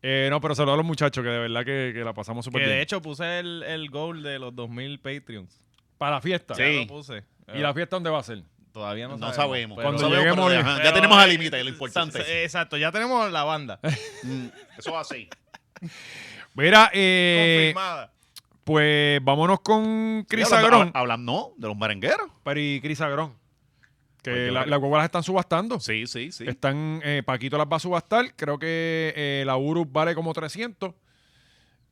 [SPEAKER 1] Eh, no, pero saludos a los muchachos que de verdad que, que la pasamos
[SPEAKER 2] Que
[SPEAKER 1] súper bien.
[SPEAKER 2] de hecho puse el, el goal de los 2000 Patreons.
[SPEAKER 1] para la fiesta.
[SPEAKER 3] Sí.
[SPEAKER 2] Ya lo puse.
[SPEAKER 1] ¿Y la fiesta dónde va a ser?
[SPEAKER 2] Todavía no,
[SPEAKER 3] No sabemos.
[SPEAKER 2] pero-
[SPEAKER 1] Cuando
[SPEAKER 3] no sabemos,
[SPEAKER 1] lleguemos
[SPEAKER 3] pero
[SPEAKER 1] bien.
[SPEAKER 3] ajá, ya
[SPEAKER 2] pero-
[SPEAKER 3] tenemos al límite, lo
[SPEAKER 2] eh,
[SPEAKER 3] importante.
[SPEAKER 2] eh, Exacto, ya tenemos la banda.
[SPEAKER 3] Mm, Eso es así.
[SPEAKER 1] Mira, eh,
[SPEAKER 2] confirmada.
[SPEAKER 1] pues vámonos con Cris
[SPEAKER 3] Hablando-
[SPEAKER 1] Agrón.
[SPEAKER 2] ah,
[SPEAKER 3] hab- Hablan, no, de los merengueros.
[SPEAKER 1] Pero y Cris Agrón. Que
[SPEAKER 2] Pues,
[SPEAKER 3] Porque
[SPEAKER 1] la-
[SPEAKER 3] la-
[SPEAKER 1] las guaguas las están subastando.
[SPEAKER 3] Sí, sí, sí.
[SPEAKER 1] Están, eh, Paquito las va a subastar. Creo que eh, la Urus vale como 300.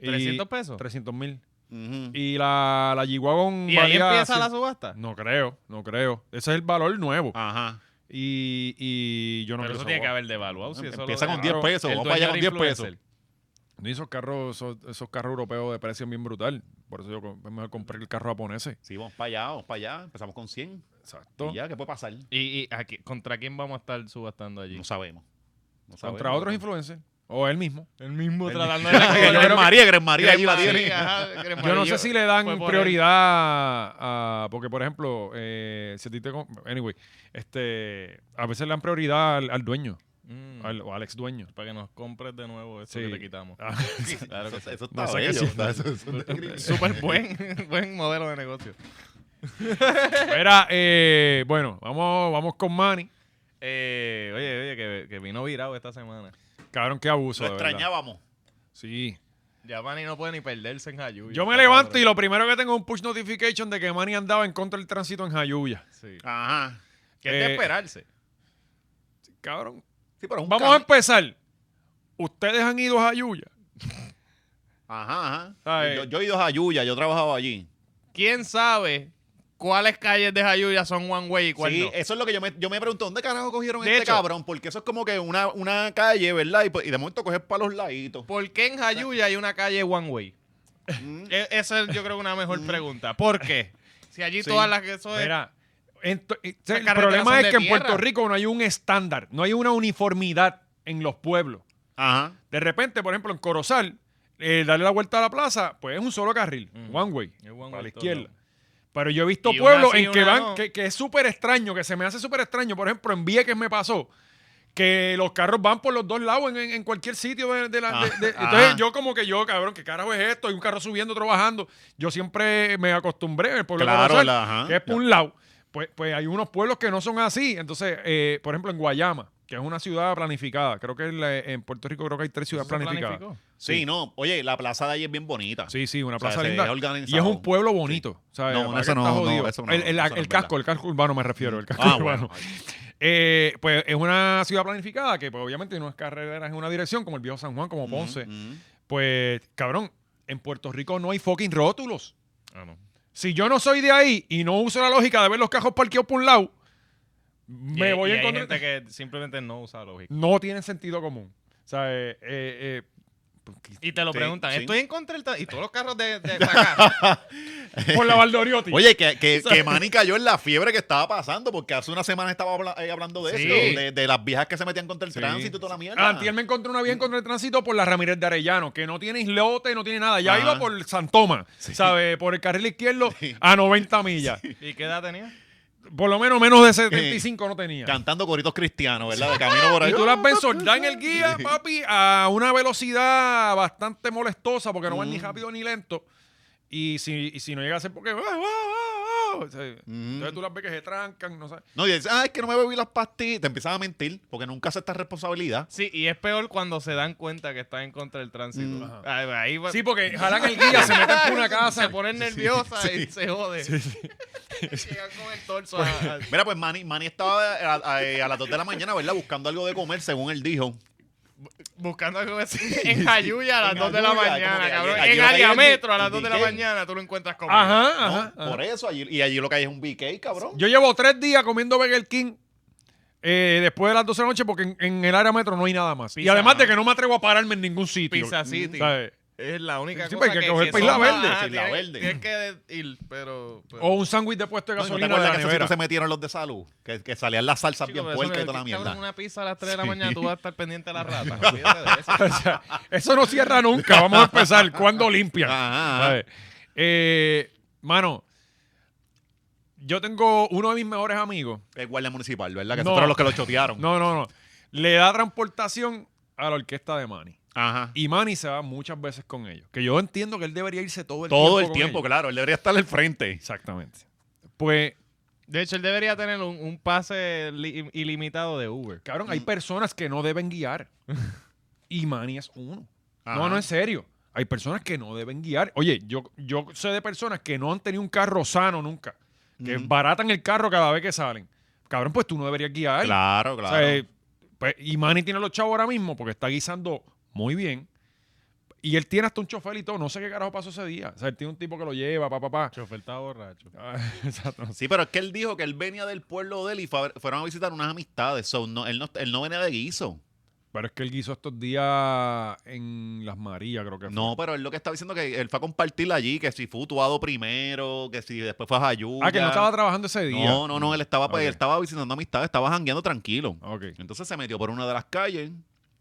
[SPEAKER 1] Y-
[SPEAKER 2] 300 pesos.
[SPEAKER 1] 300 mil.
[SPEAKER 3] Ujú.
[SPEAKER 1] Y la, la G-Wagon
[SPEAKER 2] Y ahí
[SPEAKER 1] valía
[SPEAKER 2] empieza
[SPEAKER 1] 100.
[SPEAKER 2] la subasta. Ah.
[SPEAKER 1] No creo, no creo. Ese es el valor nuevo.
[SPEAKER 3] Ajá.
[SPEAKER 1] Y, y yo no creo
[SPEAKER 2] Pero eso
[SPEAKER 1] esa
[SPEAKER 2] tiene que
[SPEAKER 1] guagua.
[SPEAKER 2] haber devaluado. Si eso
[SPEAKER 3] Empieza
[SPEAKER 2] lo-
[SPEAKER 3] con
[SPEAKER 1] diez
[SPEAKER 3] 10 pesos.
[SPEAKER 2] El
[SPEAKER 3] Vamos para allá con
[SPEAKER 2] dueño
[SPEAKER 3] 10
[SPEAKER 2] era
[SPEAKER 3] pesos.
[SPEAKER 2] influencer.
[SPEAKER 1] No, y esos carros, esos, esos carros europeos de precio bien brutal. Por eso yo com- es mejor comprar el carro japonés.
[SPEAKER 3] Sí, vamos para allá, vamos para allá. Empezamos con 100.
[SPEAKER 1] Exacto.
[SPEAKER 3] Y ya, ¿qué puede pasar?
[SPEAKER 2] ¿Y, y aquí- contra quién vamos a estar subastando allí?
[SPEAKER 3] No sabemos. No sabemos.
[SPEAKER 1] Contra otros influencers. O él mismo.
[SPEAKER 2] El mismo
[SPEAKER 1] (laughs)
[SPEAKER 2] tratando
[SPEAKER 3] Que Gres María, Gres María, allí la tiene.
[SPEAKER 2] tiene.
[SPEAKER 1] Yo no sé si le dan
[SPEAKER 2] Ah, fue por
[SPEAKER 1] prioridad a. Porque, por ejemplo, eh, si a ti te. con- Anyway, este, a veces le dan prioridad al, al dueño
[SPEAKER 3] Mm.
[SPEAKER 1] al- o al ex dueño.
[SPEAKER 2] Mm, Para que nos compres de nuevo eso
[SPEAKER 1] Sí.
[SPEAKER 2] que te quitamos.
[SPEAKER 1] Ah, (laughs)
[SPEAKER 2] Claro que
[SPEAKER 3] Eso,
[SPEAKER 2] sí.
[SPEAKER 3] eso
[SPEAKER 1] No
[SPEAKER 3] está
[SPEAKER 1] sé qué
[SPEAKER 3] bello.
[SPEAKER 1] sí.
[SPEAKER 3] está- eso- eso está
[SPEAKER 2] (laughs)
[SPEAKER 3] increíble.
[SPEAKER 2] Súper buen, (laughs) buen modelo de negocio.
[SPEAKER 1] Mira, eh, bueno, vamos, vamos con Manny.
[SPEAKER 2] Eh, oye, oye, que, que vino virado esta semana.
[SPEAKER 1] Cabrón, qué abuso.
[SPEAKER 3] Lo
[SPEAKER 1] de verdad.
[SPEAKER 3] extrañábamos.
[SPEAKER 1] Sí.
[SPEAKER 2] Ya Manny no puede ni perderse en Hayuya.
[SPEAKER 1] Yo me levanto y lo primero que tengo es un push notification de que Manny andaba en contra del tránsito en Jayuya.
[SPEAKER 2] Sí.
[SPEAKER 3] Ajá.
[SPEAKER 2] Que es
[SPEAKER 1] Eh,
[SPEAKER 2] de esperarse.
[SPEAKER 1] Cabrón.
[SPEAKER 3] Sí, pero es un
[SPEAKER 1] Vamos a
[SPEAKER 3] cami-
[SPEAKER 1] empezar. Ustedes han ido a Jayuya.
[SPEAKER 3] Ajá, ajá.
[SPEAKER 1] Ay.
[SPEAKER 3] Yo, yo he ido a Jayuya, yo trabajaba allí.
[SPEAKER 2] ¿Quién sabe cuáles calles de Hayuya son one way y cuáles
[SPEAKER 3] Sí,
[SPEAKER 2] no?
[SPEAKER 3] eso es lo que yo me, yo me pregunto, ¿dónde carajo cogieron
[SPEAKER 1] De
[SPEAKER 3] este
[SPEAKER 1] hecho-
[SPEAKER 3] cabrón? Porque eso es como que una, una calle, ¿verdad? Y, pues- y de momento coges para los laditos.
[SPEAKER 2] ¿Por qué en Hayuya hay una calle one way?
[SPEAKER 3] Mm.
[SPEAKER 2] E- Esa es, yo creo, una mejor pregunta. ¿Por qué? Si allí
[SPEAKER 3] Sí.
[SPEAKER 2] todas las que eso
[SPEAKER 1] Mm. (laughs)
[SPEAKER 2] es.
[SPEAKER 1] Mira, ento- eh,
[SPEAKER 2] Esas
[SPEAKER 1] el
[SPEAKER 2] carreteras
[SPEAKER 1] problema
[SPEAKER 2] son
[SPEAKER 1] es
[SPEAKER 2] de
[SPEAKER 1] que en
[SPEAKER 2] tierra.
[SPEAKER 1] Puerto Rico no hay un estándar, no hay una uniformidad en los pueblos.
[SPEAKER 3] Ajá.
[SPEAKER 1] De repente, por ejemplo, en Corozal, eh, darle la vuelta a la plaza, pues es un solo carril,
[SPEAKER 2] Mm.
[SPEAKER 1] one way,
[SPEAKER 2] Es one way
[SPEAKER 1] para la
[SPEAKER 2] en todos
[SPEAKER 1] izquierda. Pero yo he visto
[SPEAKER 2] Y una
[SPEAKER 1] pueblos
[SPEAKER 2] sí,
[SPEAKER 1] en que
[SPEAKER 2] una
[SPEAKER 1] van,
[SPEAKER 2] no.
[SPEAKER 1] que, que es súper extraño, que se me hace súper extraño. Por ejemplo, en Vieques me pasó que los carros van por los dos lados en, en- en cualquier sitio de, de la...
[SPEAKER 3] Ah,
[SPEAKER 1] de- de-
[SPEAKER 3] ajá.
[SPEAKER 1] entonces yo como que yo, cabrón, ¿qué carajo es esto? Y un carro subiendo, otro bajando. Yo siempre me acostumbré en el pueblo de
[SPEAKER 3] Claro,
[SPEAKER 1] Corozal,
[SPEAKER 3] la- ajá.
[SPEAKER 2] ah,
[SPEAKER 1] que es por un lado. Pues, pues hay unos pueblos que no son así. Entonces, eh, por ejemplo, en Guayama, que es una ciudad planificada. Creo que en, la- en Puerto Rico creo que hay tres ciudades
[SPEAKER 2] ¿Eso se
[SPEAKER 1] planificadas.
[SPEAKER 2] planificó?
[SPEAKER 3] Sí, no. Oye, la plaza de allí es bien bonita.
[SPEAKER 1] Sí, sí, una
[SPEAKER 3] O sea,
[SPEAKER 1] plaza
[SPEAKER 3] se
[SPEAKER 1] linda.
[SPEAKER 3] ve organizado.
[SPEAKER 1] Y es un pueblo bonito. ¿sabes?
[SPEAKER 3] No,
[SPEAKER 1] Para
[SPEAKER 3] eso
[SPEAKER 1] que
[SPEAKER 3] no,
[SPEAKER 1] está
[SPEAKER 3] no,
[SPEAKER 1] jodido.
[SPEAKER 3] eso no,
[SPEAKER 1] el, el-
[SPEAKER 3] eso no
[SPEAKER 1] el
[SPEAKER 3] es
[SPEAKER 1] casco, el casco urbano me refiero, el casco
[SPEAKER 3] (laughs) Ah,
[SPEAKER 1] urbano.
[SPEAKER 3] bueno.
[SPEAKER 1] Eh, pues es una ciudad planificada que pues, obviamente hay unas carreras en una dirección, como el viejo San Juan, como Ponce.
[SPEAKER 3] Mm, mm.
[SPEAKER 1] Pues, cabrón, en Puerto Rico no hay fucking rótulos.
[SPEAKER 2] Ah, no.
[SPEAKER 1] Si yo no soy de ahí y no uso la lógica de ver los cajos parqueados por un lado, me
[SPEAKER 2] Y-
[SPEAKER 1] voy
[SPEAKER 2] y
[SPEAKER 1] a
[SPEAKER 2] hay
[SPEAKER 1] encontrar
[SPEAKER 2] gente que simplemente no usa lógica.
[SPEAKER 1] no tiene sentido común. O sea, eh, eh, eh,
[SPEAKER 2] Y te lo
[SPEAKER 3] Sí,
[SPEAKER 2] preguntan,
[SPEAKER 3] sí.
[SPEAKER 2] estoy en contra del tra- Y todos los carros de,
[SPEAKER 1] (laughs)
[SPEAKER 2] de acá.
[SPEAKER 1] eh,
[SPEAKER 3] (laughs)
[SPEAKER 1] por la Valdoriotti.
[SPEAKER 3] Oye,
[SPEAKER 1] (laughs)
[SPEAKER 3] que, que, que Manny cayó en la fiebre que estaba pasando, porque hace una semana estaba habla- eh, hablando de
[SPEAKER 2] Sí.
[SPEAKER 3] eso, de, de las viejas que se metían contra el
[SPEAKER 1] Sí.
[SPEAKER 3] tránsito y toda la mierda.
[SPEAKER 1] Antier me encontré una vía en contra el tránsito por la Ramírez de Arellano, que no tiene islote, no tiene nada. Ya
[SPEAKER 3] Ajá.
[SPEAKER 1] iba por San Tomás, ¿sabes? Por el carril izquierdo a 90 millas.
[SPEAKER 2] ¿Y qué edad tenía?
[SPEAKER 1] Por lo menos menos de 75 no tenía.
[SPEAKER 3] Cantando coritos cristianos, ¿verdad? De camino Eh, por ahí.
[SPEAKER 1] (laughs) Y tú las ves soldar en el guía, papi, a una velocidad bastante molestosa porque no van ni
[SPEAKER 3] Mm.
[SPEAKER 1] rápido ni lento. Y si, y si no llega a ser porque... "Ah, ah, ah", o sea,
[SPEAKER 3] Mm.
[SPEAKER 1] Entonces tú las ves que se trancan, no sabes.
[SPEAKER 3] No, y dices, ah, es que no me bebí las pastillas. Te empiezan a mentir, porque nunca aceptas responsabilidad.
[SPEAKER 2] Sí, y es peor cuando se dan cuenta que están en contra del tránsito.
[SPEAKER 3] Mm.
[SPEAKER 2] Ajá. Ahí, va- ahí va-
[SPEAKER 1] Sí,
[SPEAKER 3] (laughs)
[SPEAKER 1] porque jalan el guía, se meten por una
[SPEAKER 2] (laughs) se
[SPEAKER 1] casa.
[SPEAKER 2] ponen nerviosa y se jode. (laughs) Llegan con el torso a- a-
[SPEAKER 3] Mira, pues Manny, Manny estaba a, a- eh, a las 2 de la mañana, ¿verdad? Buscando algo de comer, según él dijo.
[SPEAKER 2] buscando algo así
[SPEAKER 3] (laughs)
[SPEAKER 2] en Jayuya a las
[SPEAKER 3] En
[SPEAKER 2] 2 de la
[SPEAKER 3] Jayuya, como
[SPEAKER 2] mañana,
[SPEAKER 3] que
[SPEAKER 2] cabrón.
[SPEAKER 3] allí- allí
[SPEAKER 2] En
[SPEAKER 3] lo que hay es
[SPEAKER 2] Aliametro a
[SPEAKER 3] el
[SPEAKER 2] las 2 de la
[SPEAKER 3] BK.
[SPEAKER 2] mañana tú lo encuentras como.
[SPEAKER 1] Ajá,
[SPEAKER 3] ¿no?
[SPEAKER 1] ajá. ajá.
[SPEAKER 3] Por eso, allí, y allí lo que hay es un BK, cabrón.
[SPEAKER 1] Yo llevo tres días comiendo Burger King eh, después de las 12 de la noche porque en, en el área metro no hay nada más. y
[SPEAKER 2] Pizza,
[SPEAKER 1] además de
[SPEAKER 2] ajá.
[SPEAKER 1] que no me atrevo a pararme en ningún sitio. Mm,
[SPEAKER 2] Pizza City.
[SPEAKER 1] ¿sabes?
[SPEAKER 2] Es la única
[SPEAKER 1] Sí,
[SPEAKER 2] cosa
[SPEAKER 1] porque hay que coger pa' Isla
[SPEAKER 2] son-
[SPEAKER 1] Verde.
[SPEAKER 2] ajá,
[SPEAKER 3] Isla
[SPEAKER 2] tienes-
[SPEAKER 3] Verde. Oh,
[SPEAKER 2] Tienes que ir, pero. pero-
[SPEAKER 1] O un sándwich de puesto de
[SPEAKER 3] No, ¿no te
[SPEAKER 1] gasolina de
[SPEAKER 3] acuerdas
[SPEAKER 1] la
[SPEAKER 3] que esos
[SPEAKER 1] nevera.
[SPEAKER 3] sitios se metieron los de salud? Que, que salían las salsas
[SPEAKER 2] Chico, pero
[SPEAKER 3] bien
[SPEAKER 2] eso
[SPEAKER 3] puercas
[SPEAKER 2] me-
[SPEAKER 3] y toda la
[SPEAKER 2] si te abren
[SPEAKER 3] mierda.
[SPEAKER 2] una pizza a las 3 de la
[SPEAKER 3] Sí.
[SPEAKER 2] mañana, tú vas a estar pendiente de la
[SPEAKER 3] (laughs)
[SPEAKER 2] rata. Olvídate de eso.
[SPEAKER 1] (laughs) O sea, eso no cierra nunca. Vamos a empezar. ¿Cuándo
[SPEAKER 3] Ah,
[SPEAKER 1] limpian?
[SPEAKER 3] Ajá, ajá.
[SPEAKER 1] ¿Sabes? Eh, mano, yo tengo uno de mis mejores amigos.
[SPEAKER 3] Es guardia municipal, ¿verdad? Que
[SPEAKER 1] No.
[SPEAKER 3] esos fueron los que lo chotearon.
[SPEAKER 1] No, no, no. Le da transportación a la orquesta de Manny.
[SPEAKER 3] Ajá.
[SPEAKER 1] Y Manny se va muchas veces con ellos. Que yo entiendo que él debería irse todo el tiempo.
[SPEAKER 3] Todo el
[SPEAKER 1] con
[SPEAKER 3] tiempo,
[SPEAKER 1] ellos.
[SPEAKER 3] claro. Él debería estar al frente.
[SPEAKER 1] Exactamente. Pues,
[SPEAKER 2] De hecho, él debería tener un, un pase li- ilimitado de Uber.
[SPEAKER 1] cabrón, hay personas que no deben
[SPEAKER 3] (laughs)
[SPEAKER 1] guiar. Y Manny es uno. No,
[SPEAKER 3] Ajá.
[SPEAKER 1] no, en serio. Hay personas que no deben guiar. Oye, yo, yo sé de personas que no han tenido un carro sano nunca. Que
[SPEAKER 3] Ujú.
[SPEAKER 1] baratan el carro cada vez que salen. cabrón, pues tú no deberías guiar.
[SPEAKER 3] Claro,
[SPEAKER 1] O
[SPEAKER 3] claro.
[SPEAKER 1] sea, eh, pues, y Manny tiene los chavos ahora mismo porque está guisando muy bien. Y él tiene hasta un chofer y todo. No sé qué carajo pasó ese día. O sea, él tiene un tipo que lo lleva, pa, pa, pa.
[SPEAKER 2] Chofer está borracho.
[SPEAKER 1] Ah, (laughs) Exacto.
[SPEAKER 3] Sí, pero es que él dijo que él venía del pueblo de él y fa- fueron a visitar unas amistades. So, no, él, no, él no venía de guiso.
[SPEAKER 1] Pero es que él guiso estos días en Las Marías, creo que Pues fue.
[SPEAKER 3] No, pero él lo que está diciendo que él fue a compartir allí, que si fue Utuado primero, que si después fue a Jayuya.
[SPEAKER 1] Ah, que no estaba trabajando ese día.
[SPEAKER 3] No, no, no, él estaba, pues,
[SPEAKER 1] Ok.
[SPEAKER 3] él estaba visitando amistades, estaba jangueando tranquilo.
[SPEAKER 1] Ok.
[SPEAKER 3] Entonces se metió por una de las calles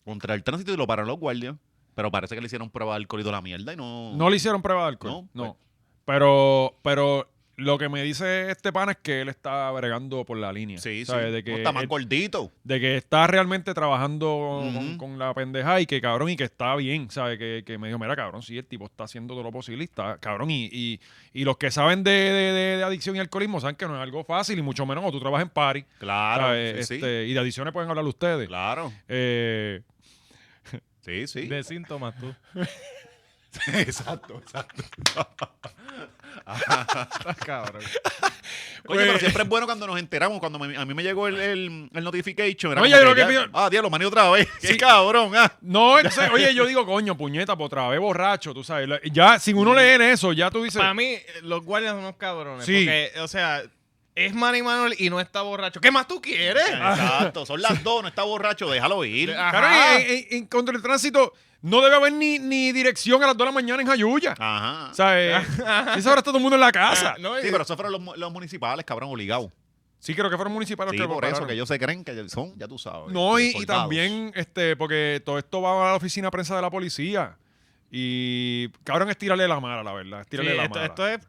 [SPEAKER 3] contra el tránsito y lo pararon los guardias. Pero parece que le hicieron prueba de alcohol y toda la mierda y no.
[SPEAKER 1] No le hicieron prueba de alcohol. No.
[SPEAKER 3] No, pues.
[SPEAKER 1] Pero, pero lo que me dice este pana es que él está bregando por la línea.
[SPEAKER 3] Sí, sí.
[SPEAKER 1] ¿sabes? De Eh,
[SPEAKER 3] No,
[SPEAKER 1] que,
[SPEAKER 3] está más
[SPEAKER 1] él-
[SPEAKER 3] gordito.
[SPEAKER 1] de que está realmente trabajando con,
[SPEAKER 3] Ujú.
[SPEAKER 1] con la pendeja y que cabrón y que está bien, ¿sabes? Que, que me dijo, mira, cabrón, sí, el tipo está haciendo todo lo posible, y está, cabrón. Y, y, y los que saben de, de- de- de adicción y alcoholismo saben que no es algo fácil y mucho menos cuando tú trabajas en party.
[SPEAKER 3] Claro.
[SPEAKER 1] ¿sabes?
[SPEAKER 3] Sí, sí.
[SPEAKER 1] Este, Y de adicciones pueden hablar ustedes.
[SPEAKER 3] Claro.
[SPEAKER 1] Eh,
[SPEAKER 3] Sí, sí.
[SPEAKER 2] De síntomas tú.
[SPEAKER 3] (laughs)
[SPEAKER 1] (laughs)
[SPEAKER 3] exacto, exacto.
[SPEAKER 2] Estás Ah, cabrón.
[SPEAKER 3] Coño,
[SPEAKER 1] Pues
[SPEAKER 3] pero siempre es bueno cuando nos enteramos. Cuando me- a mí me llegó el, el, el notification. era
[SPEAKER 1] Oye,
[SPEAKER 3] como
[SPEAKER 1] lo que
[SPEAKER 3] ya-
[SPEAKER 1] pidió-
[SPEAKER 3] Ah, diablo, maní otra vez. (laughs)
[SPEAKER 1] Sí.
[SPEAKER 3] Qué cabrón, ah.
[SPEAKER 1] No, entonces, oye, yo digo, coño, puñeta, por otra vez borracho, tú sabes. la- Ya, sin uno leer eso, ya tú dices.
[SPEAKER 2] Para mí, eh, los guardias son unos cabrones.
[SPEAKER 1] Sí.
[SPEAKER 2] Porque, o sea, es Manny Manuel y no está borracho. ¿Qué más tú quieres?
[SPEAKER 3] Exacto. Son las dos, no está borracho, déjalo ir.
[SPEAKER 2] Ah.
[SPEAKER 1] Claro,
[SPEAKER 2] ajá.
[SPEAKER 1] en, en- en contra el tránsito no debe haber ni, ni dirección a las 2 de la mañana en Jayuya.
[SPEAKER 3] Ajá.
[SPEAKER 1] O sea, eh, esa hora está todo el mundo en la casa.
[SPEAKER 3] (laughs)
[SPEAKER 2] Ah, no,
[SPEAKER 3] Sí,
[SPEAKER 2] y-
[SPEAKER 3] pero esos fueron los, mu- los municipales, cabrón, obligado.
[SPEAKER 1] Sí, creo que fueron municipales
[SPEAKER 3] Sí,
[SPEAKER 1] los que
[SPEAKER 3] por eso,
[SPEAKER 1] compraron.
[SPEAKER 3] que ellos se creen que son, ya tú sabes.
[SPEAKER 1] No, y, y
[SPEAKER 3] soldados.
[SPEAKER 1] también, este, porque todo esto va a la oficina de prensa de la policía. Y, cabrón, es tirarle la mara, la verdad. Es tirarle
[SPEAKER 2] Sí,
[SPEAKER 1] la
[SPEAKER 2] esto,
[SPEAKER 1] mala.
[SPEAKER 2] esto es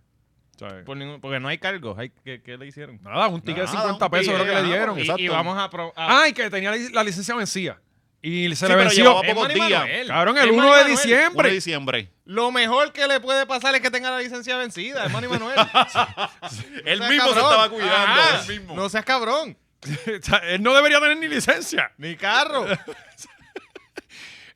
[SPEAKER 1] ¿sabes?
[SPEAKER 2] por ningún- porque no hay cargos. Hay, ¿qué, qué le hicieron?
[SPEAKER 1] Nada, un ticket de
[SPEAKER 3] Nada,
[SPEAKER 1] 50
[SPEAKER 3] un
[SPEAKER 1] pesos creo
[SPEAKER 3] ticket,
[SPEAKER 1] que le
[SPEAKER 3] ajá,
[SPEAKER 1] dieron.
[SPEAKER 2] Y-
[SPEAKER 3] exacto. Ah,
[SPEAKER 2] Y, vamos a... pro- a-
[SPEAKER 1] Ay, que tenía la lic- la licencia vencida. Y se
[SPEAKER 3] Sí,
[SPEAKER 1] le
[SPEAKER 3] pero
[SPEAKER 1] venció.
[SPEAKER 3] llevaba
[SPEAKER 2] Es
[SPEAKER 3] pocos
[SPEAKER 2] Manny
[SPEAKER 3] días.
[SPEAKER 2] Manuel.
[SPEAKER 1] Cabrón,
[SPEAKER 2] Es
[SPEAKER 1] el
[SPEAKER 2] Manny
[SPEAKER 1] 1 de
[SPEAKER 2] Manuel.
[SPEAKER 3] 1 de
[SPEAKER 1] diciembre.
[SPEAKER 3] diciembre.
[SPEAKER 2] Lo mejor que le puede pasar es que tenga la licencia vencida, hermano
[SPEAKER 3] (laughs)
[SPEAKER 2] Manuel.
[SPEAKER 3] Él
[SPEAKER 2] seas
[SPEAKER 3] mismo se
[SPEAKER 2] cabrón.
[SPEAKER 3] estaba cuidando,
[SPEAKER 2] Ajá.
[SPEAKER 3] él mismo.
[SPEAKER 2] No seas cabrón.
[SPEAKER 1] (laughs) O sea, Él no debería tener ni licencia.
[SPEAKER 2] Ni
[SPEAKER 3] (laughs)
[SPEAKER 2] carro.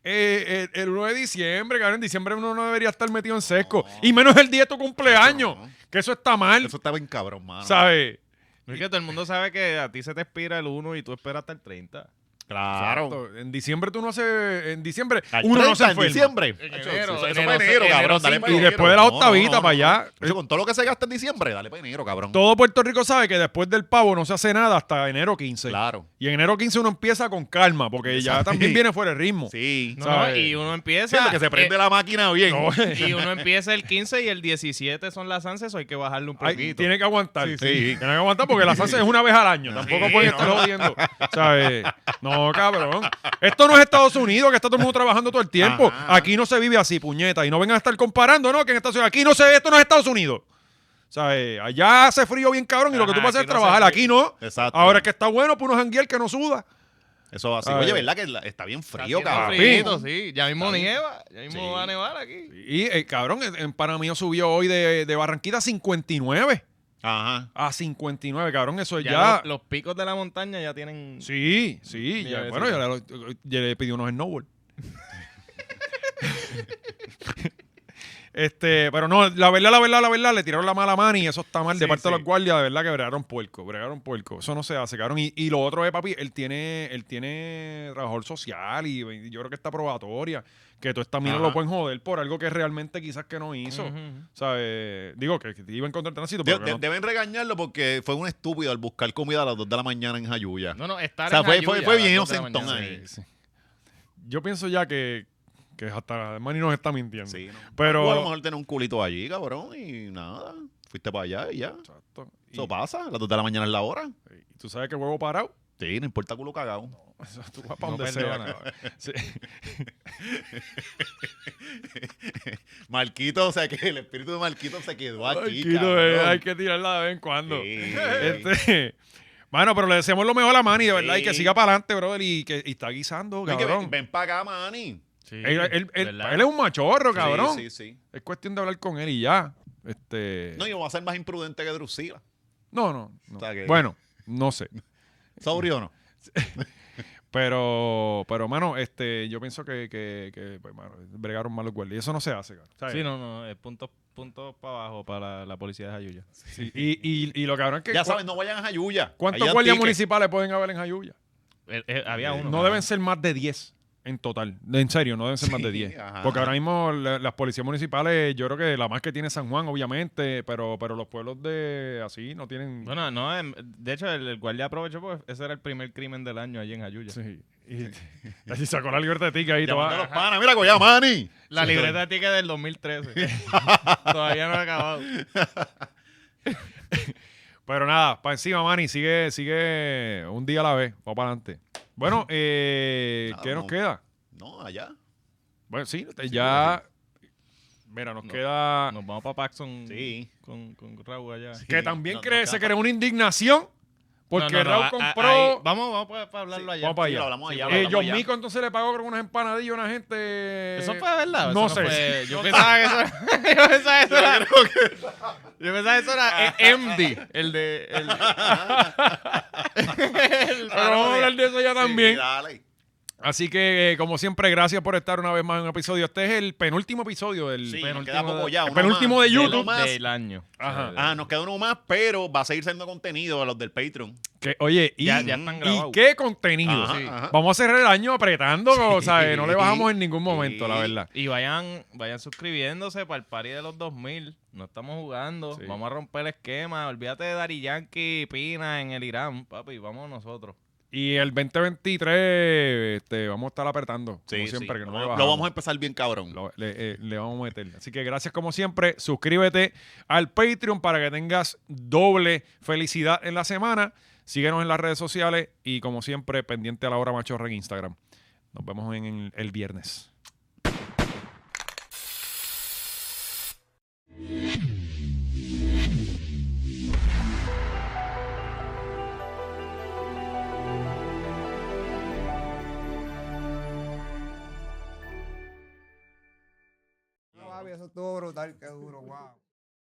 [SPEAKER 1] Eh, eh, el 1 de diciembre, cabrón, en diciembre uno no debería estar metido en sesco. Y menos el día de tu cumpleaños.
[SPEAKER 3] Eso no.
[SPEAKER 1] Que eso está mal,
[SPEAKER 3] Eso estaba en cabrón, mano.
[SPEAKER 1] ¿sabes?
[SPEAKER 2] Es que todo el mundo sabe que a ti se te expira el 1 y tú esperas hasta el 30.
[SPEAKER 3] Claro.
[SPEAKER 1] Exacto. En diciembre tú no se... En diciembre
[SPEAKER 3] Al
[SPEAKER 1] uno no
[SPEAKER 3] 30
[SPEAKER 1] se
[SPEAKER 3] en
[SPEAKER 1] enferma.
[SPEAKER 3] diciembre.
[SPEAKER 2] En enero,
[SPEAKER 3] Eso- eso- eso
[SPEAKER 2] enero,
[SPEAKER 3] fue enero,
[SPEAKER 2] enero,
[SPEAKER 3] cabrón. dale
[SPEAKER 2] cinco.
[SPEAKER 3] pa'
[SPEAKER 2] Y
[SPEAKER 3] enero.
[SPEAKER 1] después de la
[SPEAKER 3] No, no,
[SPEAKER 1] octavita para
[SPEAKER 3] no, no.
[SPEAKER 1] allá. eh.
[SPEAKER 3] Eso, con todo lo que se gasta en diciembre, dale para enero, cabrón.
[SPEAKER 1] Todo Puerto Rico sabe que después del pavo no se hace nada hasta enero 15.
[SPEAKER 3] Claro.
[SPEAKER 1] Y en enero 15 uno empieza con calma, porque ya
[SPEAKER 3] Exacto.
[SPEAKER 1] también viene fuera el ritmo.
[SPEAKER 3] Sí.
[SPEAKER 2] No,
[SPEAKER 1] ¿Sabes?
[SPEAKER 2] no, y uno
[SPEAKER 3] Sí,
[SPEAKER 2] empieza.
[SPEAKER 3] lo que se prende la máquina bien.
[SPEAKER 1] Eh, No,
[SPEAKER 2] eh, Y uno empieza el 15 y el 17 son las anses, hay que bajarle un
[SPEAKER 1] Ay,
[SPEAKER 2] poquito.
[SPEAKER 1] tiene que aguantar.
[SPEAKER 3] Sí, sí.
[SPEAKER 1] Tiene que aguantar porque la salsa es una vez al año. Tampoco
[SPEAKER 2] Sí,
[SPEAKER 1] pueden
[SPEAKER 2] no.
[SPEAKER 1] estar jodiendo. ¿Sabes? No, cabrón. Esto no es Estados Unidos, que está todo el mundo trabajando todo el tiempo.
[SPEAKER 3] Ajá.
[SPEAKER 1] Aquí no se vive así, puñeta. Y no vengan a estar comparando, ¿no? Que en Estados Unidos. Aquí no se esto no es Estados Unidos. ¿Sabes? Allá hace frío bien cabrón y lo que tú
[SPEAKER 2] Ajá,
[SPEAKER 1] vas a hacer es
[SPEAKER 2] aquí no
[SPEAKER 1] trabajar.
[SPEAKER 2] hace
[SPEAKER 1] Aquí no.
[SPEAKER 3] Exacto.
[SPEAKER 1] Ahora es que está bueno por unos janguiel que no suda.
[SPEAKER 3] Eso así.
[SPEAKER 1] Ay.
[SPEAKER 3] Oye, ¿verdad que la- está bien
[SPEAKER 2] Está
[SPEAKER 3] frío,
[SPEAKER 2] haciendo
[SPEAKER 3] cabrón?
[SPEAKER 2] friito, sí. Ya mismo nieva. Ya mismo
[SPEAKER 3] Sí.
[SPEAKER 2] va a nevar aquí.
[SPEAKER 1] Y eh, cabrón, en- en Panamá subió hoy de, de Barranquita a 59.
[SPEAKER 3] Ajá.
[SPEAKER 1] A 59, cabrón. Eso es
[SPEAKER 2] Ya,
[SPEAKER 1] ya.
[SPEAKER 2] Los, los picos de la montaña ya tienen.
[SPEAKER 1] Sí, sí. ya-
[SPEAKER 2] Nievecita.
[SPEAKER 1] bueno, ya le, ya le pedí unos
[SPEAKER 3] (laughs)
[SPEAKER 1] snowboard. este, pero no, la verdad, la verdad, la verdad, le tiraron la mala mano y eso está mal de
[SPEAKER 2] Sí,
[SPEAKER 1] parte de
[SPEAKER 2] sí.
[SPEAKER 1] los guardias, de verdad que bregaron puerco, bregaron puerco. Eso no se hace, cabrón. Y, y lo otro es, papi, él tiene, él tiene trabajador social y, y yo creo que está probatoria, que toda esta mina
[SPEAKER 3] Ajá.
[SPEAKER 1] lo pueden joder por algo que realmente quizás que no hizo.
[SPEAKER 2] Ujú.
[SPEAKER 1] ¿Sabes? Digo que, que iba en contra del tránsito,
[SPEAKER 3] De-
[SPEAKER 1] pero que
[SPEAKER 3] de-
[SPEAKER 1] no-
[SPEAKER 3] deben regañarlo porque fue un estúpido al buscar comida a las 2 de la mañana en Jayuya.
[SPEAKER 2] No, no, estar
[SPEAKER 3] O sea,
[SPEAKER 2] en
[SPEAKER 3] fue- fue-
[SPEAKER 2] Ayuya
[SPEAKER 3] fue
[SPEAKER 2] a las
[SPEAKER 3] bien
[SPEAKER 2] dos de la
[SPEAKER 3] inocentón
[SPEAKER 2] mañana.
[SPEAKER 3] ahí.
[SPEAKER 1] Sí. Yo pienso ya que, que hasta Manny nos está mintiendo.
[SPEAKER 3] Sí, no.
[SPEAKER 1] Pero-
[SPEAKER 3] O a lo mejor tener un culito allí, cabrón, y nada. Fuiste para allá y ya.
[SPEAKER 1] Exacto. Y, eh,
[SPEAKER 3] Eso pasa, a las 2 de la mañana es la hora.
[SPEAKER 1] y tú sabes que huevo parado. (laughs)
[SPEAKER 3] Sí, no importa culo cagado.
[SPEAKER 1] Eso tú vas para
[SPEAKER 2] No
[SPEAKER 1] donde sea.
[SPEAKER 2] perdona.
[SPEAKER 1] cabrón. Sí.
[SPEAKER 3] (laughs) Marquito, o sea que el espíritu de Marquito se quedó aquí.
[SPEAKER 1] Ay, Kino, eh, hay que tirarla de vez en cuando. (laughs) Este, Bueno, pero le deseamos lo mejor a Manny, de verdad, y que
[SPEAKER 3] Sí.
[SPEAKER 1] siga para adelante, brother, y que y está guisando,
[SPEAKER 3] ven,
[SPEAKER 1] cabrón.
[SPEAKER 3] ven para acá, Manny.
[SPEAKER 2] Sí,
[SPEAKER 1] Él, él- él-
[SPEAKER 2] ¿verdad?
[SPEAKER 1] él es un machorro, cabrón.
[SPEAKER 3] Sí, sí, sí.
[SPEAKER 1] Es cuestión de hablar con él y ya. Este,
[SPEAKER 3] No, yo voy a ser más imprudente que Drusila.
[SPEAKER 1] no, no. no.
[SPEAKER 3] O sea que-
[SPEAKER 1] Bueno, no sé.
[SPEAKER 3] ¿Sobrio o no?
[SPEAKER 1] Pero, pero, mano, este, yo pienso que, que, que, pues, mano, bregaron mal los guardias. Y Eso no se hace, cabrón. O sea,
[SPEAKER 2] Sí, no, no, es punto, puntos para abajo para la, la policía de Jayuya.
[SPEAKER 1] Sí, Y, y, y lo cabrón es que.
[SPEAKER 3] Ya
[SPEAKER 1] cua-
[SPEAKER 3] saben, no vayan a Jayuya.
[SPEAKER 1] ¿Cuántos
[SPEAKER 3] Allá
[SPEAKER 1] guardias
[SPEAKER 3] pique.
[SPEAKER 1] municipales pueden haber en Jayuya?
[SPEAKER 2] Eh, eh, había uno.
[SPEAKER 1] No deben ser más de 10 en total. De- En serio, no deben ser más de
[SPEAKER 3] Sí,
[SPEAKER 1] 10.
[SPEAKER 3] (laughs) ajá.
[SPEAKER 1] Porque ahora mismo la- las policías municipales, yo creo que la más que tiene San Juan, obviamente, pero, pero los pueblos de así no tienen.
[SPEAKER 2] Bueno, no, em, de hecho el, el guardia aprovechó porque ese era el primer crimen del año allí en Jayuya.
[SPEAKER 1] Sí. Y, (laughs) y sacó la libertad de tica ahí.
[SPEAKER 3] Llamando a
[SPEAKER 1] toda-
[SPEAKER 3] los panas. Mira, Goya Mani.
[SPEAKER 2] La libreta de ticket del 2013. (laughs) Todavía no ha
[SPEAKER 3] (laughs)
[SPEAKER 2] acabado.
[SPEAKER 1] Pero nada, para encima, Manny, sigue, sigue un día a la vez, va para adelante.
[SPEAKER 3] (laughs)
[SPEAKER 1] Bueno, eh,
[SPEAKER 3] Nada,
[SPEAKER 1] ¿qué nos
[SPEAKER 3] no.
[SPEAKER 1] queda?
[SPEAKER 3] No, allá.
[SPEAKER 1] Bueno, sí, ya. Mira, nos
[SPEAKER 2] No.
[SPEAKER 1] queda.
[SPEAKER 2] Nos vamos para Paxson
[SPEAKER 3] Sí.
[SPEAKER 2] con, con Raúl allá.
[SPEAKER 3] Sí.
[SPEAKER 1] Que también
[SPEAKER 3] No, no,
[SPEAKER 1] cree, se
[SPEAKER 3] cada-
[SPEAKER 1] creó una indignación porque
[SPEAKER 2] No, no, no,
[SPEAKER 1] Raúl
[SPEAKER 2] a- a-
[SPEAKER 1] compró.
[SPEAKER 2] ahí- vamos, vamos para, hablarlo allá.
[SPEAKER 1] Vamos para
[SPEAKER 3] Sí,
[SPEAKER 1] allá.
[SPEAKER 3] lo hablamos allá,
[SPEAKER 1] Eh,
[SPEAKER 3] lo hablamos
[SPEAKER 1] John
[SPEAKER 3] allá.
[SPEAKER 1] Mico entonces le pagó con unas empanadillas a una gente.
[SPEAKER 2] Eso fue verdad.
[SPEAKER 1] No
[SPEAKER 2] Eso
[SPEAKER 1] sé. (laughs)
[SPEAKER 2] fue- yo pensaba que eso era. (laughs) Yo pensaba que eso era. Yo pensaba que eso era eh, MD, el de. El, el-
[SPEAKER 1] Pero vamos a hablar de eso ya también.
[SPEAKER 3] Sí, dale.
[SPEAKER 1] Así que, eh, como siempre, gracias por estar una vez más en un episodio. Este es el penúltimo episodio del.
[SPEAKER 3] Sí,
[SPEAKER 1] penúltimo
[SPEAKER 3] nos queda poco
[SPEAKER 1] de-
[SPEAKER 3] ya,
[SPEAKER 1] el
[SPEAKER 3] uno
[SPEAKER 1] penúltimo (laughs)
[SPEAKER 3] más.
[SPEAKER 1] de YouTube.
[SPEAKER 3] más.
[SPEAKER 2] del año.
[SPEAKER 1] Ajá.
[SPEAKER 3] Ah, nos queda uno más, pero va a seguir siendo contenido a los del Patreon.
[SPEAKER 1] Que, oye, y,
[SPEAKER 2] ya, ya están
[SPEAKER 1] y
[SPEAKER 2] grabados.
[SPEAKER 1] qué contenido.
[SPEAKER 3] Ajá,
[SPEAKER 2] sí.
[SPEAKER 3] ajá.
[SPEAKER 1] Vamos a cerrar el año apretando, o sea, eh, no le bajamos en ningún
[SPEAKER 3] Sí.
[SPEAKER 1] momento, la verdad.
[SPEAKER 2] Y vayan, vayan suscribiéndose para el party de los 2000. No estamos jugando.
[SPEAKER 1] Sí.
[SPEAKER 2] Vamos a romper el esquema. Olvídate de Dari Yankee y Pina en el Irán, papi. Vamos nosotros.
[SPEAKER 1] Y el 2023 este, vamos a estar apretando,
[SPEAKER 3] Sí,
[SPEAKER 1] como
[SPEAKER 3] sí.
[SPEAKER 1] siempre, que no le
[SPEAKER 3] lo,
[SPEAKER 1] bajamos.
[SPEAKER 3] lo vamos a empezar bien cabrón.
[SPEAKER 1] Lo- le, eh, le vamos a meter. Así que gracias como siempre. Suscríbete al Patreon para que tengas doble felicidad en la semana. Síguenos en las redes sociales y como siempre, pendiente a la hora machorra en Instagram. Nos vemos en el- el viernes.
[SPEAKER 5] Guau, eso estuvo brutal, qué duro, wow.